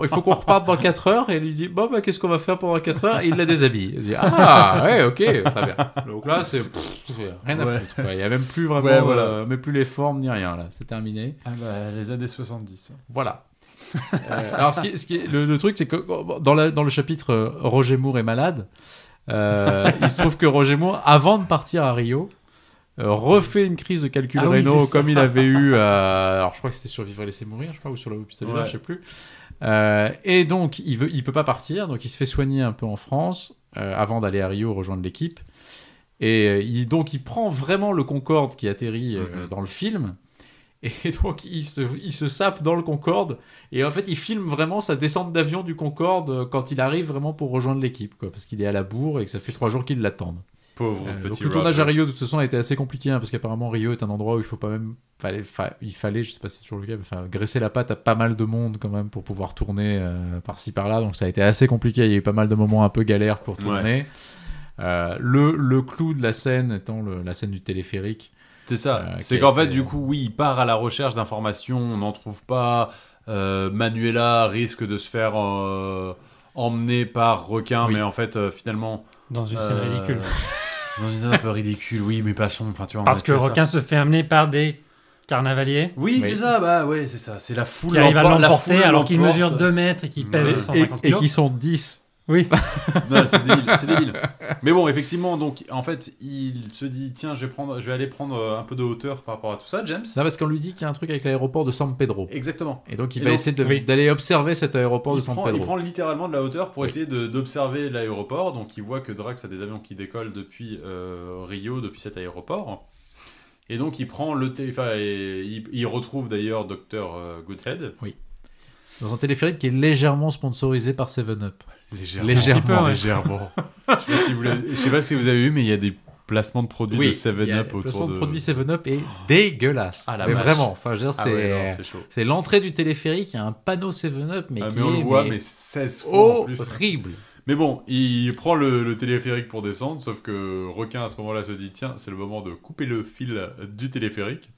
Speaker 4: Il faut qu'on reparte dans 4 heures. Et il lui dit Bon, bah, qu'est-ce qu'on va faire pendant 4 heures Et il la déshabille. Il dit Ah, ouais, ok, très bien. Donc là, c'est pff, c'est rien à
Speaker 3: Ouais.
Speaker 4: foutre. quoi. Il n'y a même plus vraiment,
Speaker 3: Ouais, voilà.
Speaker 4: euh, même plus les formes ni rien. là. C'est terminé.
Speaker 3: Ah bah, les années 70.
Speaker 4: Voilà. Euh, alors, ce qui, est- ce qui est- le, le truc, c'est que dans, la- dans le chapitre euh, Roger Moore est malade, euh, il se trouve que Roger Moore, avant de partir à Rio, euh, refait une crise de calcul
Speaker 3: Ah oui,
Speaker 4: rénaux
Speaker 3: c'est ça.
Speaker 4: comme il avait eu. euh, alors, je crois que c'était sur Vivre et laisser mourir, je crois, ou sur la hôpital,
Speaker 3: Ouais.
Speaker 4: je sais plus. Euh, et donc, il veut, il peut pas partir, donc il se fait soigner un peu en France euh, avant d'aller à Rio rejoindre l'équipe. Et euh, il, donc, il prend vraiment le Concorde qui atterrit euh,
Speaker 3: Mhm.
Speaker 4: dans le film. Et donc, il se, il se sape dans le Concorde. Et en fait, il filme vraiment sa descente d'avion du Concorde euh, quand il arrive vraiment pour rejoindre l'équipe. quoi, Parce qu'il est à la bourre et que ça fait trois jours qu'ils l'attendent.
Speaker 3: Pauvre
Speaker 4: Euh, donc,
Speaker 3: petit
Speaker 4: le tournage
Speaker 3: Roger.
Speaker 4: à Rio, de toute façon, a été assez compliqué. hein, parce qu'apparemment, Rio est un endroit où il faut pas même. Fallait, fa- il fallait, je sais pas si c'est toujours le cas, mais enfin, graisser la patte à pas mal de monde quand même pour pouvoir tourner euh, par-ci par-là. Donc, ça a été assez compliqué. Il y a eu pas mal de moments un peu galères pour tourner. Euh, le, le clou de la scène étant le- la scène du téléphérique.
Speaker 3: C'est ça.
Speaker 4: Euh,
Speaker 3: c'est
Speaker 4: qui
Speaker 3: qu'en
Speaker 4: a
Speaker 3: fait,
Speaker 4: été-
Speaker 3: du coup, oui, il part à la recherche d'informations, on n'en trouve pas. Euh, Manuela risque de se faire euh, emmené par requin,
Speaker 4: Oui.
Speaker 3: mais en fait, euh, finalement.
Speaker 2: Dans une scène
Speaker 3: euh,
Speaker 2: ridicule.
Speaker 3: Dans une scène un peu ridicule, oui, mais passons. Enfin, tu vois, on
Speaker 2: Parce
Speaker 3: a
Speaker 2: que
Speaker 3: fait ça.
Speaker 2: requin se fait amener par des carnavaliers
Speaker 3: Oui,
Speaker 4: Oui.
Speaker 3: c'est ça, bah ouais, c'est ça. C'est la foule
Speaker 2: qui arrivent à
Speaker 3: l'emporte- la
Speaker 2: l'emporter
Speaker 3: foule
Speaker 2: alors qu'il
Speaker 3: l'emporte.
Speaker 2: mesure 2 mètres et qu'il pèse
Speaker 3: Et- et-
Speaker 2: 150
Speaker 4: Et
Speaker 2: kilos.
Speaker 4: qui sont 10.
Speaker 2: Oui.
Speaker 3: Non, c'est débile, c'est débile. Mais bon, effectivement, donc en fait, il se dit tiens, je vais prendre, je vais aller prendre euh, un peu de hauteur par rapport à tout ça, James.
Speaker 4: Non, parce qu'on lui dit qu'il y a un truc avec l'aéroport de San Pedro.
Speaker 3: Exactement.
Speaker 4: Et donc il
Speaker 3: Et
Speaker 4: va
Speaker 3: donc-
Speaker 4: essayer de-
Speaker 2: oui.
Speaker 4: d'aller observer cet aéroport de
Speaker 3: Il
Speaker 4: San
Speaker 3: prend, il
Speaker 4: Pedro.
Speaker 3: prend littéralement de la hauteur pour essayer de- d'observer l'aéroport. Donc il voit que Drax a des avions qui décollent depuis euh, Rio, depuis cet aéroport. Et donc il prend le téléphone et il, il retrouve d'ailleurs Docteur euh, Goodhead.
Speaker 4: Dans un téléphérique qui est légèrement sponsorisé par Seven Up.
Speaker 3: Légèrement.
Speaker 4: Légèrement.
Speaker 2: peu, ouais.
Speaker 3: Légèrement. je, sais pas si vous l'avez- je sais pas si vous avez vu, mais il y a des placements de produits de
Speaker 4: il y a
Speaker 3: 7-Up
Speaker 4: Le
Speaker 3: autour
Speaker 4: placement de
Speaker 3: de.
Speaker 4: produit 7-Up est dégueulasse.
Speaker 3: Ah, la
Speaker 4: mais
Speaker 3: vache.
Speaker 4: vraiment, enfin, je veux dire,
Speaker 3: Ah
Speaker 4: c'est
Speaker 3: ouais, non, c'est chaud.
Speaker 4: c'est l'entrée du téléphérique, il y a un panneau 7-Up, mais
Speaker 3: Ah,
Speaker 4: qui
Speaker 3: mais on
Speaker 4: est
Speaker 3: le voit,
Speaker 4: mais Oh,
Speaker 3: mais 16 fois en plus.
Speaker 4: horrible.
Speaker 3: Mais bon, il prend le, le téléphérique pour descendre, sauf que Requin à ce moment-là se dit tiens, c'est le moment de couper le fil du téléphérique.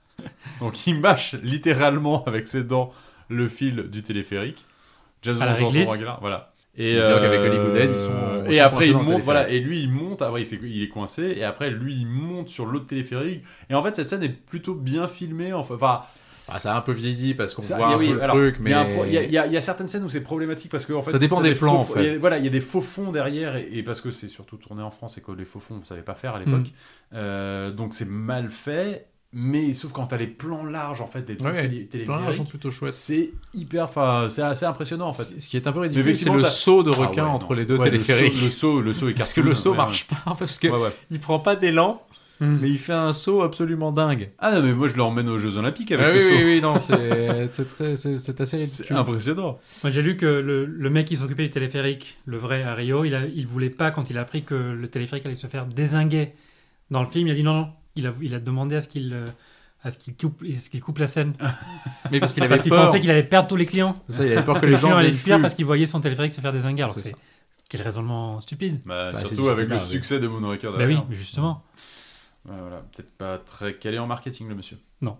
Speaker 3: Donc il mâche littéralement avec ses dents le fil du téléphérique. James
Speaker 2: À la
Speaker 3: Bond se retrouve
Speaker 2: réglisse.
Speaker 3: en galère, voilà. Et, euh,
Speaker 4: Il dialogue avec Ellie Goulded, ils sont- ils
Speaker 3: et
Speaker 4: sont
Speaker 3: après
Speaker 4: coincés
Speaker 3: il
Speaker 4: dans le
Speaker 3: monte, voilà, et lui il monte, après il s'est- il est coincé, et après lui il monte sur l'autre téléphérique. Et en fait cette scène est plutôt bien filmée, enfin, enfin
Speaker 4: Ah, ça a un peu vieilli parce qu'on
Speaker 3: ça,
Speaker 4: voit un
Speaker 3: oui,
Speaker 4: peu le
Speaker 3: alors,
Speaker 4: truc,
Speaker 3: il
Speaker 4: mais
Speaker 3: y a un pro- Il y, a- il y a- il y a certaines scènes où c'est problématique parce que en fait,
Speaker 4: Ça dépend
Speaker 3: t'as
Speaker 4: des plans,
Speaker 3: faux-
Speaker 4: en fait.
Speaker 3: il y a- voilà, il y a des faux fonds derrière et, et parce que c'est surtout tourné en France et que les faux fonds on savait pas
Speaker 4: Hmm.
Speaker 3: faire à l'époque. Euh, donc c'est mal fait, mais sauf quand t'as les plans larges en fait des
Speaker 4: Ouais,
Speaker 3: télé-
Speaker 4: les plans sont
Speaker 3: télévisuels,
Speaker 4: plutôt chouettes.
Speaker 3: c'est hyper, enfin c'est assez impressionnant en fait.
Speaker 4: Ce qui est un peu
Speaker 3: Mais
Speaker 4: ridicule, c'est
Speaker 3: effectivement,
Speaker 4: le
Speaker 3: t'as-
Speaker 4: saut de
Speaker 3: Ah ouais,
Speaker 4: requin
Speaker 3: non,
Speaker 4: entre les
Speaker 3: c'est-
Speaker 4: deux
Speaker 3: ouais, le
Speaker 4: téléphériques.
Speaker 3: saut- Le saut, le saut est
Speaker 4: Parce que le
Speaker 3: cartoon,
Speaker 4: saut
Speaker 3: ouais,
Speaker 4: marche pas, parce que
Speaker 3: ouais. Ouais, ouais.
Speaker 4: il prend pas d'élan,
Speaker 2: Mm.
Speaker 4: mais il fait un saut absolument dingue.
Speaker 3: Ah non mais moi je l'emmène aux Jeux Olympiques avec
Speaker 4: Ah
Speaker 3: ce
Speaker 4: oui,
Speaker 3: saut.
Speaker 4: oui, oui, non, c'est c'est très- c'est- c'est assez
Speaker 3: C'est
Speaker 4: ridicule.
Speaker 3: impressionnant.
Speaker 2: Moi, j'ai lu que le, le mec qui s'occupait du téléphérique, le vrai à Rio, il, a- il voulait pas, quand il a appris que le téléphérique allait se faire désinguer dans le film, il a dit non, non. Il a, il a demandé à ce qu'il euh, à ce qu'il coupe, à ce qu'il coupe la scène.
Speaker 4: Mais parce qu'il
Speaker 2: Parce
Speaker 4: Ah, avait
Speaker 2: qu'il
Speaker 4: peur.
Speaker 2: pensait qu'il allait perdre tous les clients.
Speaker 4: Ça, il avait peur que
Speaker 2: Que
Speaker 4: les
Speaker 2: les
Speaker 4: gens
Speaker 2: clients allaient
Speaker 4: viennent
Speaker 2: fuir
Speaker 4: plus.
Speaker 2: parce qu'ils voyaient son téléphérique se faire désinguer. Alors,
Speaker 4: C'est
Speaker 2: c'est
Speaker 4: ça.
Speaker 2: quel raisonnement stupide.
Speaker 3: Bah,
Speaker 4: Bah, c'est
Speaker 3: surtout
Speaker 4: difficile
Speaker 3: avec
Speaker 4: à
Speaker 3: le
Speaker 4: faire, oui.
Speaker 3: succès de Moonraker
Speaker 2: Bah oui,
Speaker 3: derrière.
Speaker 2: mais justement.
Speaker 3: Ouais, voilà. Peut-être pas très calé en marketing, le monsieur.
Speaker 2: Non.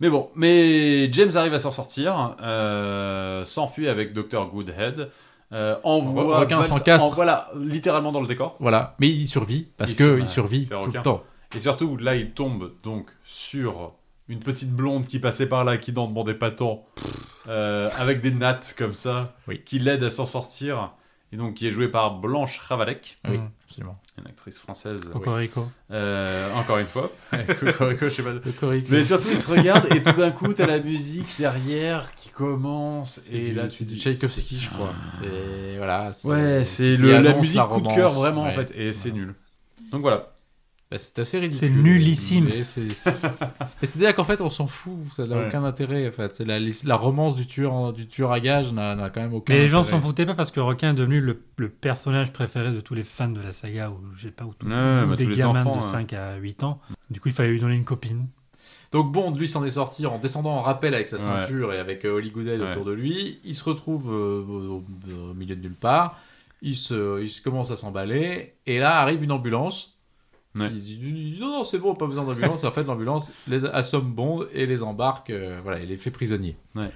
Speaker 3: Mais bon, mais James arrive à s'en sortir, euh, s'enfuit avec Dr. Goodhead, euh, envoie.
Speaker 4: Requin
Speaker 3: Vals-
Speaker 4: sans castre.
Speaker 3: en- Voilà, littéralement dans le décor.
Speaker 4: Voilà, mais il survit parce
Speaker 3: Il
Speaker 4: que
Speaker 3: survit.
Speaker 4: il survit
Speaker 3: C'est
Speaker 4: tout
Speaker 3: requin.
Speaker 4: le temps.
Speaker 3: Et surtout, là, il tombe donc sur une petite blonde qui passait par là, qui n'en demandait pas tant, euh, avec des nattes comme ça,
Speaker 4: Oui.
Speaker 3: qui l'aide à s'en sortir, et donc qui est jouée par Blanche Ravalec,
Speaker 4: Oui,
Speaker 2: Mm.
Speaker 4: absolument.
Speaker 3: une actrice française.
Speaker 2: Cocorico.
Speaker 3: Euh, encore une fois. Cocorico, je sais pas.
Speaker 4: Le coric.
Speaker 3: Mais surtout, ils se regardent et tout d'un coup, t'as la musique derrière qui commence.
Speaker 4: C'est
Speaker 3: Et
Speaker 4: du-
Speaker 3: là,
Speaker 4: c'est
Speaker 3: tu
Speaker 4: du
Speaker 3: dis,
Speaker 4: Tchaïkovski,
Speaker 3: c'est-
Speaker 4: je crois. C'est- Voilà. c'est-
Speaker 3: Ouais, c'est euh,
Speaker 4: qui
Speaker 3: le- la
Speaker 4: annonce
Speaker 3: musique coup de
Speaker 4: romance,
Speaker 3: cœur vraiment en
Speaker 4: ouais.
Speaker 3: fait. Et c'est nul. Donc voilà.
Speaker 4: Bah, c'est assez ridicule.
Speaker 2: C'est nullissime.
Speaker 4: Mais c'est c'est- mais c'est-à-dire qu'en fait, on s'en fout. Ça n'a
Speaker 3: Ouais.
Speaker 4: aucun intérêt. En fait. C'est la, la romance du tueur, en- du tueur à gage n'a n'a quand même aucun
Speaker 2: Mais les gens
Speaker 4: intérêt.
Speaker 2: s'en foutaient pas parce que Requin est devenu le, le personnage préféré de tous les fans de la saga ou je sais pas où tout,
Speaker 3: Ouais,
Speaker 2: ou
Speaker 3: bah,
Speaker 2: des
Speaker 3: tous les
Speaker 2: gamins
Speaker 3: enfants,
Speaker 2: de
Speaker 3: hein.
Speaker 2: 5 à 8 ans. Du coup, il fallait lui donner une copine.
Speaker 4: Donc Bond, lui, s'en est sorti en descendant en rappel avec sa
Speaker 3: Ouais.
Speaker 4: ceinture et avec euh, Holly Goodhead
Speaker 3: Ouais.
Speaker 4: autour de lui. Il se retrouve euh, au, au- au milieu de nulle part. Il, se, il se commence à s'emballer. Et là arrive une ambulance.
Speaker 3: Ouais.
Speaker 4: Qui dit, il dit, non, non, c'est bon, pas besoin d'ambulance. en fait, l'ambulance les assomme Bond et les embarque, euh, voilà, et les fait prisonniers.
Speaker 3: Ouais.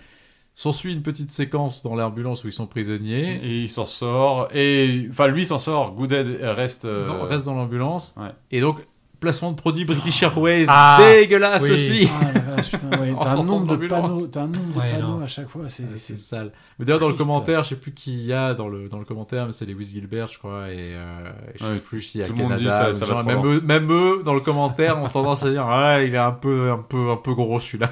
Speaker 4: S'ensuit une petite séquence dans l'ambulance où ils sont prisonniers.
Speaker 3: Et il s'en sort. Et enfin, lui s'en sort. Goodhead reste. euh,
Speaker 4: Dans- reste dans l'ambulance.
Speaker 3: ouais.
Speaker 4: Et donc, placement de produit British Airways,
Speaker 2: Ah,
Speaker 4: dégueulasse
Speaker 2: oui.
Speaker 4: aussi.
Speaker 6: Ah la vache, putain, ouais.
Speaker 4: En
Speaker 6: T'as un
Speaker 4: sortant
Speaker 6: nombre
Speaker 4: de
Speaker 6: de
Speaker 4: l'ambulance.
Speaker 6: panneaux, t'as un nombre de
Speaker 2: Ouais,
Speaker 6: panneaux
Speaker 2: non.
Speaker 6: à chaque fois. C'est,
Speaker 4: Ouais,
Speaker 6: c'est-
Speaker 4: C'est sale. Mais d'ailleurs, dans le
Speaker 6: triste.
Speaker 4: commentaire, je sais plus qui il y a dans le, dans le commentaire, mais c'est Lewis Gilbert, je crois, et, euh, et je
Speaker 3: Ouais,
Speaker 4: sais plus s'il y a
Speaker 3: tout le
Speaker 4: Canada,
Speaker 3: monde dit ça,
Speaker 4: ou
Speaker 3: ça
Speaker 4: genre,
Speaker 3: va trop
Speaker 4: même,
Speaker 3: loin.
Speaker 4: eux, même eux, dans le commentaire, ont tendance à dire Ouais, il est un peu, un peu, un peu gros celui-là.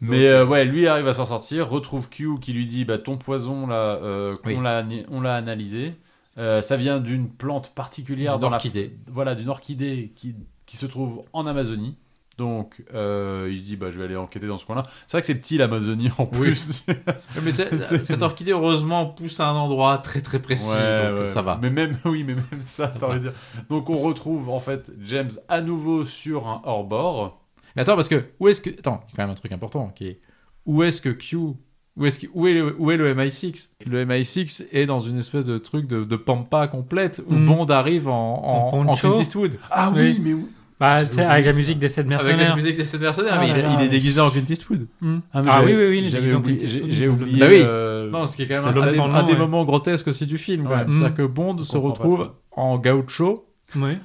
Speaker 3: Mais euh, ouais, lui arrive à s'en sortir. Retrouve Q qui lui dit Bah, ton poison là, euh, qu'on
Speaker 4: Oui.
Speaker 3: l'a- on l'a analysé. Euh, ça vient d'une plante particulière
Speaker 4: D'une
Speaker 3: dans la-
Speaker 4: orchidée.
Speaker 3: voilà, d'une orchidée qui, qui se trouve en Amazonie. Donc, euh, il se dit, bah, je vais aller enquêter dans ce coin-là. C'est vrai que c'est petit l'Amazonie en plus.
Speaker 4: Mais c'est- cette orchidée, heureusement, pousse à un endroit très très précis,
Speaker 3: Ouais,
Speaker 4: donc
Speaker 3: ouais.
Speaker 4: ça va.
Speaker 3: Mais même, oui, mais même ça, t'as envie de dire. Donc, on retrouve en fait James à nouveau sur un hors-bord.
Speaker 4: Mais attends, parce que où est-ce que. Attends, il y a quand même un truc important qui est où est-ce que Q. Où est, où, est le, où est le MI6 Le MI6 est dans une espèce de truc de, de pampa complète où
Speaker 2: Mm.
Speaker 4: Bond arrive Hmm. en, en,
Speaker 2: En
Speaker 4: en
Speaker 2: poncho.
Speaker 4: Clint Eastwood.
Speaker 3: Ah
Speaker 2: oui,
Speaker 3: mais
Speaker 4: Ah,
Speaker 2: Bah, tu sais, avec la musique des 7
Speaker 4: Avec la
Speaker 2: mercenaires.
Speaker 4: musique des sept mercenaires,
Speaker 6: Ah
Speaker 4: mais il,
Speaker 6: là là,
Speaker 4: il est
Speaker 6: mais-
Speaker 4: déguisé en Clint Eastwood.
Speaker 2: Hmm.
Speaker 3: mais
Speaker 2: Ah
Speaker 3: j'avais-
Speaker 2: oui, oui, oui, les
Speaker 3: j'avais
Speaker 2: déguisements
Speaker 3: oublié-
Speaker 2: Clint
Speaker 3: J'ai
Speaker 2: Eastwood.
Speaker 3: j'ai oublié.
Speaker 4: Bah oui.
Speaker 3: euh,
Speaker 4: Non, ce qui est quand
Speaker 2: C'est
Speaker 4: même un,
Speaker 2: l'homme
Speaker 4: des-
Speaker 2: sans
Speaker 4: un
Speaker 2: nom,
Speaker 4: des
Speaker 2: ouais.
Speaker 4: moments grotesques aussi du film. quand
Speaker 3: Ouais.
Speaker 4: même.
Speaker 2: Mm.
Speaker 4: C'est-à-dire que Bond se
Speaker 3: comprend pas
Speaker 4: retrouve en gaucho
Speaker 2: Oui,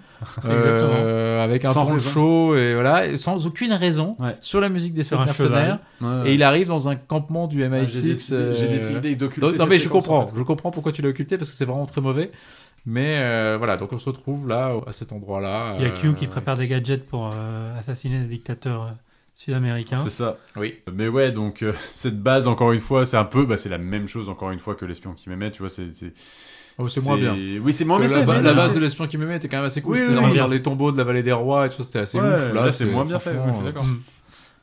Speaker 4: euh, avec un
Speaker 3: Sans
Speaker 4: poncho et voilà, et sans aucune raison
Speaker 3: Ouais.
Speaker 4: sur la musique des sept
Speaker 2: un
Speaker 4: mercenaires.
Speaker 3: Ouais.
Speaker 4: Et il arrive dans un campement du
Speaker 3: Ah,
Speaker 4: MI6.
Speaker 3: J'ai décidé, j'ai
Speaker 4: euh,
Speaker 3: décidé d'occulter.
Speaker 4: non, non,
Speaker 3: cette
Speaker 4: mais je
Speaker 3: séquence,
Speaker 4: comprends.
Speaker 3: en fait.
Speaker 4: Je comprends pourquoi tu l'as occulté parce que c'est vraiment très mauvais. Mais euh, voilà, donc on se retrouve là, à cet endroit-là.
Speaker 2: il y a Q qui
Speaker 4: euh,
Speaker 2: prépare des gadgets pour euh, assassiner des dictateurs euh,
Speaker 4: Hein
Speaker 2: sud-américains.
Speaker 3: C'est ça.
Speaker 4: Oui.
Speaker 3: Mais ouais, donc euh, cette base, encore une fois, c'est un peu, bah, c'est la même chose, encore une fois, que l'espion qui m'aimait, tu vois, c'est. c'est-
Speaker 4: Oh, c'est moins bien.
Speaker 3: Oui, c'est moins
Speaker 4: Que
Speaker 3: bien.
Speaker 4: la,
Speaker 3: fait,
Speaker 4: ba-
Speaker 3: mais
Speaker 4: la
Speaker 3: là,
Speaker 4: base
Speaker 3: c'est-
Speaker 4: de l'espion qui m'aimait était quand même assez cool.
Speaker 3: Oui,
Speaker 4: c'était
Speaker 3: oui,
Speaker 4: dans
Speaker 3: oui.
Speaker 4: vers les tombeaux de la vallée des rois et tout, c'était assez
Speaker 3: Ouais,
Speaker 4: ouf. Là,
Speaker 3: là, c'est moins bien fait,
Speaker 4: franchement, euh, hmm.
Speaker 3: ouais, je suis d'accord.
Speaker 2: Mm.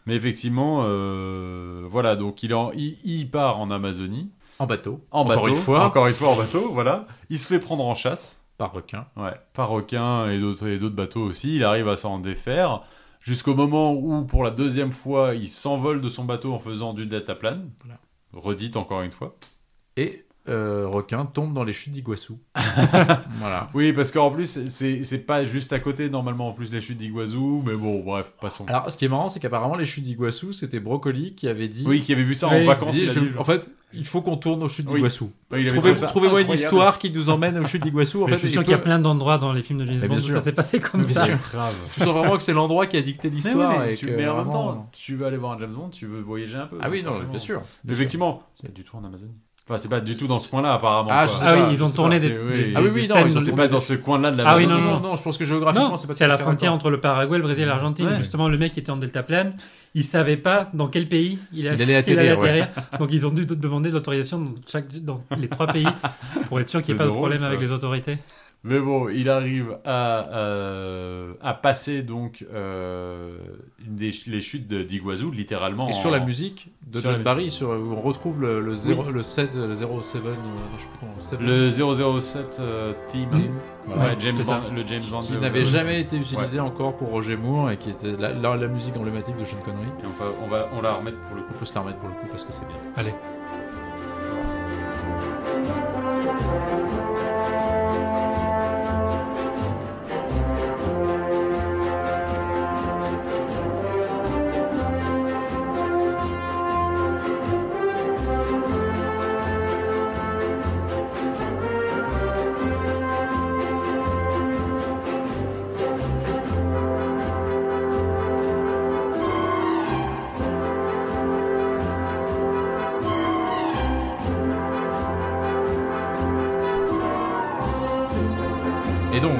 Speaker 3: Mais effectivement, euh, voilà, donc il, est en- il- il part en Amazonie,
Speaker 4: euh, En bateau.
Speaker 3: en
Speaker 4: Encore
Speaker 3: bateau,
Speaker 4: une fois.
Speaker 3: encore une fois en bateau, voilà. Il se fait prendre en chasse.
Speaker 4: Par requin.
Speaker 3: Ouais, par requin et d'autres et d'autres bateaux aussi, il arrive à s'en défaire jusqu'au moment où, pour la deuxième fois, il s'envole de son bateau en faisant du deltaplane.
Speaker 4: Voilà.
Speaker 3: Redite encore une fois.
Speaker 4: Et euh, requin tombe dans les chutes d'Iguassou. voilà.
Speaker 3: Oui, parce qu'en plus, c'est c'est pas juste à côté, normalement, en plus, les chutes d'Iguazou, mais bon, bref, passons.
Speaker 4: Alors, ce qui est marrant, c'est qu'apparemment, les chutes d'Iguassou, c'était Brocoli qui avait dit.
Speaker 3: oui, qui avait vu ça en
Speaker 4: Oui,
Speaker 3: vacances,
Speaker 4: dit,
Speaker 3: il a
Speaker 4: je-
Speaker 3: dit, genre,
Speaker 4: En fait, il faut qu'on tourne aux chutes
Speaker 3: Oui.
Speaker 4: d'Iguassou.
Speaker 3: bah, il avait
Speaker 4: Trouvez-
Speaker 3: trouvé ça
Speaker 4: Trouvez-moi une
Speaker 3: incroyable.
Speaker 4: histoire qui nous emmène aux chutes d'Iguassou. En
Speaker 2: Mais
Speaker 4: fait,
Speaker 2: je suis
Speaker 4: et
Speaker 2: sûr
Speaker 4: peu-
Speaker 2: qu'il y a plein d'endroits dans les films de James
Speaker 4: Ah, Mais
Speaker 2: Bond
Speaker 4: bien
Speaker 2: où
Speaker 4: sûr.
Speaker 2: ça s'est passé comme
Speaker 4: Mais
Speaker 2: ça.
Speaker 4: sûr.
Speaker 3: grave.
Speaker 4: Tu sens vraiment que c'est l'endroit qui a dicté
Speaker 3: Mais,
Speaker 4: l'histoire.
Speaker 3: oui,
Speaker 4: et
Speaker 3: tu-
Speaker 4: que
Speaker 3: mais en même
Speaker 4: vraiment-
Speaker 3: temps, euh, tu veux aller voir un James Bond, tu veux voyager un peu.
Speaker 4: Ah oui, non,
Speaker 3: forcément.
Speaker 4: bien sûr.
Speaker 3: Effectivement, c'est pas du tout en Amazonie. Enfin, c'est pas du tout dans ce coin-là, apparemment.
Speaker 4: Ah,
Speaker 3: quoi.
Speaker 4: je sais
Speaker 2: Ah
Speaker 4: pas,
Speaker 2: oui, ils ont
Speaker 4: sais
Speaker 2: tourné
Speaker 3: pas,
Speaker 2: des,
Speaker 3: c'est- oui.
Speaker 2: des-
Speaker 3: Ah
Speaker 4: oui,
Speaker 2: des
Speaker 4: oui, non,
Speaker 2: scènes
Speaker 4: ils ont
Speaker 2: où-
Speaker 3: C'est
Speaker 4: Bon,
Speaker 3: pas
Speaker 4: mais-
Speaker 3: dans ce coin-là de la
Speaker 2: Ah oui,
Speaker 3: maison.
Speaker 2: non, non, non.
Speaker 4: je pense que
Speaker 2: Non,
Speaker 4: géographiquement, c'est pas tout
Speaker 2: c'est à
Speaker 4: à
Speaker 2: la
Speaker 4: fait
Speaker 2: frontière
Speaker 4: raccord.
Speaker 2: entre le Paraguay et le Brésil et l'Argentine.
Speaker 3: Ouais.
Speaker 2: Justement, le mec était en deltaplane. Il savait pas dans quel pays il, a-
Speaker 4: Il allait atterrir, ouais.
Speaker 2: Donc, ils ont dû de- demander de l'autorisation dans, chaque... dans les trois pays pour être sûr qu'il n'y ait
Speaker 3: C'est
Speaker 2: pas de
Speaker 3: drôle,
Speaker 2: problème
Speaker 3: ça.
Speaker 2: avec les autorités.
Speaker 3: Mais bon, il arrive à, euh, à passer donc euh, une des ch- les chutes de- d'Iguazu, littéralement.
Speaker 4: Et
Speaker 3: en-
Speaker 4: sur la musique de
Speaker 3: Sur la
Speaker 4: John
Speaker 3: mu-
Speaker 4: Barry, sur, où on retrouve le, le, 0, le 7, le 07, euh, non, je sais plus comment, 7,
Speaker 3: Le 007 euh, theme.
Speaker 4: Oui.
Speaker 3: Voilà,
Speaker 4: Ouais,
Speaker 3: James
Speaker 4: c'est ça.
Speaker 3: Band- le James Bond.
Speaker 4: qui
Speaker 3: de-
Speaker 4: n'avait
Speaker 3: de-
Speaker 4: jamais été utilisé encore pour Roger Moore et qui était la, la- la musique emblématique de Sean Connery.
Speaker 3: Et on, va, on, va, on la remettre pour le coup.
Speaker 4: On peut se la remettre pour le coup parce que c'est bien.
Speaker 2: Allez.
Speaker 4: Et donc,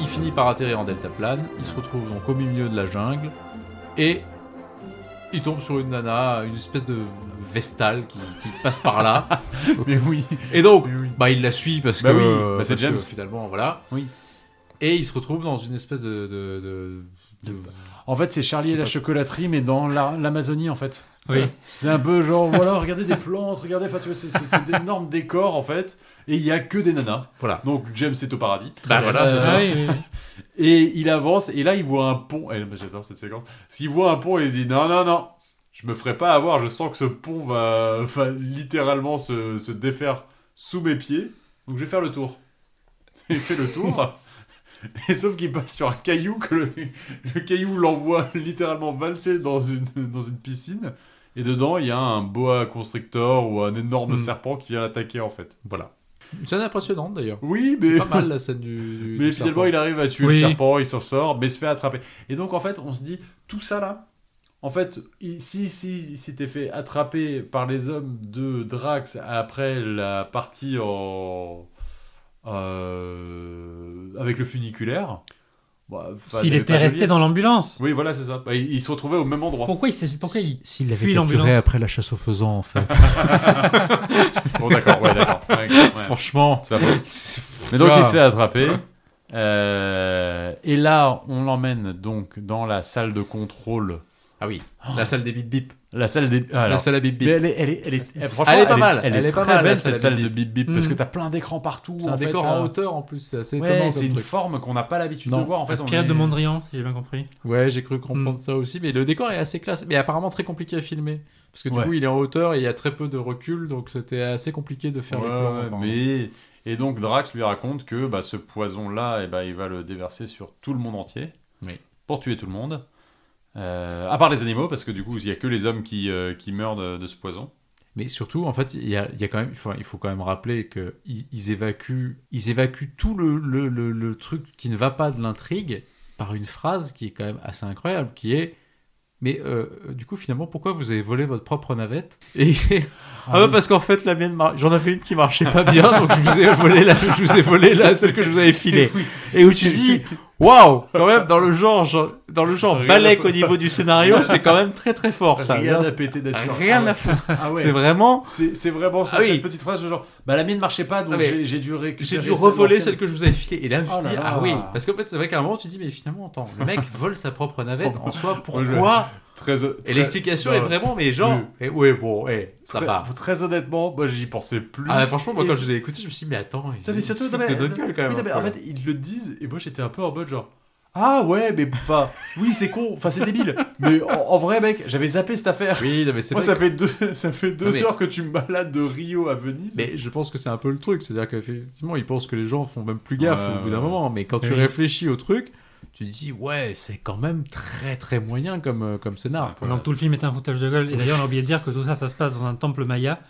Speaker 4: il finit par atterrir en deltaplane, il se retrouve donc au milieu de la jungle, et il tombe sur une nana, une espèce de vestale qui, qui passe par là.
Speaker 3: Mais oui.
Speaker 4: Et donc,
Speaker 3: Mais oui.
Speaker 4: bah, il la suit parce
Speaker 3: Bah
Speaker 4: que
Speaker 3: oui,
Speaker 4: euh,
Speaker 3: bah, c'est
Speaker 4: parce
Speaker 3: James.
Speaker 4: que, finalement, voilà.
Speaker 3: Oui.
Speaker 4: Et il se retrouve dans une espèce de. de, de- de-
Speaker 3: En fait, c'est Charlie
Speaker 4: Je
Speaker 3: et
Speaker 4: sais
Speaker 3: la
Speaker 4: pas.
Speaker 3: chocolaterie, mais dans la- l'Amazonie, en fait.
Speaker 2: Oui.
Speaker 3: C'est un peu genre, voilà, regardez des plantes, regardez, enfin, tu vois, c'est- c'est c'est d'énormes décors, en fait. Et il y a que des nanas.
Speaker 4: Voilà.
Speaker 3: Donc, James est au paradis.
Speaker 4: Bah voilà, c'est ça.
Speaker 2: Ah oui, oui, oui.
Speaker 3: Et il avance, et là, il voit un pont. Eh, mais J'adore cette séquence. S'il voit un pont, il se dit Non, non, non, je me ferai pas avoir. Je sens que ce pont va, va littéralement se, se défaire sous mes pieds. Donc, je vais faire le tour. Il fait le tour. Et sauf qu'il passe sur un caillou, que le, le caillou l'envoie littéralement valser dans une, dans une piscine. Et dedans, il y a un boa constrictor ou un énorme
Speaker 2: Mm.
Speaker 3: serpent qui vient l'attaquer, en fait. Voilà.
Speaker 4: Une scène impressionnante d'ailleurs.
Speaker 3: Oui, mais.
Speaker 4: Pas mal la scène du. du-
Speaker 3: Mais
Speaker 4: du
Speaker 3: finalement,
Speaker 4: serpent.
Speaker 3: il arrive à tuer
Speaker 2: Oui.
Speaker 3: le serpent, il s'en sort, mais se fait attraper. Et donc, en fait, on se dit, tout ça là, en fait, il- si, si, il s'était fait attraper par les hommes de Drax après la partie en. euh, avec le funiculaire. bah, enfin, il
Speaker 2: S'il
Speaker 3: avait
Speaker 2: était
Speaker 3: pas de
Speaker 2: resté
Speaker 3: lien.
Speaker 2: dans l'ambulance,
Speaker 3: Oui, voilà, c'est ça. Bah, il, il se retrouvait au même endroit.
Speaker 2: pourquoi il s'est. Pourquoi il.
Speaker 4: S'il
Speaker 2: fuit l'ambulance.
Speaker 4: après la chasse aux faisans, en fait.
Speaker 3: Bon, d'accord, ouais, d'accord. Ouais, ouais.
Speaker 4: Franchement.
Speaker 3: C'est pas vrai. Mais donc il se fait attraper. Euh, et là, on l'emmène donc dans la salle de contrôle.
Speaker 4: Ah oui, la salle des bip bip.
Speaker 3: La salle des. ah, alors.
Speaker 4: La salle à bip
Speaker 3: Mais
Speaker 4: bip.
Speaker 3: elle est, elle est, elle est, eh, franchement,
Speaker 4: Elle est pas mal,
Speaker 3: Elle,
Speaker 4: elle
Speaker 3: est
Speaker 4: est pas
Speaker 3: très
Speaker 4: mal, la
Speaker 3: belle
Speaker 4: salle
Speaker 3: cette
Speaker 4: à
Speaker 3: salle
Speaker 4: bip
Speaker 3: de bip bip parce
Speaker 2: Mm.
Speaker 3: que t'as plein d'écrans partout.
Speaker 4: C'est un
Speaker 3: en fait,
Speaker 4: décor
Speaker 3: euh,
Speaker 4: en hauteur en plus, c'est assez étonnant.
Speaker 3: Ouais,
Speaker 4: comme
Speaker 3: c'est une
Speaker 4: truc.
Speaker 3: forme qu'on n'a pas l'habitude de
Speaker 4: Non,
Speaker 3: voir en fait. on
Speaker 2: Inspiré
Speaker 3: est-
Speaker 2: de Mondrian, si j'ai bien compris.
Speaker 4: Ouais, j'ai cru comprendre ça aussi, mais le décor est assez classe, mais apparemment très compliqué à filmer. Parce que du
Speaker 3: Ouais.
Speaker 4: coup, il est en hauteur et il y a très peu de recul, donc c'était assez compliqué de faire
Speaker 3: Ouais,
Speaker 4: les plans.
Speaker 3: ouais,
Speaker 4: apparemment.
Speaker 3: mais et donc Drax lui raconte que bah, ce poison là, et ben il va le déverser sur tout le monde entier
Speaker 4: Oui.
Speaker 3: pour tuer tout le monde. Euh, à part les animaux, parce que du coup, il n'y a que les hommes qui, euh, qui meurent de, de ce poison.
Speaker 4: Mais surtout, en fait, il y a, il y a quand même, il faut, il faut quand même rappeler que ils, ils évacuent, ils évacuent tout le, le, le- le truc qui ne va pas de l'intrigue par une phrase qui est quand même assez incroyable, qui est mais euh, du coup, finalement, pourquoi vous avez volé votre propre navette Et ah, bah, parce qu'en fait, la mienne, mar- j'en avais une qui marchait pas bien, donc je vous ai volé la, je vous ai volé la celle que je vous avais filée. Et où tu dis, waouh, quand même dans le genre, genre- dans le genre
Speaker 3: Rien à
Speaker 4: balèque
Speaker 3: foutre.
Speaker 4: au niveau du scénario, c'est quand même très très fort ça.
Speaker 3: Rien à péter nature.
Speaker 4: Rien à foutre.
Speaker 3: Ah ouais.
Speaker 4: C'est vraiment.
Speaker 3: C'est c'est vraiment ça,
Speaker 4: Ah oui.
Speaker 3: cette petite phrase de genre, bah la mienne marchait pas, donc
Speaker 4: Ah mais
Speaker 3: j'ai- j'ai dû récupérer.
Speaker 4: J'ai dû
Speaker 3: celle
Speaker 4: revoler
Speaker 3: d'ancienne.
Speaker 4: celle que je vous avais filée. Et là, je me
Speaker 3: Oh là
Speaker 4: dis,
Speaker 3: là.
Speaker 4: ah oui. Parce qu'en fait, c'est vrai qu'à un moment, tu dis, mais finalement, attends, le mec vole sa propre navette en soi,
Speaker 3: je-
Speaker 4: pourquoi
Speaker 3: Très,
Speaker 4: Et
Speaker 3: très-
Speaker 4: l'explication est
Speaker 3: non,
Speaker 4: vraiment, mais genre, et ouais, bon, eh, ça
Speaker 3: très-
Speaker 4: va.
Speaker 3: Très honnêtement, moi j'y pensais plus.
Speaker 4: Ah, franchement, moi,
Speaker 3: Et
Speaker 4: quand
Speaker 3: c'est-
Speaker 4: je l'ai écouté, je me suis dit, mais attends, ils
Speaker 3: Putain, mais
Speaker 4: ils se
Speaker 3: surtout,
Speaker 4: foutent
Speaker 3: non, mais-
Speaker 4: de notre gueule quand même. hein,
Speaker 3: Oui, non, mais
Speaker 4: un
Speaker 3: en
Speaker 4: peu.
Speaker 3: fait, ils le disent, et moi j'étais un peu en mode genre. Ah ouais, mais enfin, oui, c'est con, enfin, c'est débile. Mais en, en vrai, mec, j'avais zappé cette affaire.
Speaker 4: Oui, non, mais c'est
Speaker 3: Moi,
Speaker 4: vrai
Speaker 3: ça fait deux, ça fait deux
Speaker 4: Non, mais-
Speaker 3: heures que tu me balades de Rio à Venise.
Speaker 4: Mais je pense que c'est un peu le truc, c'est-à-dire qu'effectivement, ils pensent que les gens font même plus gaffe
Speaker 3: Ouais,
Speaker 4: au bout d'un
Speaker 3: ouais.
Speaker 4: moment, mais quand tu
Speaker 2: Oui.
Speaker 4: réfléchis au truc, tu te dis ouais, c'est quand même très très moyen comme euh, comme scénar. quoi.
Speaker 2: Donc tout le film est un foutage de gueule. Et d'ailleurs, on a oublié de dire que tout ça, ça se passe dans un temple maya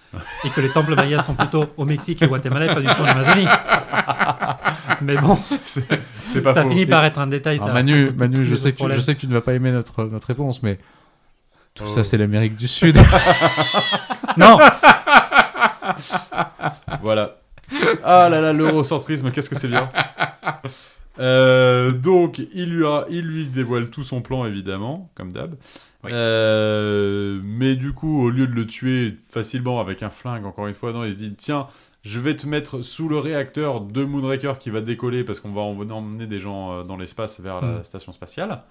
Speaker 2: et que les temples mayas sont plutôt au Mexique et au Guatemala et pas du tout en Amazonie. Mais bon,
Speaker 3: c'est pas
Speaker 2: ça
Speaker 3: faux.
Speaker 2: finit par être un détail.
Speaker 4: Alors,
Speaker 2: ça
Speaker 4: Manu,
Speaker 2: raconte tous
Speaker 4: Manu, je
Speaker 2: les
Speaker 4: sais
Speaker 2: autres
Speaker 4: que tu, je
Speaker 2: problèmes.
Speaker 4: sais que tu ne vas pas aimer notre notre réponse, mais tout
Speaker 3: Oh.
Speaker 4: ça c'est l'Amérique du Sud.
Speaker 2: Non,
Speaker 3: Voilà. Ah là là, l'eurocentrisme, qu'est-ce que c'est bien. Euh, donc, il lui, a- il lui dévoile tout son plan, évidemment, comme d'hab.
Speaker 4: Oui.
Speaker 3: Euh, mais du coup, au lieu de le tuer facilement avec un flingue, encore une fois, non, il se dit tiens, je vais te mettre sous le réacteur de Moonraker qui va décoller parce qu'on va en- emmener des gens euh, dans l'espace vers la station spatiale.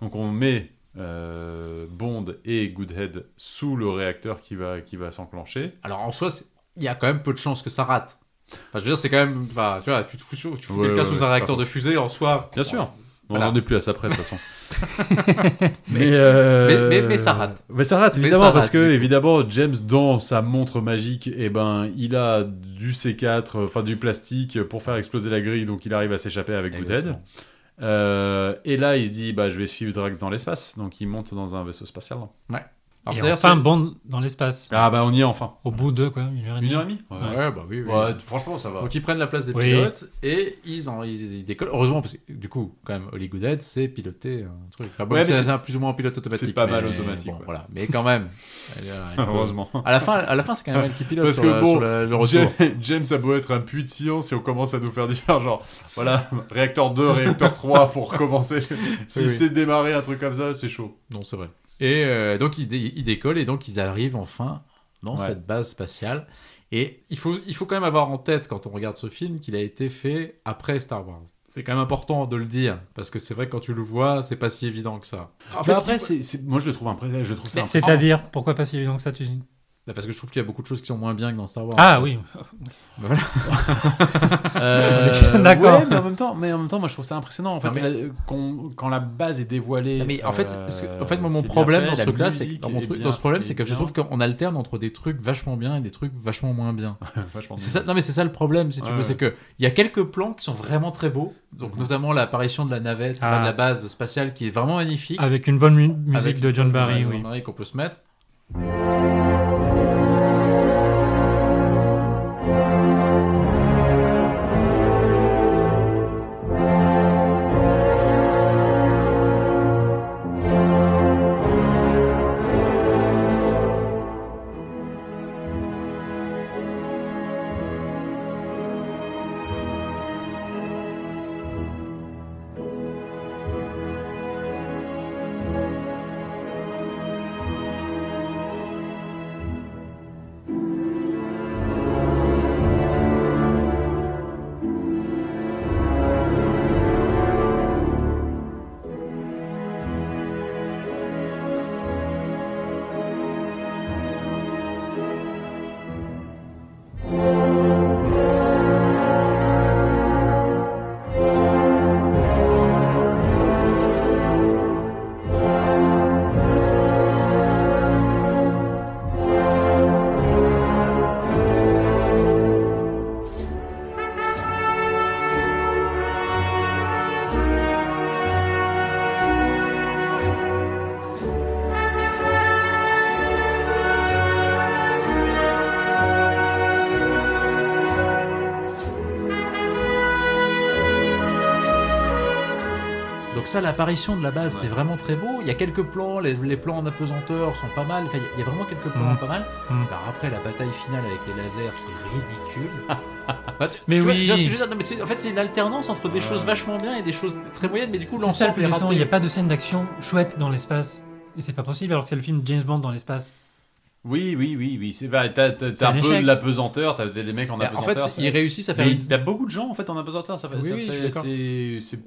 Speaker 3: Donc, on met euh, Bond et Goodhead sous le réacteur qui va, qui va s'enclencher.
Speaker 4: Alors en soi, c'est- il y a quand même peu de chances que ça rate. Enfin, je veux dire, c'est quand même, enfin, tu vois, tu te fous, sur- tu fous
Speaker 3: Ouais,
Speaker 4: quelqu'un
Speaker 3: ouais,
Speaker 4: sous
Speaker 3: c'est
Speaker 4: un
Speaker 3: pas
Speaker 4: réacteur
Speaker 3: faux.
Speaker 4: de fusée en soi.
Speaker 3: Bien sûr.
Speaker 4: Voilà.
Speaker 3: On n'en est plus à ça près, de toute façon. mais, euh,
Speaker 4: mais- mais- mais ça rate.
Speaker 3: Mais ça rate,
Speaker 4: Mais
Speaker 3: évidemment,
Speaker 4: ça
Speaker 3: parce
Speaker 4: rate, du
Speaker 3: que,
Speaker 4: coup.
Speaker 3: évidemment, James, dans sa montre magique, eh ben, il a du C4, enfin du plastique pour faire exploser la grille, donc il arrive à s'échapper avec Goodhead.
Speaker 4: Exactement.
Speaker 3: Euh, et là, il se dit, bah, je vais suivre Drax dans l'espace, donc il monte dans un vaisseau spatial.
Speaker 4: Alors,
Speaker 2: et
Speaker 4: c'est-à-dire,
Speaker 2: enfin,
Speaker 4: c'est-
Speaker 2: Bond dans l'espace.
Speaker 3: Ah, bah, on y est enfin.
Speaker 2: Au bout de quoi, une heure et demie.
Speaker 3: Une heure et demie
Speaker 4: Ouais, bah oui. oui.
Speaker 3: Ouais, franchement, ça va.
Speaker 4: Donc ils prennent la place des
Speaker 2: Oui.
Speaker 4: pilotes et ils, en, ils, ils décollent. Heureusement, parce que du coup, quand même, Holly Goodhead, c'est piloter un truc. Ah bon,
Speaker 3: Ouais, mais
Speaker 4: c'est
Speaker 3: c'est-
Speaker 4: un plus ou moins pilote automatique.
Speaker 3: c'est pas mal
Speaker 4: mais
Speaker 3: automatique,
Speaker 4: bon,
Speaker 3: ouais.
Speaker 4: voilà. Mais quand même. elle a une-
Speaker 3: Heureusement.
Speaker 4: À la fin, à la fin, c'est quand même elle qui pilote.
Speaker 3: Parce
Speaker 4: sur
Speaker 3: que
Speaker 4: la-
Speaker 3: bon,
Speaker 4: sur la- le retour.
Speaker 3: James- James a beau être un puits de science si on commence à nous faire dire genre voilà réacteur 2, réacteur 3 pour commencer. Si
Speaker 4: Oui, oui.
Speaker 3: c'est démarrer un truc comme ça, c'est chaud.
Speaker 4: Non, c'est vrai. Et euh, donc ils, dé- ils décollent et donc ils arrivent enfin dans
Speaker 3: Ouais.
Speaker 4: cette base spatiale. Et il faut, il faut quand même avoir en tête quand on regarde ce film qu'il a été fait après Star Wars. C'est quand même important de le dire parce que c'est vrai que quand tu le vois, c'est pas si évident que ça. En
Speaker 3: Mais
Speaker 4: fait,
Speaker 3: après, c'est- c'est- moi je le trouve impressionnant. Je trouve ça impressionnant.
Speaker 2: C'est-à-dire, pourquoi pas si évident que ça, tu dis
Speaker 4: Bah, parce que je trouve qu'il y a beaucoup de choses qui sont moins bien que dans Star Wars.
Speaker 2: Ah oui,
Speaker 3: Euh,
Speaker 2: D'accord.
Speaker 3: ouais, mais en même temps, mais en même temps, moi je trouve ça impressionnant. En fait,
Speaker 4: Non, mais-
Speaker 3: la- euh, qu'on- quand la base est dévoilée.
Speaker 4: Non, mais en fait,
Speaker 3: euh,
Speaker 4: ce que- en fait moi,
Speaker 3: c'est
Speaker 4: mon
Speaker 3: bien
Speaker 4: problème
Speaker 3: fait,
Speaker 4: dans ce
Speaker 3: la
Speaker 4: truc-là, c'est que-
Speaker 3: musique
Speaker 4: dans, mon
Speaker 3: est
Speaker 4: truc-
Speaker 3: bien-
Speaker 4: dans ce problème,
Speaker 3: est
Speaker 4: c'est que je
Speaker 3: bien.
Speaker 4: trouve qu'on alterne entre des trucs vachement bien et des trucs vachement moins bien.
Speaker 3: Vachement
Speaker 4: C'est ça, non, mais c'est ça le problème, si tu
Speaker 3: Ouais,
Speaker 4: veux,
Speaker 3: ouais.
Speaker 4: c'est que il y a quelques plans qui sont vraiment très beaux, donc notamment l'apparition de la navette, enfin,
Speaker 2: Mhm. Ah.
Speaker 4: de la base spatiale, qui est vraiment magnifique.
Speaker 2: avec une bonne mu- musique
Speaker 4: avec
Speaker 2: de John
Speaker 4: une
Speaker 2: Barry,
Speaker 4: John
Speaker 2: oui.
Speaker 4: Barry qu'on peut se mettre.
Speaker 3: Ouais,
Speaker 4: que ça, l'apparition de la base,
Speaker 3: Ouais.
Speaker 4: c'est vraiment très beau. Il y a quelques plans, les, les plans en apesanteur sont pas mal. Enfin, il y a- il y, a vraiment quelques plans
Speaker 2: Mhm.
Speaker 4: pas mal.
Speaker 2: Mhm.
Speaker 4: Alors après, la bataille finale avec les lasers, c'est ridicule. Bah, tu-
Speaker 2: Mais
Speaker 4: tu vois-
Speaker 2: oui.
Speaker 4: tu vois ce que je veux dire Non, mais c'est- en fait, c'est une alternance entre des choses vachement bien et des choses très moyennes, mais du coup,
Speaker 2: C'est ça le
Speaker 4: l'ensemble
Speaker 2: plus
Speaker 4: est
Speaker 2: décevant, Il n'y a
Speaker 4: raté.
Speaker 2: pas de scène d'action chouette dans l'espace. Et c'est pas possible alors que c'est le film James Bond dans l'espace.
Speaker 3: Oui, oui, oui, oui. C'est bah, t'as, t'as-
Speaker 2: C'est
Speaker 3: t'as un
Speaker 2: un
Speaker 3: peu
Speaker 2: échec.
Speaker 3: de l'apesanteur, t'as des, des mecs en
Speaker 4: En
Speaker 3: apesanteur.
Speaker 4: fait,
Speaker 3: ça-
Speaker 4: ils réussissent à faire
Speaker 3: Mais
Speaker 4: une
Speaker 3: il y a beaucoup de gens en fait en apesanteur. Ça fait,
Speaker 4: Oui,
Speaker 3: ça
Speaker 4: oui, je
Speaker 3: fait-
Speaker 4: suis d'accord.
Speaker 3: c'est, c'est,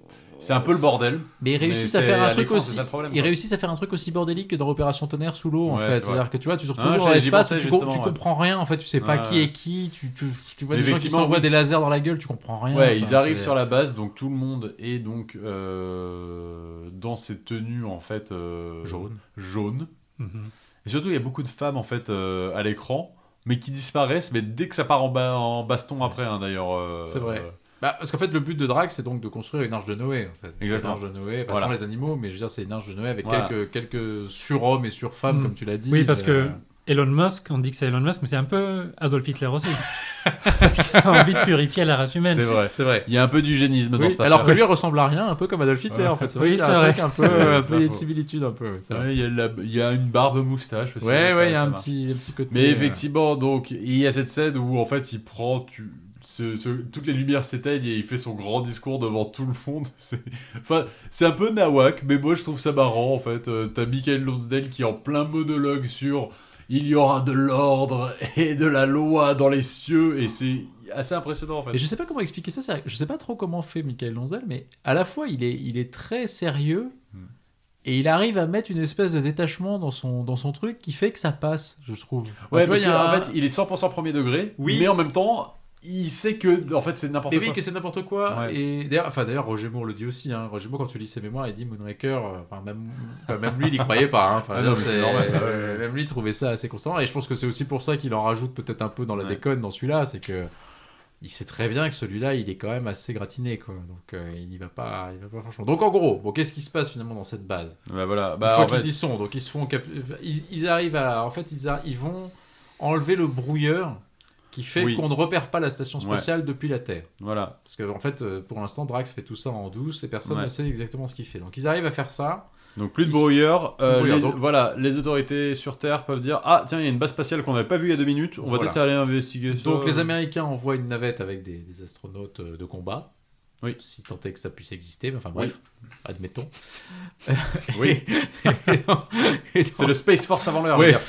Speaker 3: c'est un peu le bordel.
Speaker 4: Mais ils réussissent
Speaker 3: Mais
Speaker 4: à faire
Speaker 3: c'est-
Speaker 4: un
Speaker 3: à
Speaker 4: truc
Speaker 3: l'écran,
Speaker 4: aussi.
Speaker 3: c'est ça le problème,
Speaker 4: ils
Speaker 3: quoi.
Speaker 4: réussissent à faire un truc aussi bordélique que dans Opération Tonnerre sous l'eau en
Speaker 3: Ouais,
Speaker 4: fait.
Speaker 3: c'est
Speaker 4: C'est-à-dire que tu vois, tu te retrouves
Speaker 3: Ah,
Speaker 4: dans
Speaker 3: j'y
Speaker 4: l'espace,
Speaker 3: pensais,
Speaker 4: tu, com-
Speaker 3: justement,
Speaker 4: tu
Speaker 3: ouais.
Speaker 4: comprends rien en fait, tu sais pas
Speaker 3: Ouais,
Speaker 4: qui
Speaker 3: ouais.
Speaker 4: est qui, tu, tu, tu vois
Speaker 3: Mais
Speaker 4: des gens qui
Speaker 3: effectivement,
Speaker 4: s'envoient
Speaker 3: oui.
Speaker 4: des lasers dans la gueule, tu comprends rien.
Speaker 3: Ouais,
Speaker 4: Enfin,
Speaker 3: ils arrivent
Speaker 4: hein, c'est-
Speaker 3: sur la base, donc tout le monde est donc euh, dans ces tenues en fait euh,
Speaker 4: Jaune.
Speaker 3: jaunes.
Speaker 2: Mhm.
Speaker 3: Et surtout, il y a beaucoup de femmes en fait euh, à l'écran, mais qui disparaissent, mais dès que ça part en, ba- en baston après, hein, d'ailleurs. euh,
Speaker 4: C'est vrai.
Speaker 3: euh,
Speaker 4: Bah, parce qu'en fait, le but de Drax, c'est donc de construire une arche de Noé. En fait. C'est
Speaker 3: Exactement.
Speaker 4: Une arche de Noé, enfin,
Speaker 3: Voilà.
Speaker 4: sans les animaux, mais je veux dire, c'est une arche de Noé avec
Speaker 3: Voilà.
Speaker 4: quelques, quelques surhommes et surfemmes,
Speaker 2: Mm.
Speaker 4: comme tu l'as dit.
Speaker 2: Oui, parce
Speaker 4: Euh,
Speaker 2: que Elon Musk, on dit que c'est Elon Musk, mais c'est un peu Adolf Hitler aussi. parce qu'il a envie de purifier la race humaine. Bah,
Speaker 3: C'est vrai.
Speaker 4: C'est vrai.
Speaker 3: Il y a un peu du génisme dans
Speaker 4: Oui,
Speaker 3: cette
Speaker 4: alors que
Speaker 3: affaire.
Speaker 4: lui ressemble à rien, un peu comme Adolf Hitler en fait. C'est
Speaker 2: Oui,
Speaker 4: qu'il y a
Speaker 2: c'est
Speaker 4: un
Speaker 2: vrai.
Speaker 4: truc un peu, euh,
Speaker 3: C'est vrai,
Speaker 4: un
Speaker 3: c'est pas
Speaker 4: peu, il y a une
Speaker 3: faux.
Speaker 4: similitude un peu. ouais, c'est vrai.
Speaker 3: Ouais, il, y a la- il y a une barbe moustache aussi.
Speaker 4: Ouais,
Speaker 3: ça-
Speaker 4: ouais, il y a
Speaker 3: ça
Speaker 4: un
Speaker 3: marche.
Speaker 4: petit, un petit côté.
Speaker 3: Mais
Speaker 4: euh,
Speaker 3: effectivement, donc, il y a cette scène où en fait il prend tu- ce- ce- toutes les lumières s'éteignent et il fait son grand discours devant tout le monde. C'est enfin, c'est un peu nawak, mais moi je trouve ça marrant en fait. Euh, T'as Michael Lonsdale qui est en plein monologue sur il y aura de l'ordre et de la loi dans les cieux et c'est assez impressionnant en fait.
Speaker 4: Et je sais pas comment expliquer ça, c'est vrai que je sais pas trop comment fait Michael Lonzel, mais à la fois il est, il est très sérieux
Speaker 3: Mm.
Speaker 4: et il arrive à mettre une espèce de détachement dans son, dans son truc qui fait que ça passe, je trouve.
Speaker 3: Ouais,
Speaker 4: Tu vois,
Speaker 3: parce
Speaker 4: il y a
Speaker 3: qu'en
Speaker 4: un-
Speaker 3: fait il est 100% premier degré,
Speaker 4: Oui.
Speaker 3: mais en même temps il sait que en fait c'est n'importe
Speaker 4: Et
Speaker 3: quoi.
Speaker 4: Eh oui, que c'est n'importe quoi.
Speaker 3: Ouais.
Speaker 4: Et d'ailleurs, enfin, d'ailleurs, Roger Moore le dit aussi. Hein. Roger Moore, quand tu lis ses mémoires, il dit Moonraker. euh, enfin, même, enfin, même lui, il y croyait pas. hein. Enfin,
Speaker 3: Ah non, mais
Speaker 4: c'est-
Speaker 3: c'est normal.
Speaker 4: euh, Même lui, il trouvait ça assez constant. Et je pense que c'est aussi pour ça qu'il en rajoute peut-être un peu dans la
Speaker 3: Ouais.
Speaker 4: déconne dans celui-là. C'est que il sait très bien que celui-là, il est quand même assez gratiné, quoi. Donc, euh, il n'y va pas, il va pas franchement. Donc, en gros, bon, qu'est-ce qui se passe finalement dans cette base
Speaker 3: Bah voilà,
Speaker 4: Une
Speaker 3: bah,
Speaker 4: fois
Speaker 3: en fait-
Speaker 4: qu'ils y sont, donc ils se font, cap- ils, ils arrivent à, en fait, ils, a- ils vont enlever le brouilleur qui fait
Speaker 3: Oui.
Speaker 4: qu'on ne repère pas la station
Speaker 3: Ouais.
Speaker 4: spatiale depuis la Terre.
Speaker 3: voilà.
Speaker 4: Parce que en fait, euh, pour l'instant, Drax fait tout ça en douce et personne
Speaker 3: Ouais.
Speaker 4: ne sait exactement ce qu'il fait. Donc ils arrivent à faire ça.
Speaker 3: Donc plus de
Speaker 4: Ils-
Speaker 3: brouilleur. euh,
Speaker 4: brouilleur,
Speaker 3: les-
Speaker 4: donc-
Speaker 3: Voilà, les autorités sur Terre peuvent dire ah tiens il y a une base spatiale qu'on n'avait pas vue il y a deux minutes. On va
Speaker 4: Voilà.
Speaker 3: peut-être aller investiguer ça.
Speaker 4: Donc les Américains envoient une navette avec des, des astronautes euh, de combat.
Speaker 3: Oui.
Speaker 4: Si tant est que ça puisse exister, mais enfin
Speaker 3: Oui.
Speaker 4: bref, admettons.
Speaker 3: Oui.
Speaker 4: Et
Speaker 3: C'est le Space Force avant l'heure.
Speaker 4: Ouais.
Speaker 3: les gars.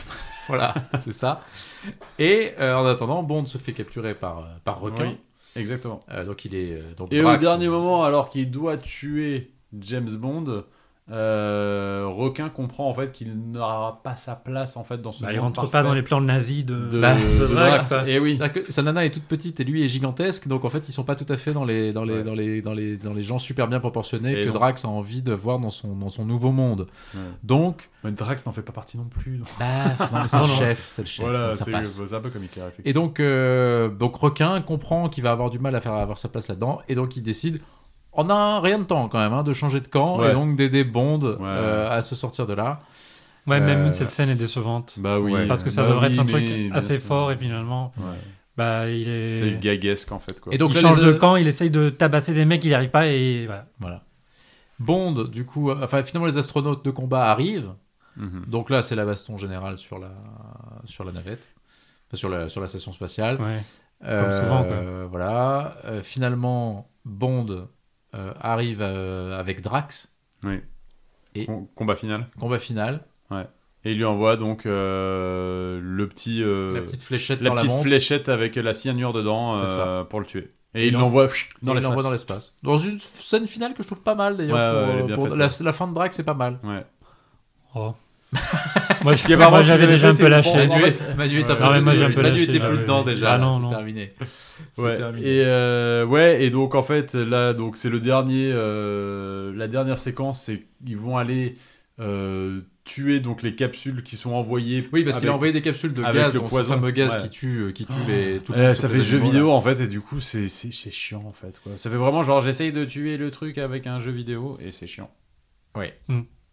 Speaker 4: Voilà, c'est ça. Et euh, en attendant, Bond se fait capturer par, euh, par requin.
Speaker 3: Oui, Exactement.
Speaker 4: Euh, donc il est. euh, donc
Speaker 3: Et
Speaker 4: Drax,
Speaker 3: au dernier
Speaker 4: il-
Speaker 3: moment alors qu'il doit tuer James Bond. euh, Requin comprend en fait qu'il n'aura pas sa place en fait dans ce
Speaker 2: Bah, il
Speaker 3: monde
Speaker 2: rentre pas
Speaker 3: parfait
Speaker 2: dans les plans nazis de,
Speaker 3: de,
Speaker 4: Bah,
Speaker 3: de
Speaker 4: de
Speaker 2: Drax,
Speaker 3: Drax.
Speaker 2: quoi.
Speaker 3: Et oui.
Speaker 4: C'est-à-dire que sa nana est toute petite et lui est gigantesque, donc en fait ils sont pas tout à fait dans les, dans les,
Speaker 3: Ouais.
Speaker 4: dans les, dans les, dans les gens super bien proportionnés
Speaker 3: Et
Speaker 4: que
Speaker 3: non.
Speaker 4: Drax a envie de voir dans son, dans son nouveau monde.
Speaker 3: Ouais.
Speaker 4: Donc,
Speaker 3: Mais Drax n'en fait pas partie non plus. donc.
Speaker 4: Bah, non, mais c'est le
Speaker 2: Non, non.
Speaker 4: chef, c'est le chef,
Speaker 3: Voilà,
Speaker 4: donc ça
Speaker 3: c'est
Speaker 4: passe.
Speaker 3: c'est un peu comme Hitler, effectivement.
Speaker 4: Et donc, euh, donc Requin comprend qu'il va avoir du mal à faire à avoir sa place là-dedans, et donc il décide, en un rien de temps quand même, hein, de changer de camp,
Speaker 3: Ouais.
Speaker 4: et donc d'aider Bond
Speaker 3: Ouais.
Speaker 4: euh, à se sortir de là.
Speaker 2: Ouais, même
Speaker 4: Euh,
Speaker 2: cette scène est décevante.
Speaker 3: Bah oui.
Speaker 4: Ouais.
Speaker 2: Parce que ça
Speaker 3: Bah
Speaker 2: devrait
Speaker 3: oui,
Speaker 2: être un truc
Speaker 3: mais-
Speaker 2: assez
Speaker 3: bien sûr.
Speaker 2: fort et finalement,
Speaker 3: Ouais.
Speaker 2: bah, il est.
Speaker 3: C'est gaguesque en fait quoi.
Speaker 4: Et donc
Speaker 2: il
Speaker 4: là,
Speaker 2: change
Speaker 4: les-
Speaker 2: de camp, il essaye de tabasser des mecs, il n'y arrive pas et voilà.
Speaker 4: Voilà. Bond, du coup, euh, enfin finalement les astronautes de combat arrivent,
Speaker 3: Mhm.
Speaker 4: Donc là, c'est la baston générale sur la, sur la navette, Enfin, sur, la, sur la station spatiale. Euh,
Speaker 2: Ouais. Comme souvent, quoi.
Speaker 4: Voilà. Euh, finalement, Bond euh, arrive euh, avec Drax,
Speaker 3: Com- Combat final.
Speaker 4: combat final.
Speaker 3: Et il lui envoie donc euh, le petit, euh,
Speaker 4: la petite fléchette
Speaker 3: la
Speaker 4: dans
Speaker 3: petite
Speaker 4: la montre.
Speaker 3: fléchette avec la cyanure dedans
Speaker 4: C'est
Speaker 3: euh, pour le tuer. Et,
Speaker 4: Et
Speaker 3: il
Speaker 4: il
Speaker 3: l'envoie pff,
Speaker 4: Et
Speaker 3: dans
Speaker 4: il
Speaker 3: l'espace.
Speaker 4: l'envoie dans l'espace. Dans une scène finale que je trouve pas mal d'ailleurs.
Speaker 3: Ouais, ouais,
Speaker 4: pour-
Speaker 3: elle est bien
Speaker 4: pour-
Speaker 3: faite,
Speaker 4: la, la fin de Drax, c'est pas mal.
Speaker 3: Ouais.
Speaker 2: Oh. moi,
Speaker 3: qui est
Speaker 2: je-
Speaker 3: marrant,
Speaker 2: moi,
Speaker 3: c'est
Speaker 2: j'avais
Speaker 3: que
Speaker 2: déjà un
Speaker 3: c'est
Speaker 2: peu
Speaker 3: le
Speaker 2: lâché.
Speaker 3: bon-
Speaker 4: Manu,
Speaker 3: Ouais.
Speaker 4: était
Speaker 3: Non, mais
Speaker 2: moi, j'ai un peu
Speaker 4: Manu
Speaker 2: lâché,
Speaker 4: était plus
Speaker 2: là,
Speaker 4: dedans
Speaker 2: oui.
Speaker 4: déjà.
Speaker 2: Ah, non,
Speaker 4: c'est
Speaker 2: non.
Speaker 4: terminé. C'est
Speaker 3: Ouais.
Speaker 4: terminé.
Speaker 3: Et euh, ouais. Et donc en fait là donc c'est le dernier, euh, la dernière séquence, c'est ils vont aller euh, tuer donc les capsules qui sont envoyées.
Speaker 4: Oui, parce qu'il a
Speaker 3: avec-
Speaker 4: envoyé des capsules de
Speaker 3: avec
Speaker 4: gaz,
Speaker 3: le
Speaker 4: donc
Speaker 3: poison.
Speaker 4: ce fameux gaz
Speaker 3: Ouais.
Speaker 4: qui tue, euh, qui tue les. tout le
Speaker 3: Euh,
Speaker 4: monde hein.
Speaker 3: ça
Speaker 4: sur
Speaker 3: fait
Speaker 4: ces
Speaker 3: jeu
Speaker 4: animaux-là.
Speaker 3: vidéo en fait et du coup c'est c'est- c'est chiant en fait quoi. Ça fait vraiment genre j'essaye de tuer le truc avec un jeu vidéo et c'est chiant.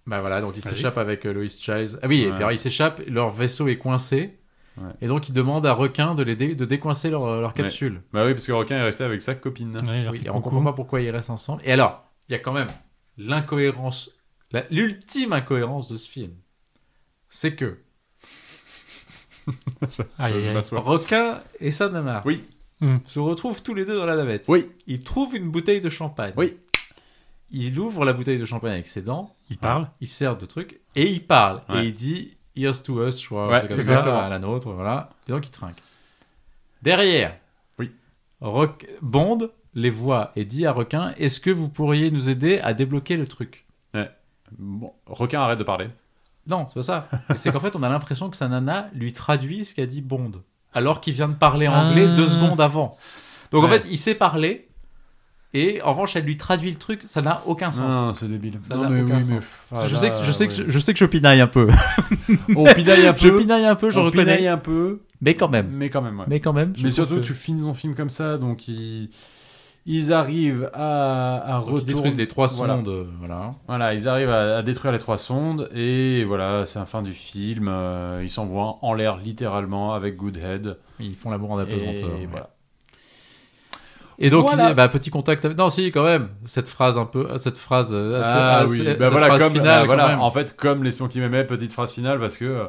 Speaker 4: Bah voilà, donc ils
Speaker 2: Vas-y.
Speaker 4: s'échappent avec euh, Lois Childs. Ah oui, et
Speaker 3: Ouais.
Speaker 4: puis alors ils s'échappent, leur vaisseau est coincé.
Speaker 3: Ouais.
Speaker 4: Et donc ils demandent à Requin de, les dé- de décoincer leur, leur capsule.
Speaker 3: Bah oui parce que Requin est resté avec sa copine.
Speaker 2: Ouais, il leur
Speaker 4: Oui,
Speaker 2: fait
Speaker 4: et on
Speaker 2: coucou.
Speaker 4: comprend pas pourquoi ils restent ensemble. Et alors, il y a quand même l'incohérence, la- l'ultime incohérence de ce film, c'est que
Speaker 2: Aïe, aïe,
Speaker 3: Euh, Je
Speaker 2: aïe.
Speaker 3: m'assois.
Speaker 4: Roquin et sa nana
Speaker 3: Oui.
Speaker 2: Mm.
Speaker 4: se retrouvent tous les deux dans la navette.
Speaker 3: Oui.
Speaker 4: Ils trouvent une bouteille de champagne.
Speaker 3: Oui.
Speaker 4: Il ouvre la bouteille de champagne avec ses dents,
Speaker 2: Il parle.
Speaker 4: il sert de trucs et il parle.
Speaker 3: Ouais.
Speaker 4: Et il dit Here's to us, je crois,
Speaker 3: Ouais,
Speaker 4: un truc comme
Speaker 2: c'est
Speaker 4: ça,
Speaker 2: ça.
Speaker 4: à la nôtre, voilà. Et donc il trinque. Derrière,
Speaker 3: Oui.
Speaker 4: Rock- Bond les voit et dit à Requin Est-ce que vous pourriez nous aider à débloquer le truc
Speaker 3: Bon, requin, arrête de parler.
Speaker 4: Non, c'est pas ça. Mais c'est qu'en fait, on a l'impression que sa nana lui traduit ce qu'a dit Bond, alors qu'il vient de parler anglais
Speaker 2: Ah.
Speaker 4: deux secondes avant. Donc en
Speaker 3: Ouais.
Speaker 4: fait, il sait parler, et en revanche, elle lui traduit le truc, ça n'a aucun sens.
Speaker 3: c'est débile.
Speaker 4: Ça n'a aucun ah sens.
Speaker 3: enfin,
Speaker 4: je,
Speaker 3: là,
Speaker 4: sais que, je, sais que,
Speaker 3: Ah. ouais.
Speaker 4: je sais que je pinaille un peu.
Speaker 3: On pinaille un
Speaker 4: je
Speaker 3: peu.
Speaker 4: pinaille un peu, je
Speaker 3: on
Speaker 4: reconnais.
Speaker 3: pinaille un peu,
Speaker 4: Mais quand même.
Speaker 3: mais quand même. ouais.
Speaker 4: Mais quand même. je
Speaker 3: Mais
Speaker 4: trouve
Speaker 3: surtout,
Speaker 4: que-
Speaker 3: tu finis ton film comme ça, donc ils, ils arrivent à, à
Speaker 4: Donc, ils
Speaker 3: retourner.
Speaker 4: détruisent les trois
Speaker 3: Voilà.
Speaker 4: sondes. euh, Voilà.
Speaker 3: Voilà, ils arrivent à, à détruire les trois sondes, et voilà, c'est la fin du film. euh, ils s'envoient en l'air littéralement avec Goodhead.
Speaker 4: Ils font l'amour en
Speaker 3: Et,
Speaker 4: apesanteur. euh, ouais.
Speaker 3: voilà.
Speaker 4: Et donc,
Speaker 3: Voilà.
Speaker 4: il- bah, petit contact. avec- Non, si, quand même. Cette phrase un peu. Cette phrase. euh, assez-
Speaker 3: Ah
Speaker 4: assez-
Speaker 3: oui,
Speaker 4: cette
Speaker 3: bah voilà,
Speaker 4: phrase
Speaker 3: comme,
Speaker 4: finale,
Speaker 3: bah
Speaker 4: quand
Speaker 3: voilà
Speaker 4: même.
Speaker 3: en fait, comme l'espion qui m'aimait, petite phrase finale, parce que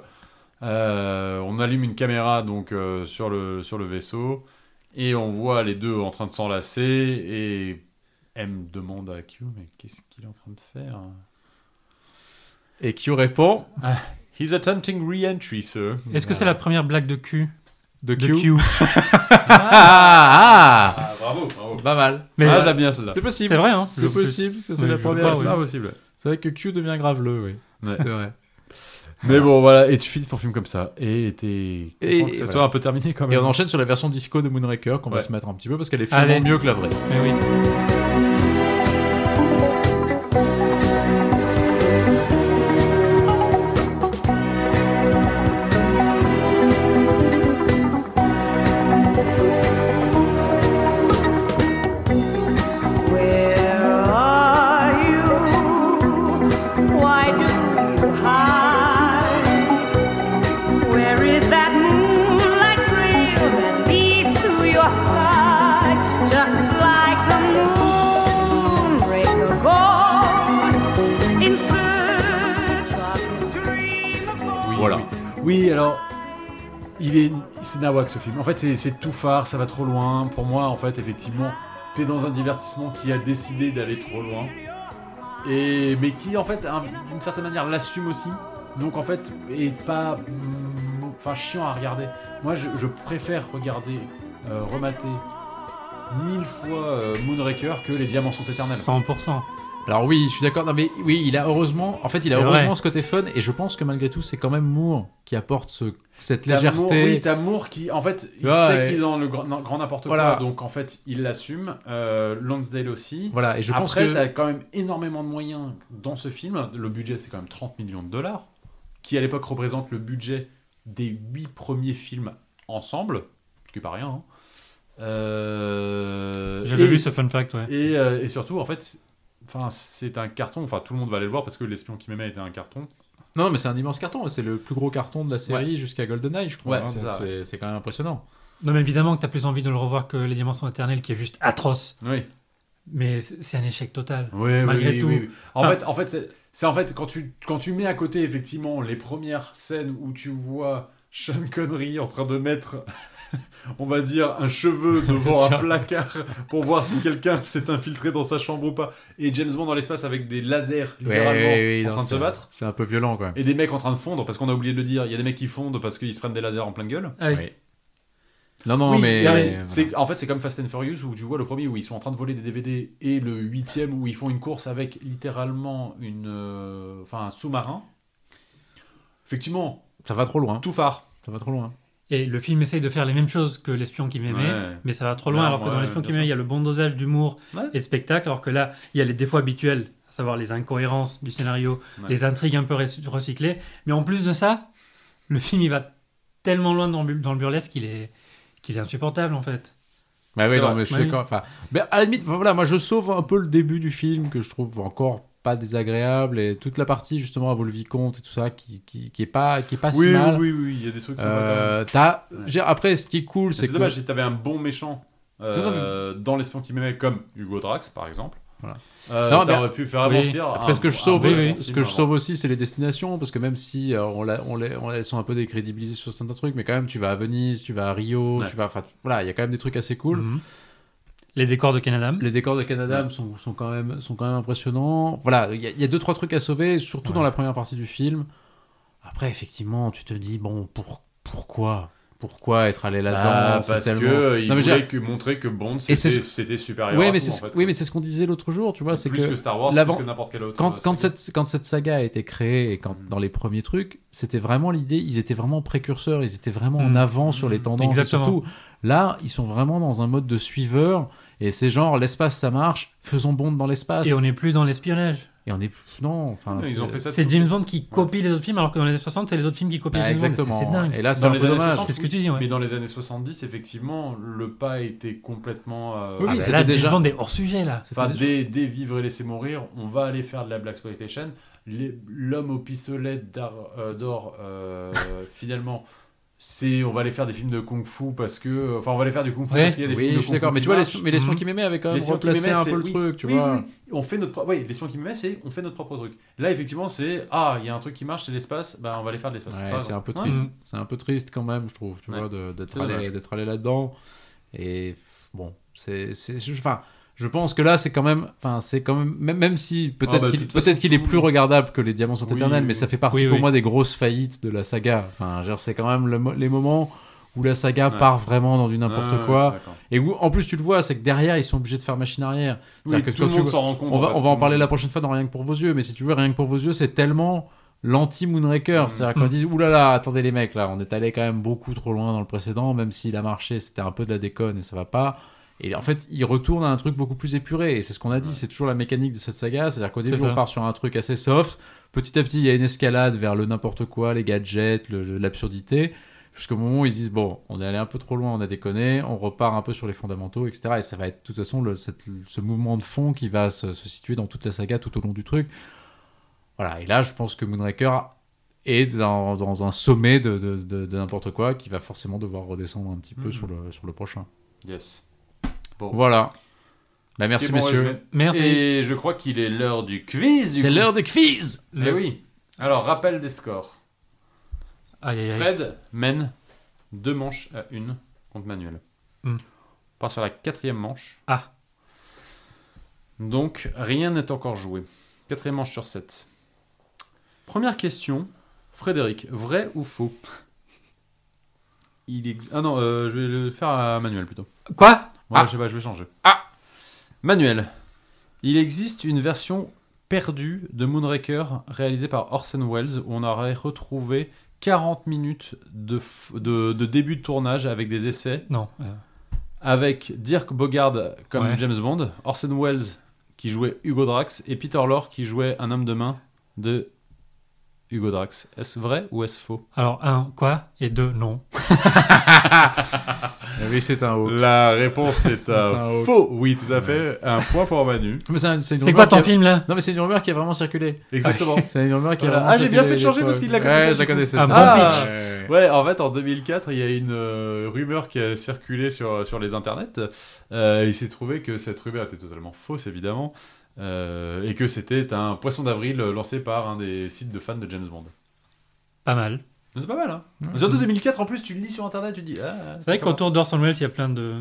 Speaker 3: euh, on allume une caméra donc euh, sur, le, sur le vaisseau, et on voit les deux en train de s'enlacer, et M demande à Q, mais qu'est-ce qu'il est en train de faire
Speaker 4: Et Q répond
Speaker 3: He's attempting re-entry, sir.
Speaker 2: Est-ce que c'est la première blague de cul
Speaker 4: de
Speaker 2: de
Speaker 4: Q.
Speaker 2: Q
Speaker 4: Ah, ah,
Speaker 3: Ah, bravo, bravo.
Speaker 4: Pas mal.
Speaker 2: Mais
Speaker 3: ah,
Speaker 2: euh,
Speaker 3: je l'aime bien celle-là.
Speaker 4: C'est
Speaker 2: c'est
Speaker 4: possible.
Speaker 2: vrai, hein
Speaker 4: C'est possible. parce que C'est
Speaker 2: Oui,
Speaker 4: la
Speaker 2: je
Speaker 4: première.
Speaker 2: crois,
Speaker 4: c'est
Speaker 2: oui.
Speaker 4: pas-
Speaker 3: possible.
Speaker 4: C'est vrai que Q devient graveleux, oui.
Speaker 3: Ouais.
Speaker 4: C'est vrai.
Speaker 3: Mais bon, voilà, et tu finis ton film comme ça, et t'es
Speaker 4: Et-
Speaker 3: content que
Speaker 4: et
Speaker 3: ça
Speaker 4: voilà.
Speaker 3: soit un peu terminé quand
Speaker 4: Et
Speaker 3: même.
Speaker 4: on enchaîne sur la version disco de Moonraker qu'on va
Speaker 3: Ouais.
Speaker 4: se mettre un petit peu parce qu'elle est finalement
Speaker 2: Allez.
Speaker 4: mieux que la vraie.
Speaker 2: Mais oui.
Speaker 5: Where are you? Why do you hide? Where is that moonlight trail that leads to your side? Just like the moonraker goes in search of his dream abode.
Speaker 3: Voilà. Oui, alors, il est, c'est nawak ce film. En fait, c'est- c'est tout phare, ça va trop loin. Pour moi, en fait, effectivement, t'es dans un divertissement qui a décidé d'aller trop loin, et mais qui, en fait, un- d'une certaine manière, l'assume aussi. Donc, en fait, est pas, mm, enfin, chiant à regarder. Moi, je, je préfère regarder, euh, remater mille fois euh, Moonraker que Les Diamants sont éternels.
Speaker 2: 100%.
Speaker 4: Alors oui, je suis d'accord. Non mais oui, il a heureusement, en fait, il a
Speaker 2: C'est
Speaker 4: heureusement
Speaker 2: vrai.
Speaker 4: ce côté fun et je pense que malgré tout, c'est quand même Moore qui apporte ce- cette
Speaker 3: T'as
Speaker 4: légèreté.
Speaker 3: Moore- oui, t'as Moore qui, en fait, il
Speaker 4: vois,
Speaker 3: sait
Speaker 4: et-
Speaker 3: qu'il est dans le grand, dans le grand n'importe
Speaker 4: Voilà.
Speaker 3: quoi, donc en fait, il l'assume. Euh, Lonsdale aussi.
Speaker 4: Voilà, et je pense
Speaker 3: Après,
Speaker 4: que
Speaker 3: t'as quand même énormément de moyens dans ce film. Le budget, c'est quand même 30 millions de dollars, qui à l'époque représente le budget des 8 premiers films ensemble, ce qui est pas rien. hein. Euh,
Speaker 2: J'avais
Speaker 3: et-
Speaker 2: vu ce fun fact, ouais.
Speaker 3: et, euh, et surtout, en fait, enfin, c'est un carton. Enfin, tout le monde va aller le voir parce que L'espion qui m'aimait était un carton.
Speaker 4: non, mais c'est un immense carton. C'est le plus gros carton de la série jusqu'à GoldenEye, je crois.
Speaker 3: Ouais,
Speaker 4: hein,
Speaker 3: c'est
Speaker 4: donc
Speaker 3: ça,
Speaker 4: C'est quand même impressionnant.
Speaker 2: Non, mais évidemment que t'as plus envie de le revoir que Les Diamants sont éternels, qui est juste atroce.
Speaker 3: Oui.
Speaker 2: Mais c'est c'est un échec total.
Speaker 3: Oui,
Speaker 2: Malgré
Speaker 3: oui,
Speaker 2: tout.
Speaker 3: oui, oui. En
Speaker 2: Enfin-
Speaker 3: fait, en fait, c'est- c'est en fait quand tu quand tu mets à côté effectivement les premières scènes où tu vois Sean Connery en train de mettre on va dire un cheveu devant un placard pour voir si quelqu'un s'est infiltré dans sa chambre ou pas et James Bond dans l'espace avec des lasers littéralement en train de se battre
Speaker 4: C'est un peu violent quand même.
Speaker 3: et des mecs en train de fondre parce qu'on a oublié de le dire, il y a des mecs qui fondent parce qu'ils se prennent des lasers en pleine gueule.
Speaker 2: Ah oui.
Speaker 4: Oui. Non, non,
Speaker 3: Oui,
Speaker 4: mais
Speaker 3: et, euh, c'est- en fait, c'est comme Fast and Furious où tu vois le premier où ils sont en train de voler des DVD et le huitième où ils font une course avec littéralement une, euh, enfin un sous-marin. Effectivement,
Speaker 4: ça va trop loin. hein.
Speaker 3: tout phare.
Speaker 4: Ça va trop loin. hein.
Speaker 2: Et le film essaye de faire les mêmes choses que L'espion
Speaker 4: Eh
Speaker 2: qui m'aimait,
Speaker 3: Ouais.
Speaker 4: ben,
Speaker 2: mais ça va trop loin.
Speaker 3: Non,
Speaker 2: alors que dans
Speaker 3: ouais,
Speaker 2: L'espion
Speaker 3: bien
Speaker 2: qui m'aimait,
Speaker 3: sûr.
Speaker 2: il y a le bon dosage d'humour
Speaker 3: Ouais.
Speaker 2: et de spectacle, alors que là, il y a les défauts habituels, à savoir les incohérences du scénario,
Speaker 3: Ouais.
Speaker 2: les intrigues un peu res- recyclées. Mais en plus de ça, le film, il va tellement loin dans le, bu- dans le burlesque qu'il est, qu'il est insupportable, en fait.
Speaker 4: Bah oui,
Speaker 3: C'est
Speaker 4: non,
Speaker 3: vrai.
Speaker 4: mais je
Speaker 2: Oui.
Speaker 4: suis d'accord. Enfin, ben, à la limite, voilà, moi je sauve un peu le début du film que je trouve encore pas désagréable et toute la partie justement à le vicomte et tout ça qui, qui, qui est pas, qui est pas si mal.
Speaker 3: oui, oui, il y a des trucs. sympas quand même.
Speaker 4: Euh, t'as-
Speaker 3: Ouais.
Speaker 4: j'ai- Après, ce qui est cool,
Speaker 3: C'est
Speaker 4: c'est que.
Speaker 3: dommage, si t'avais un bon méchant euh, dans l'espion qui m'aimait comme Hugo Drax par exemple. Euh,
Speaker 4: Non,
Speaker 3: ça
Speaker 4: mais-
Speaker 3: aurait pu faire
Speaker 4: Oui.
Speaker 3: amortir.
Speaker 4: Après,
Speaker 3: un-
Speaker 4: ce que je
Speaker 3: un
Speaker 4: sauve,
Speaker 3: Ah, bon
Speaker 2: oui,
Speaker 3: film
Speaker 4: ce que je
Speaker 3: avant.
Speaker 4: sauve aussi, c'est les destinations, parce que même si euh, on l'a- on les- on- elles sont un peu décrédibilisées sur certains trucs, mais quand même, tu vas à Venise, tu vas à Rio,
Speaker 3: Ouais. Mm.
Speaker 4: tu vas, enfin, tu- voilà, il y a quand même des trucs assez cool.
Speaker 2: Mhm. Les décors de Canada.
Speaker 4: Les décors de Canada sont, sont quand même sont quand même impressionnants. Voilà, il y, a- il y a deux trois trucs à sauver, surtout dans la première partie du film. Après, effectivement, tu te dis bon, pour pourquoi, pourquoi être allé là-dedans
Speaker 3: Ah,
Speaker 4: C'est
Speaker 3: parce
Speaker 4: tellement-
Speaker 3: que il
Speaker 4: Non, mais je veux
Speaker 3: voulait
Speaker 4: dire-
Speaker 3: que, montrer que Bond
Speaker 4: Et
Speaker 3: c'était
Speaker 4: c'est-
Speaker 3: c'était supérieur.
Speaker 4: Ouais,
Speaker 3: à
Speaker 4: mais
Speaker 3: tout,
Speaker 4: c'est
Speaker 3: en
Speaker 4: ce-
Speaker 3: fait,
Speaker 4: oui, mais c'est ce qu'on disait l'autre jour, tu vois, c'est
Speaker 3: plus que,
Speaker 4: que
Speaker 3: Star Wars,
Speaker 4: l'avant-
Speaker 3: plus que n'importe quelle autre.
Speaker 4: quand, quand,
Speaker 3: saga. Mm.
Speaker 4: cette, quand cette saga a été créée et quand dans les premiers trucs, c'était vraiment l'idée, ils étaient vraiment précurseurs, ils étaient vraiment en
Speaker 2: Mm.
Speaker 4: avant sur les tendances. et
Speaker 2: Exactement.
Speaker 4: surtout, là, ils sont vraiment dans un mode de suiveur et c'est genre l'espace ça marche, faisons Bond dans l'espace.
Speaker 2: Et on n'est plus dans l'espionnage.
Speaker 4: Et on est pff, non, enfin
Speaker 3: Ils
Speaker 4: c'est-
Speaker 3: ont fait ça.
Speaker 2: C'est
Speaker 3: tout-
Speaker 2: James Bond qui copie les autres films, alors que dans les années 60, c'est les autres films qui copient
Speaker 4: Bah,
Speaker 2: les James Bond. C'est-
Speaker 4: exactement.
Speaker 2: C'est dingue.
Speaker 4: Et là, c'est
Speaker 3: Dans
Speaker 4: un
Speaker 3: les
Speaker 4: peu
Speaker 3: années
Speaker 4: dommage.
Speaker 3: 60,
Speaker 2: C'est ce que tu dis, ouais.
Speaker 3: Mais dans les années 70, effectivement, le pas était complètement. euh,
Speaker 4: Oui,
Speaker 2: Ah,
Speaker 4: oui,
Speaker 2: bah
Speaker 4: c'était
Speaker 2: là,
Speaker 4: déjà-
Speaker 2: James Bond est hors sujet, là.
Speaker 4: C'était
Speaker 3: Enfin,
Speaker 4: déjà-
Speaker 3: dès, dès Vivre et Laisser Mourir, on va aller faire de la Black Exploitation. L'homme au pistolet d'ar- euh, d'or, euh, finalement, c'est on va aller faire des films de kung-fu parce que. Enfin, on va aller faire du kung-fu
Speaker 2: Ouais.
Speaker 3: parce qu'il y a des
Speaker 4: Oui,
Speaker 3: films de
Speaker 4: je suis d'accord,
Speaker 3: kung-fu
Speaker 4: mais
Speaker 3: qui
Speaker 4: tu vois, les,
Speaker 3: marchent.
Speaker 4: mais les soins
Speaker 2: Mhm.
Speaker 4: qui m'aimaient avaient quand même
Speaker 3: Les soins qui
Speaker 4: replacé
Speaker 3: m'aimaient,
Speaker 4: un
Speaker 3: c'est-
Speaker 4: peu le
Speaker 3: oui,
Speaker 4: truc, tu
Speaker 3: oui,
Speaker 4: vois.
Speaker 3: oui, oui. On fait notre propre. Oui, les soins qui m'aimaient, c'est on fait notre propre truc. Là, effectivement, c'est ah, il y a un truc qui marche, c'est l'espace. Bah, on va aller faire de l'espace.
Speaker 4: Ouais,
Speaker 3: Par
Speaker 4: c'est un
Speaker 3: exemple.
Speaker 4: peu
Speaker 3: Ouais.
Speaker 4: triste. C'est un peu triste quand même, je trouve, tu
Speaker 3: Ouais.
Speaker 4: vois, de- d'être
Speaker 3: C'est
Speaker 4: allé,
Speaker 3: dommage.
Speaker 4: d'être allé là-dedans. Et bon, c'est, c'est, je- enfin, je pense que là, c'est quand même, enfin, c'est quand même, même, même si peut-être
Speaker 3: Ah bah, de
Speaker 4: qu'il,
Speaker 3: toute
Speaker 4: peut-être
Speaker 3: façon,
Speaker 4: qu'il est
Speaker 3: tout-
Speaker 4: plus regardable que les Diamants sont
Speaker 3: Oui,
Speaker 4: éternels,
Speaker 3: oui,
Speaker 4: mais
Speaker 3: oui.
Speaker 4: ça fait partie
Speaker 2: Oui,
Speaker 4: pour
Speaker 2: oui.
Speaker 4: moi des grosses faillites de la saga. Enfin, genre, c'est quand même le mo- les moments où la saga
Speaker 3: Ouais.
Speaker 4: part vraiment dans du
Speaker 3: Ouais,
Speaker 4: n'importe
Speaker 3: ouais,
Speaker 4: quoi.
Speaker 3: je suis d'accord.
Speaker 4: Et où, en plus, tu le vois, c'est que derrière, ils sont obligés de faire machine arrière.
Speaker 3: Oui,
Speaker 4: C'est-à-dire que
Speaker 3: tout
Speaker 4: quand
Speaker 3: le
Speaker 4: tu
Speaker 3: monde
Speaker 4: vois-
Speaker 3: s'en rend compte.
Speaker 4: on va,
Speaker 3: fait,
Speaker 4: on
Speaker 3: tout
Speaker 4: va en
Speaker 3: le
Speaker 4: parler
Speaker 3: monde.
Speaker 4: la prochaine fois dans Rien que pour vos yeux, mais si tu veux, Rien que pour vos yeux, c'est tellement l'anti-Moonraker.
Speaker 3: Mm.
Speaker 4: C'est-à-dire qu'on dit, oulala, attendez les mecs, là, on est allé quand même beaucoup trop loin dans le précédent, même s'il a marché, c'était un peu de la déconne et ça va pas. Et en fait, il retourne à un truc beaucoup plus épuré. Et c'est ce qu'on a dit, c'est toujours la mécanique de cette saga. C'est-à-dire qu'au début,
Speaker 2: ça.
Speaker 4: on part sur un truc assez soft. Petit à petit, il y a une escalade vers le n'importe quoi, les gadgets, le- le- l'absurdité. Jusqu'au moment où ils se disent, bon, on est allé un peu trop loin, on a déconné, on repart un peu sur les fondamentaux, etc. Et ça va être de toute façon le- cette- ce mouvement de fond qui va se, se situer dans toute la saga tout au long du truc. Voilà, et là, je pense que Moonraker est dans, dans un sommet de, de- de- de n'importe quoi qui va forcément devoir redescendre un petit peu
Speaker 3: Mhm.
Speaker 4: sur le, sur le prochain.
Speaker 3: Yes.
Speaker 4: Voilà. Bah, merci,
Speaker 3: Ok, bon résumé.
Speaker 4: messieurs.
Speaker 2: Merci.
Speaker 3: Et je crois qu'il est l'heure du quiz. du
Speaker 4: C'est
Speaker 3: coup.
Speaker 4: l'heure de quiz
Speaker 3: Eh oui. Alors, rappel des scores.
Speaker 2: Aïe, aïe, aïe.
Speaker 3: Fred mène deux manches à une contre Manuel.
Speaker 2: Hmm.
Speaker 3: On part sur la quatrième manche.
Speaker 2: Ah.
Speaker 3: Donc, rien n'est encore joué. Quatrième manche sur sept. Première question. Frédéric, vrai ou faux Il ex- Ah non, euh, je vais le faire à Manuel plutôt.
Speaker 2: Quoi
Speaker 3: Ouais,
Speaker 4: Ah.
Speaker 3: je sais pas, je vais changer. Ah Manuel, il existe une version perdue de Moonraker réalisée par Orson Welles où on aurait retrouvé 40 minutes de, f- de, de début de tournage avec des essais,
Speaker 2: Non. euh,
Speaker 3: avec Dirk Bogarde comme
Speaker 2: Ouais.
Speaker 3: James Bond, Orson Welles qui jouait Hugo Drax et Peter Lorre qui jouait un homme de main de Hugo Drax. Est-ce vrai ou est-ce faux
Speaker 2: Alors, un, quoi Et deux, non.
Speaker 4: Oui, c'est un hoax.
Speaker 3: La réponse est
Speaker 4: Un hoax. faux.
Speaker 3: Oui, tout à fait. Un point pour Manu.
Speaker 4: Mais c'est un- une
Speaker 2: C'est
Speaker 4: rumeur
Speaker 2: quoi ton
Speaker 4: qui a-
Speaker 2: film, là
Speaker 4: Non, mais c'est une rumeur qui a vraiment circulé.
Speaker 3: Exactement.
Speaker 4: C'est une rumeur qui a
Speaker 3: Voilà.
Speaker 4: vraiment
Speaker 3: Ah, j'ai bien
Speaker 4: circulé
Speaker 3: fait de changer
Speaker 4: à
Speaker 3: parce
Speaker 4: l'époque.
Speaker 3: qu'il la connaissait,
Speaker 4: Ouais,
Speaker 3: du
Speaker 4: je la
Speaker 3: coup.
Speaker 4: connaissais.
Speaker 2: Un
Speaker 4: ça.
Speaker 2: bon
Speaker 3: Ah. pitch.
Speaker 4: Ouais, ouais.
Speaker 3: Ouais, en fait, en 2004, il y a une euh, rumeur qui a circulé sur, sur les internets. Euh, il s'est trouvé que cette rumeur était totalement fausse, évidemment, euh, et que c'était un poisson d'avril lancé par un des sites de fans de James Bond.
Speaker 2: Pas mal.
Speaker 3: Mais C'est pas mal, hein Surtout 2004, en plus, tu le lis sur internet, tu dis. Ah,
Speaker 2: C'est vrai qu'autour d'Orson Welles, il y a plein de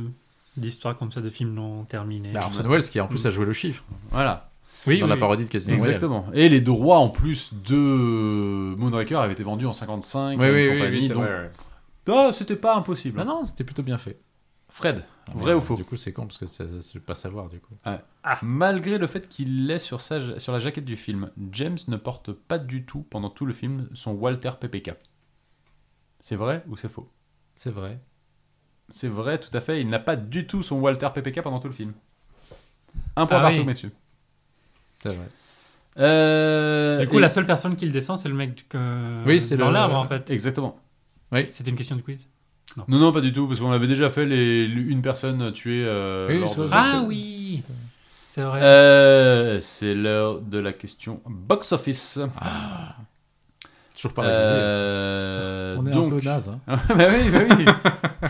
Speaker 2: d'histoires comme ça, de films non terminés.
Speaker 4: Bah, Orson Welles qui en plus a joué le chiffre
Speaker 3: Voilà,
Speaker 2: oui,
Speaker 4: dans
Speaker 2: oui,
Speaker 4: la
Speaker 2: oui.
Speaker 4: parodie de Casino Royale.
Speaker 3: exactement. Et les droits en plus de Moonraker avaient été vendus en 55
Speaker 4: Oui,
Speaker 3: à une
Speaker 4: oui, oui,
Speaker 3: compagnie,
Speaker 4: oui, c'est
Speaker 3: donc
Speaker 4: vrai, ouais.
Speaker 3: Ah, c'était pas impossible.
Speaker 4: Non, non, c'était plutôt bien fait.
Speaker 3: Fred,
Speaker 4: Ah,
Speaker 3: vrai
Speaker 4: mais,
Speaker 3: ou
Speaker 4: euh,
Speaker 3: faux
Speaker 4: Du coup, c'est con parce que ça, ça, je vais pas savoir du coup.
Speaker 3: Malgré le fait qu'il l'ait sur, sa- sur la jaquette du film, James ne porte pas du tout, pendant tout le film, son Walter PPK. C'est vrai ou c'est faux
Speaker 4: C'est vrai.
Speaker 3: C'est vrai, tout à fait. Il n'a pas du tout son Walter PPK pendant tout le film. Un point
Speaker 2: Ah
Speaker 3: partout,
Speaker 2: oui.
Speaker 3: messieurs.
Speaker 4: C'est vrai.
Speaker 3: Euh,
Speaker 2: Du coup,
Speaker 3: et-
Speaker 2: la seule personne qui le descend, c'est le mec que...
Speaker 4: Oui, c'est
Speaker 2: dans
Speaker 4: le-
Speaker 2: l'arbre, en fait.
Speaker 3: Exactement.
Speaker 2: C'était une question de quiz.
Speaker 3: Non, non, pas du tout, parce qu'on avait déjà fait les, une personne tuée. euh,
Speaker 4: Oui,
Speaker 3: lors
Speaker 4: c'est
Speaker 3: de-
Speaker 4: vrai,
Speaker 2: Ah oui C'est vrai.
Speaker 4: Ah,
Speaker 3: Euh, c'est l'heure de la question box office.
Speaker 4: Toujours pas révisé.
Speaker 3: Euh,
Speaker 4: On est
Speaker 3: donc,
Speaker 4: un peu naze. hein.
Speaker 3: bah oui, bah oui.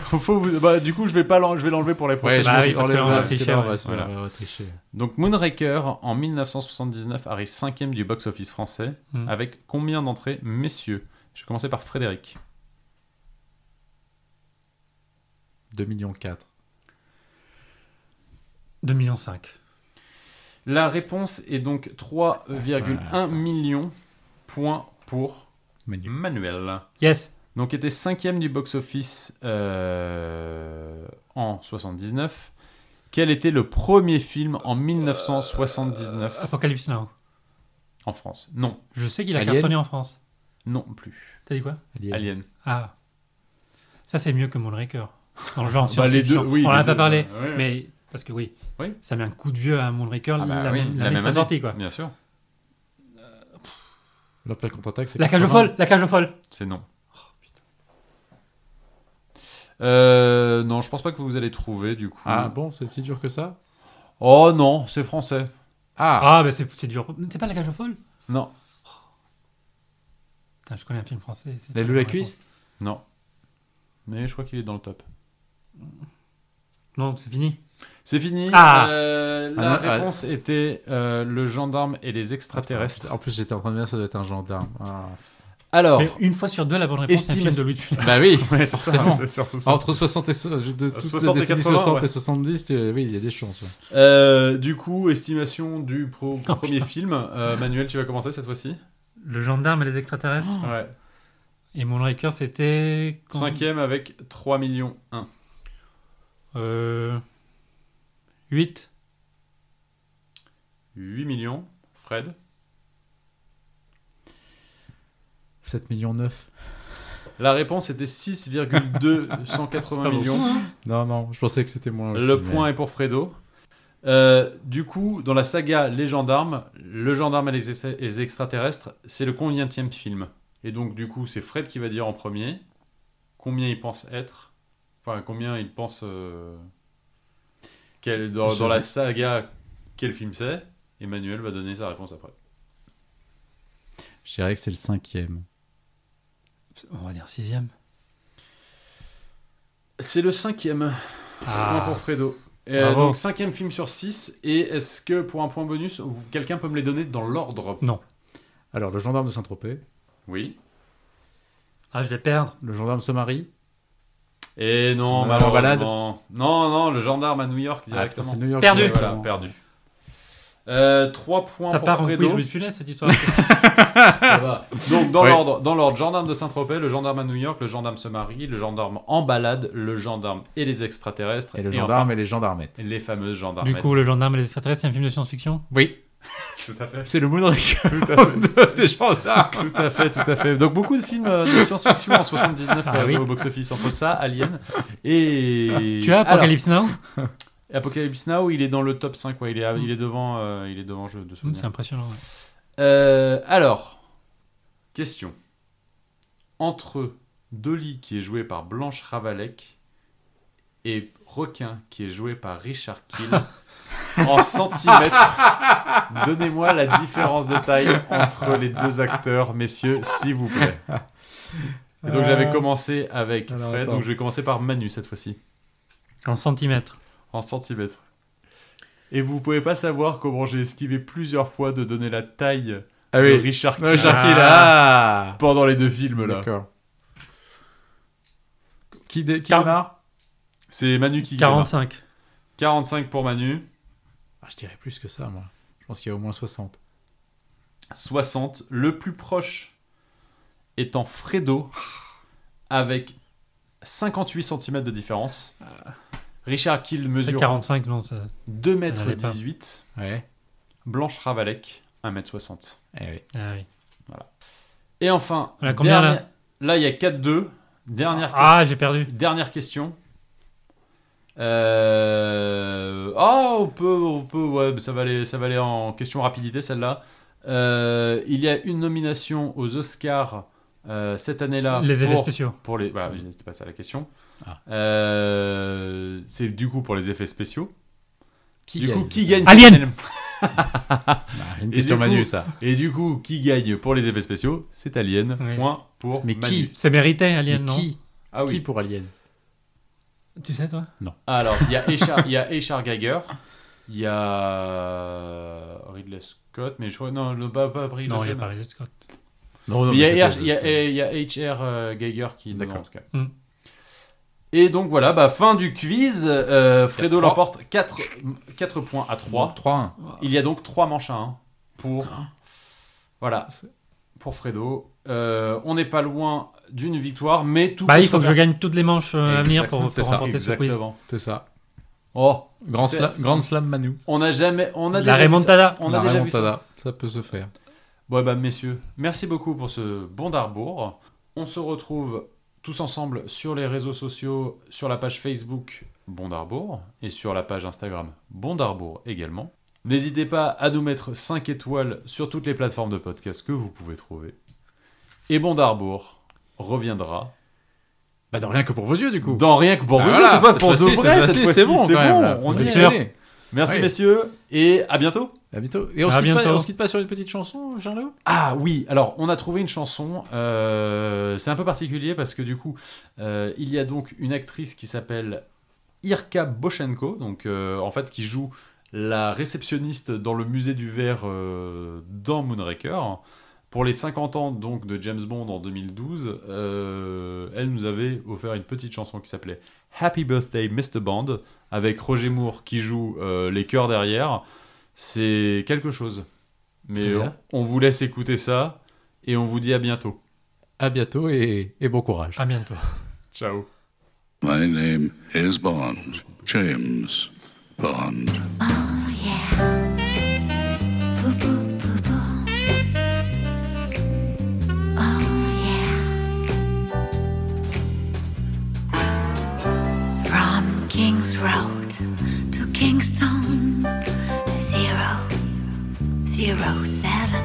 Speaker 3: Faut- faut vous- bah, du coup, je vais pas, l'en- je vais l'enlever pour les prochaines.
Speaker 2: bah
Speaker 4: pense
Speaker 2: oui,
Speaker 4: qu'on
Speaker 2: parce que là, on
Speaker 4: l'enlève,
Speaker 2: va
Speaker 4: parce que
Speaker 2: tricher,
Speaker 4: là, on
Speaker 2: ouais.
Speaker 4: va se-
Speaker 3: Voilà.
Speaker 4: on va tricher.
Speaker 3: Donc Moonraker en 1979 arrive cinquième du box-office français
Speaker 2: Hmm.
Speaker 3: avec combien d'entrées, messieurs Je vais commencer par Frédéric.
Speaker 4: 2 millions 4.
Speaker 2: 2,5 millions. 5.
Speaker 3: La réponse est donc 3,1 millions points pour
Speaker 4: Manu.
Speaker 3: Manuel.
Speaker 2: Yes.
Speaker 3: Donc était cinquième du box-office euh, en 79. Quel était le premier film en 1979
Speaker 2: Apocalypse Now.
Speaker 3: en France Non,
Speaker 2: Je sais qu'il a
Speaker 4: Alien.
Speaker 2: cartonné en France.
Speaker 3: non plus.
Speaker 2: T'as dit quoi
Speaker 3: Alien.
Speaker 2: Ah. Ça, c'est mieux que Moonraker. Dans le genre
Speaker 3: Bah, les deux,
Speaker 2: science-fiction.
Speaker 3: oui,
Speaker 2: On en
Speaker 3: les
Speaker 2: a pas
Speaker 3: deux,
Speaker 2: parlé.
Speaker 3: euh, ouais, ouais.
Speaker 2: Mais parce que oui,
Speaker 3: Oui.
Speaker 2: ça met un coup de vieux à Moonraker
Speaker 3: Ah bah
Speaker 2: la,
Speaker 3: oui,
Speaker 2: même- la
Speaker 3: la
Speaker 2: même
Speaker 3: même année.
Speaker 2: sortie quoi.
Speaker 3: Bien sûr,
Speaker 4: L'Empire contre-attaque, c'est
Speaker 2: La cage aux
Speaker 4: 80.
Speaker 2: folles, la cage aux folles.
Speaker 3: c'est non. Euh, non, je pense pas que vous allez trouver du coup.
Speaker 4: Ah bon, c'est si dur que ça
Speaker 3: Oh non, c'est français.
Speaker 4: Ah,
Speaker 2: Ah, bah c'est c'est dur. C'est pas la cage aux folles
Speaker 3: Non,
Speaker 2: Putain, je connais un film français. c'est pas
Speaker 4: La loue la
Speaker 2: bonne réponse.
Speaker 4: cuisse
Speaker 3: non. Mais je crois qu'il est dans le top.
Speaker 2: Non, c'est fini.
Speaker 3: C'est fini.
Speaker 2: Ah.
Speaker 3: Euh, la
Speaker 4: Ah non, ah.
Speaker 3: réponse était euh, le gendarme et les extraterrestres.
Speaker 4: En plus, j'étais en train de me dire, ça doit être un gendarme. Ah.
Speaker 3: Alors,
Speaker 2: Mais une fois sur deux, la bonne réponse, c'est un film
Speaker 3: estime-
Speaker 2: de Louis de Funès.
Speaker 4: Bah oui,
Speaker 3: c'est
Speaker 4: forcément.
Speaker 3: ça, c'est surtout ça.
Speaker 4: Entre 60 et so- de toutes
Speaker 3: 60 et
Speaker 4: les décennies
Speaker 3: 80,
Speaker 4: 60
Speaker 3: ouais.
Speaker 4: et 70, tu- oui, il y a des chances. ouais.
Speaker 3: Euh, du coup, estimation du pro-
Speaker 2: Oh,
Speaker 3: premier film. Euh, Manuel, tu vas commencer cette fois-ci
Speaker 2: Le gendarme et les extraterrestres.
Speaker 3: Ouais.
Speaker 2: Et Moonraker, c'était. Oh, quand-
Speaker 3: Cinquième avec 3 millions 1.
Speaker 2: Euh. 8.
Speaker 3: 8 millions. Fred
Speaker 4: 7 millions 9.
Speaker 3: La réponse était 6,2 180 millions.
Speaker 4: Non, non, je pensais que c'était moins. aussi,
Speaker 3: Le
Speaker 4: mais-
Speaker 3: point est pour Fredo. Euh, du coup, dans la saga Les Gendarmes, le gendarme et les, ex- et les extraterrestres, c'est le combienième film Et donc, du coup, c'est Fred qui va dire en premier combien il pense être, enfin, combien il pense. euh, quel, dans,
Speaker 4: Je
Speaker 3: dans
Speaker 4: dis-
Speaker 3: la saga, quel film c'est Emmanuel va donner sa réponse après.
Speaker 4: Je dirais que c'est le cinquième.
Speaker 2: On va dire 6
Speaker 3: C'est le cinquième.
Speaker 4: Ah.
Speaker 3: Point pour Fredo. Euh,
Speaker 2: Bravo.
Speaker 3: donc, cinquième film sur six. Et est-ce que pour un point bonus, vous- quelqu'un peut me les donner dans l'ordre
Speaker 4: Alors, le gendarme de Saint-Tropez,
Speaker 3: Oui.
Speaker 2: Ah, je vais perdre.
Speaker 4: le gendarme se marie.
Speaker 3: Et non,
Speaker 4: Euh,
Speaker 3: malheureusement. Non, non, le gendarme à New York
Speaker 4: Ah, putain,
Speaker 3: directement.
Speaker 4: c'est New York.
Speaker 2: Perdu.
Speaker 3: Ouais,
Speaker 4: directement.
Speaker 3: voilà, perdu. Euh, 3 points
Speaker 2: ça
Speaker 3: pour
Speaker 2: part en quiz
Speaker 3: Fredo.
Speaker 2: Louis de Funès, cette histoire.
Speaker 3: Ça va. Donc dans
Speaker 4: Oui.
Speaker 3: l'ordre, dans l'ordre, gendarme de Saint-Tropez, le gendarme à New York, le gendarme se marie, le gendarme en balade, le gendarme et les extraterrestres
Speaker 4: Et le gendarme
Speaker 3: enfin,
Speaker 4: et les gendarmettes.
Speaker 3: les fameuses gendarmes.
Speaker 2: du coup, le gendarme et les extraterrestres, c'est un film de science-fiction
Speaker 4: Oui,
Speaker 3: tout à fait.
Speaker 4: c'est le Moonraker
Speaker 3: Tout à fait.
Speaker 4: de- des gendarmes.
Speaker 3: Tout à fait, tout à fait. Donc beaucoup de films euh, de science-fiction en 79
Speaker 2: Ah
Speaker 3: euh,
Speaker 2: oui.
Speaker 3: au box-office entre ça, Alien et
Speaker 2: Tu as
Speaker 3: Alors,
Speaker 2: Apocalypse Now
Speaker 3: Apocalypse Now, il est dans le top 5, ouais, il est, il est devant, euh, il est devant jeu de
Speaker 2: Hum,
Speaker 3: souvenir.
Speaker 2: C'est impressionnant. ouais.
Speaker 3: Euh, alors, question. Entre Dolly, qui est joué par Blanche Ravalec, et Requin, qui est joué par Richard Kiel, en centimètres, donnez-moi la différence de taille entre les deux acteurs, messieurs, s'il vous plaît. Et donc j'avais commencé avec
Speaker 4: Alors,
Speaker 3: Fred,
Speaker 4: attends.
Speaker 3: donc je vais commencer par Manu cette fois-ci,
Speaker 2: En centimètres.
Speaker 3: en centimètres. Et vous pouvez pas savoir comment j'ai esquivé plusieurs fois de donner la taille
Speaker 4: Ah
Speaker 3: de
Speaker 4: oui,
Speaker 3: Richard Kiel.
Speaker 4: le Richard Kiel, ah.
Speaker 3: pendant les deux films là.
Speaker 4: D'accord. Qui, dé- qui
Speaker 2: Quarante-
Speaker 4: démarre
Speaker 3: C'est Manu qui gagne.
Speaker 2: 45.
Speaker 3: 45 pour Manu,
Speaker 4: Ah, Je dirais plus que ça, moi. Je pense qu'il y a au moins 60.
Speaker 3: 60. Le plus proche étant Fredo avec 58 cm de différence. Richard Kiel
Speaker 2: C'est
Speaker 3: mesure
Speaker 2: 45, non, ça.
Speaker 3: 2
Speaker 2: Ça
Speaker 3: m
Speaker 2: n'allait pas.
Speaker 3: 18.
Speaker 4: Ouais.
Speaker 3: Blanche Ravalec 1 m 60.
Speaker 4: Eh oui.
Speaker 2: Ah oui.
Speaker 3: Et enfin,
Speaker 2: On a combien, là
Speaker 3: dernière- là il y a 4-2. Dernière
Speaker 2: Ah, j'ai perdu.
Speaker 3: Dernière question. Euh, Ah, on peut, on peut, ouais, mais ça va aller, ça va aller en question rapidité celle-là. Euh, il y a une nomination aux Oscars euh, cette année-là.
Speaker 2: les effets
Speaker 3: pour,
Speaker 2: spéciaux.
Speaker 3: pour les, voilà, mais c'était pas ça la question.
Speaker 4: Ah.
Speaker 3: Euh, C'est du coup pour les effets spéciaux.
Speaker 4: Qui
Speaker 3: du
Speaker 4: gagne
Speaker 3: coup, qui gagne
Speaker 2: Alien
Speaker 3: cette année
Speaker 4: Une
Speaker 3: Et
Speaker 4: question
Speaker 3: du coup-
Speaker 4: Manu, ça.
Speaker 3: Et du coup, qui gagne pour les effets spéciaux C'est Alien.
Speaker 2: Oui.
Speaker 3: Point pour
Speaker 4: Mais
Speaker 3: Manu.
Speaker 4: qui
Speaker 2: C'est mérité, Alien,
Speaker 4: Mais
Speaker 2: non
Speaker 4: qui
Speaker 3: Ah
Speaker 4: Qui
Speaker 3: oui.
Speaker 4: pour Alien
Speaker 2: Tu sais, toi
Speaker 3: Alors, il y a Echar- il y a Echar Geiger, il y a Ridley Scott, mais je crois non, non, pas, pas Ridley
Speaker 2: Non, il
Speaker 3: Scott.
Speaker 2: n'y a pas Ridley Scott.
Speaker 4: Non, non,
Speaker 3: Mais il y
Speaker 4: mais
Speaker 3: a
Speaker 4: c'était-
Speaker 3: il y a- il y a H.R. euh, Geiger qui est dedans,
Speaker 4: D'accord.
Speaker 3: en tout cas.
Speaker 2: Mm.
Speaker 3: Et donc voilà, bah, fin du quiz. euh, Fredo
Speaker 4: Quatre, trois.
Speaker 3: l'emporte 4, points à 3.
Speaker 4: 3-1.
Speaker 3: Il y a donc 3 manches à 1 pour, voilà, pour Fredo. Euh, on n'est pas loin d'une victoire, mais tout
Speaker 2: Bah,
Speaker 3: peut
Speaker 2: il
Speaker 3: se
Speaker 2: faut que je
Speaker 3: faire.
Speaker 2: gagne toutes les manches euh, à venir pour,
Speaker 4: c'est
Speaker 2: pour
Speaker 4: ça,
Speaker 2: remporter ce quiz.
Speaker 3: Exactement.
Speaker 4: C'est ça.
Speaker 3: Oh,
Speaker 4: Grand,
Speaker 3: C'est-
Speaker 4: sla- grand slam Manu.
Speaker 3: on n'a jamais. On
Speaker 2: La
Speaker 3: a déjà vu ça.
Speaker 2: remontada.
Speaker 3: On
Speaker 4: La
Speaker 3: a déjà vu ça.
Speaker 4: remontada, ça. peut se faire.
Speaker 3: Bon, bah, messieurs, merci beaucoup pour ce bon d'arbour. On se retrouve tous ensemble sur les réseaux sociaux, sur la page Facebook Bon d'Arbour et sur la page Instagram Bon d'Arbour également. N'hésitez pas à nous mettre 5 étoiles sur toutes les plateformes de podcast que vous pouvez trouver. Et Bon d'Arbour reviendra
Speaker 4: Bah, non, rien que pour vos yeux, du coup.
Speaker 3: dans rien que pour
Speaker 4: Ah,
Speaker 3: vous,
Speaker 4: voilà,
Speaker 3: cette fois pour de
Speaker 4: fois-ci,
Speaker 3: vrai, cette
Speaker 4: fois-ci,
Speaker 3: fois-ci, c'est bon,
Speaker 4: quand même, là.
Speaker 3: on
Speaker 4: Vous
Speaker 3: y
Speaker 4: êtes
Speaker 3: est.
Speaker 2: sûr.
Speaker 4: allés.
Speaker 3: Merci
Speaker 4: Oui.
Speaker 3: messieurs et à bientôt.
Speaker 4: À bientôt. Et on,
Speaker 2: À
Speaker 4: se quitte
Speaker 2: bientôt.
Speaker 4: Pas, on se quitte pas sur une petite chanson, Charlot
Speaker 3: Ah oui, alors on a trouvé une chanson. euh, c'est un peu particulier parce que du coup, euh, il y a donc une actrice qui s'appelle Irka Bochenko, donc euh, en fait qui joue la réceptionniste dans le musée du verre euh, dans Moonraker. Pour les 50 ans donc de James Bond en 2012, euh, elle nous avait offert une petite chanson qui s'appelait Happy Birthday Mr. Bond avec Roger Moore qui joue euh, les chœurs derrière. C'est quelque chose. Mais
Speaker 4: Très
Speaker 3: euh,
Speaker 4: bien.
Speaker 3: on vous laisse écouter ça et on vous dit à bientôt.
Speaker 4: À bientôt et, et bon courage.
Speaker 2: À bientôt.
Speaker 3: Ciao.
Speaker 7: My name is Bond. James Bond.
Speaker 5: From King's Road to Kingston, zero, zero seven.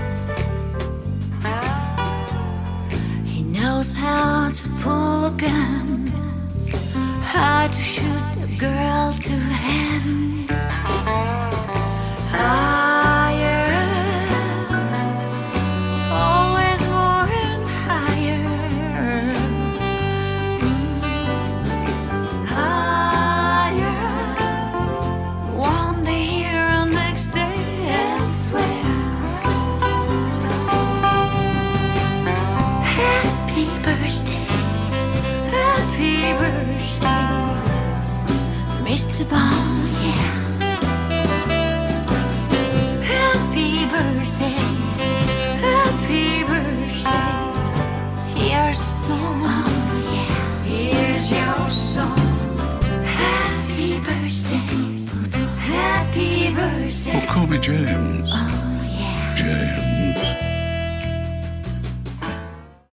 Speaker 5: He knows how to pull a gun, how to shoot a girl to heaven. Higher, always more and higher. Higher, one day here and next day elsewhere. Happy birthday, happy birthday, Mr. Bond, yeah. Happy birthday, happy birthday. Here's a song, yeah. Here's your song. Happy birthday, happy birthday.
Speaker 7: Call me James.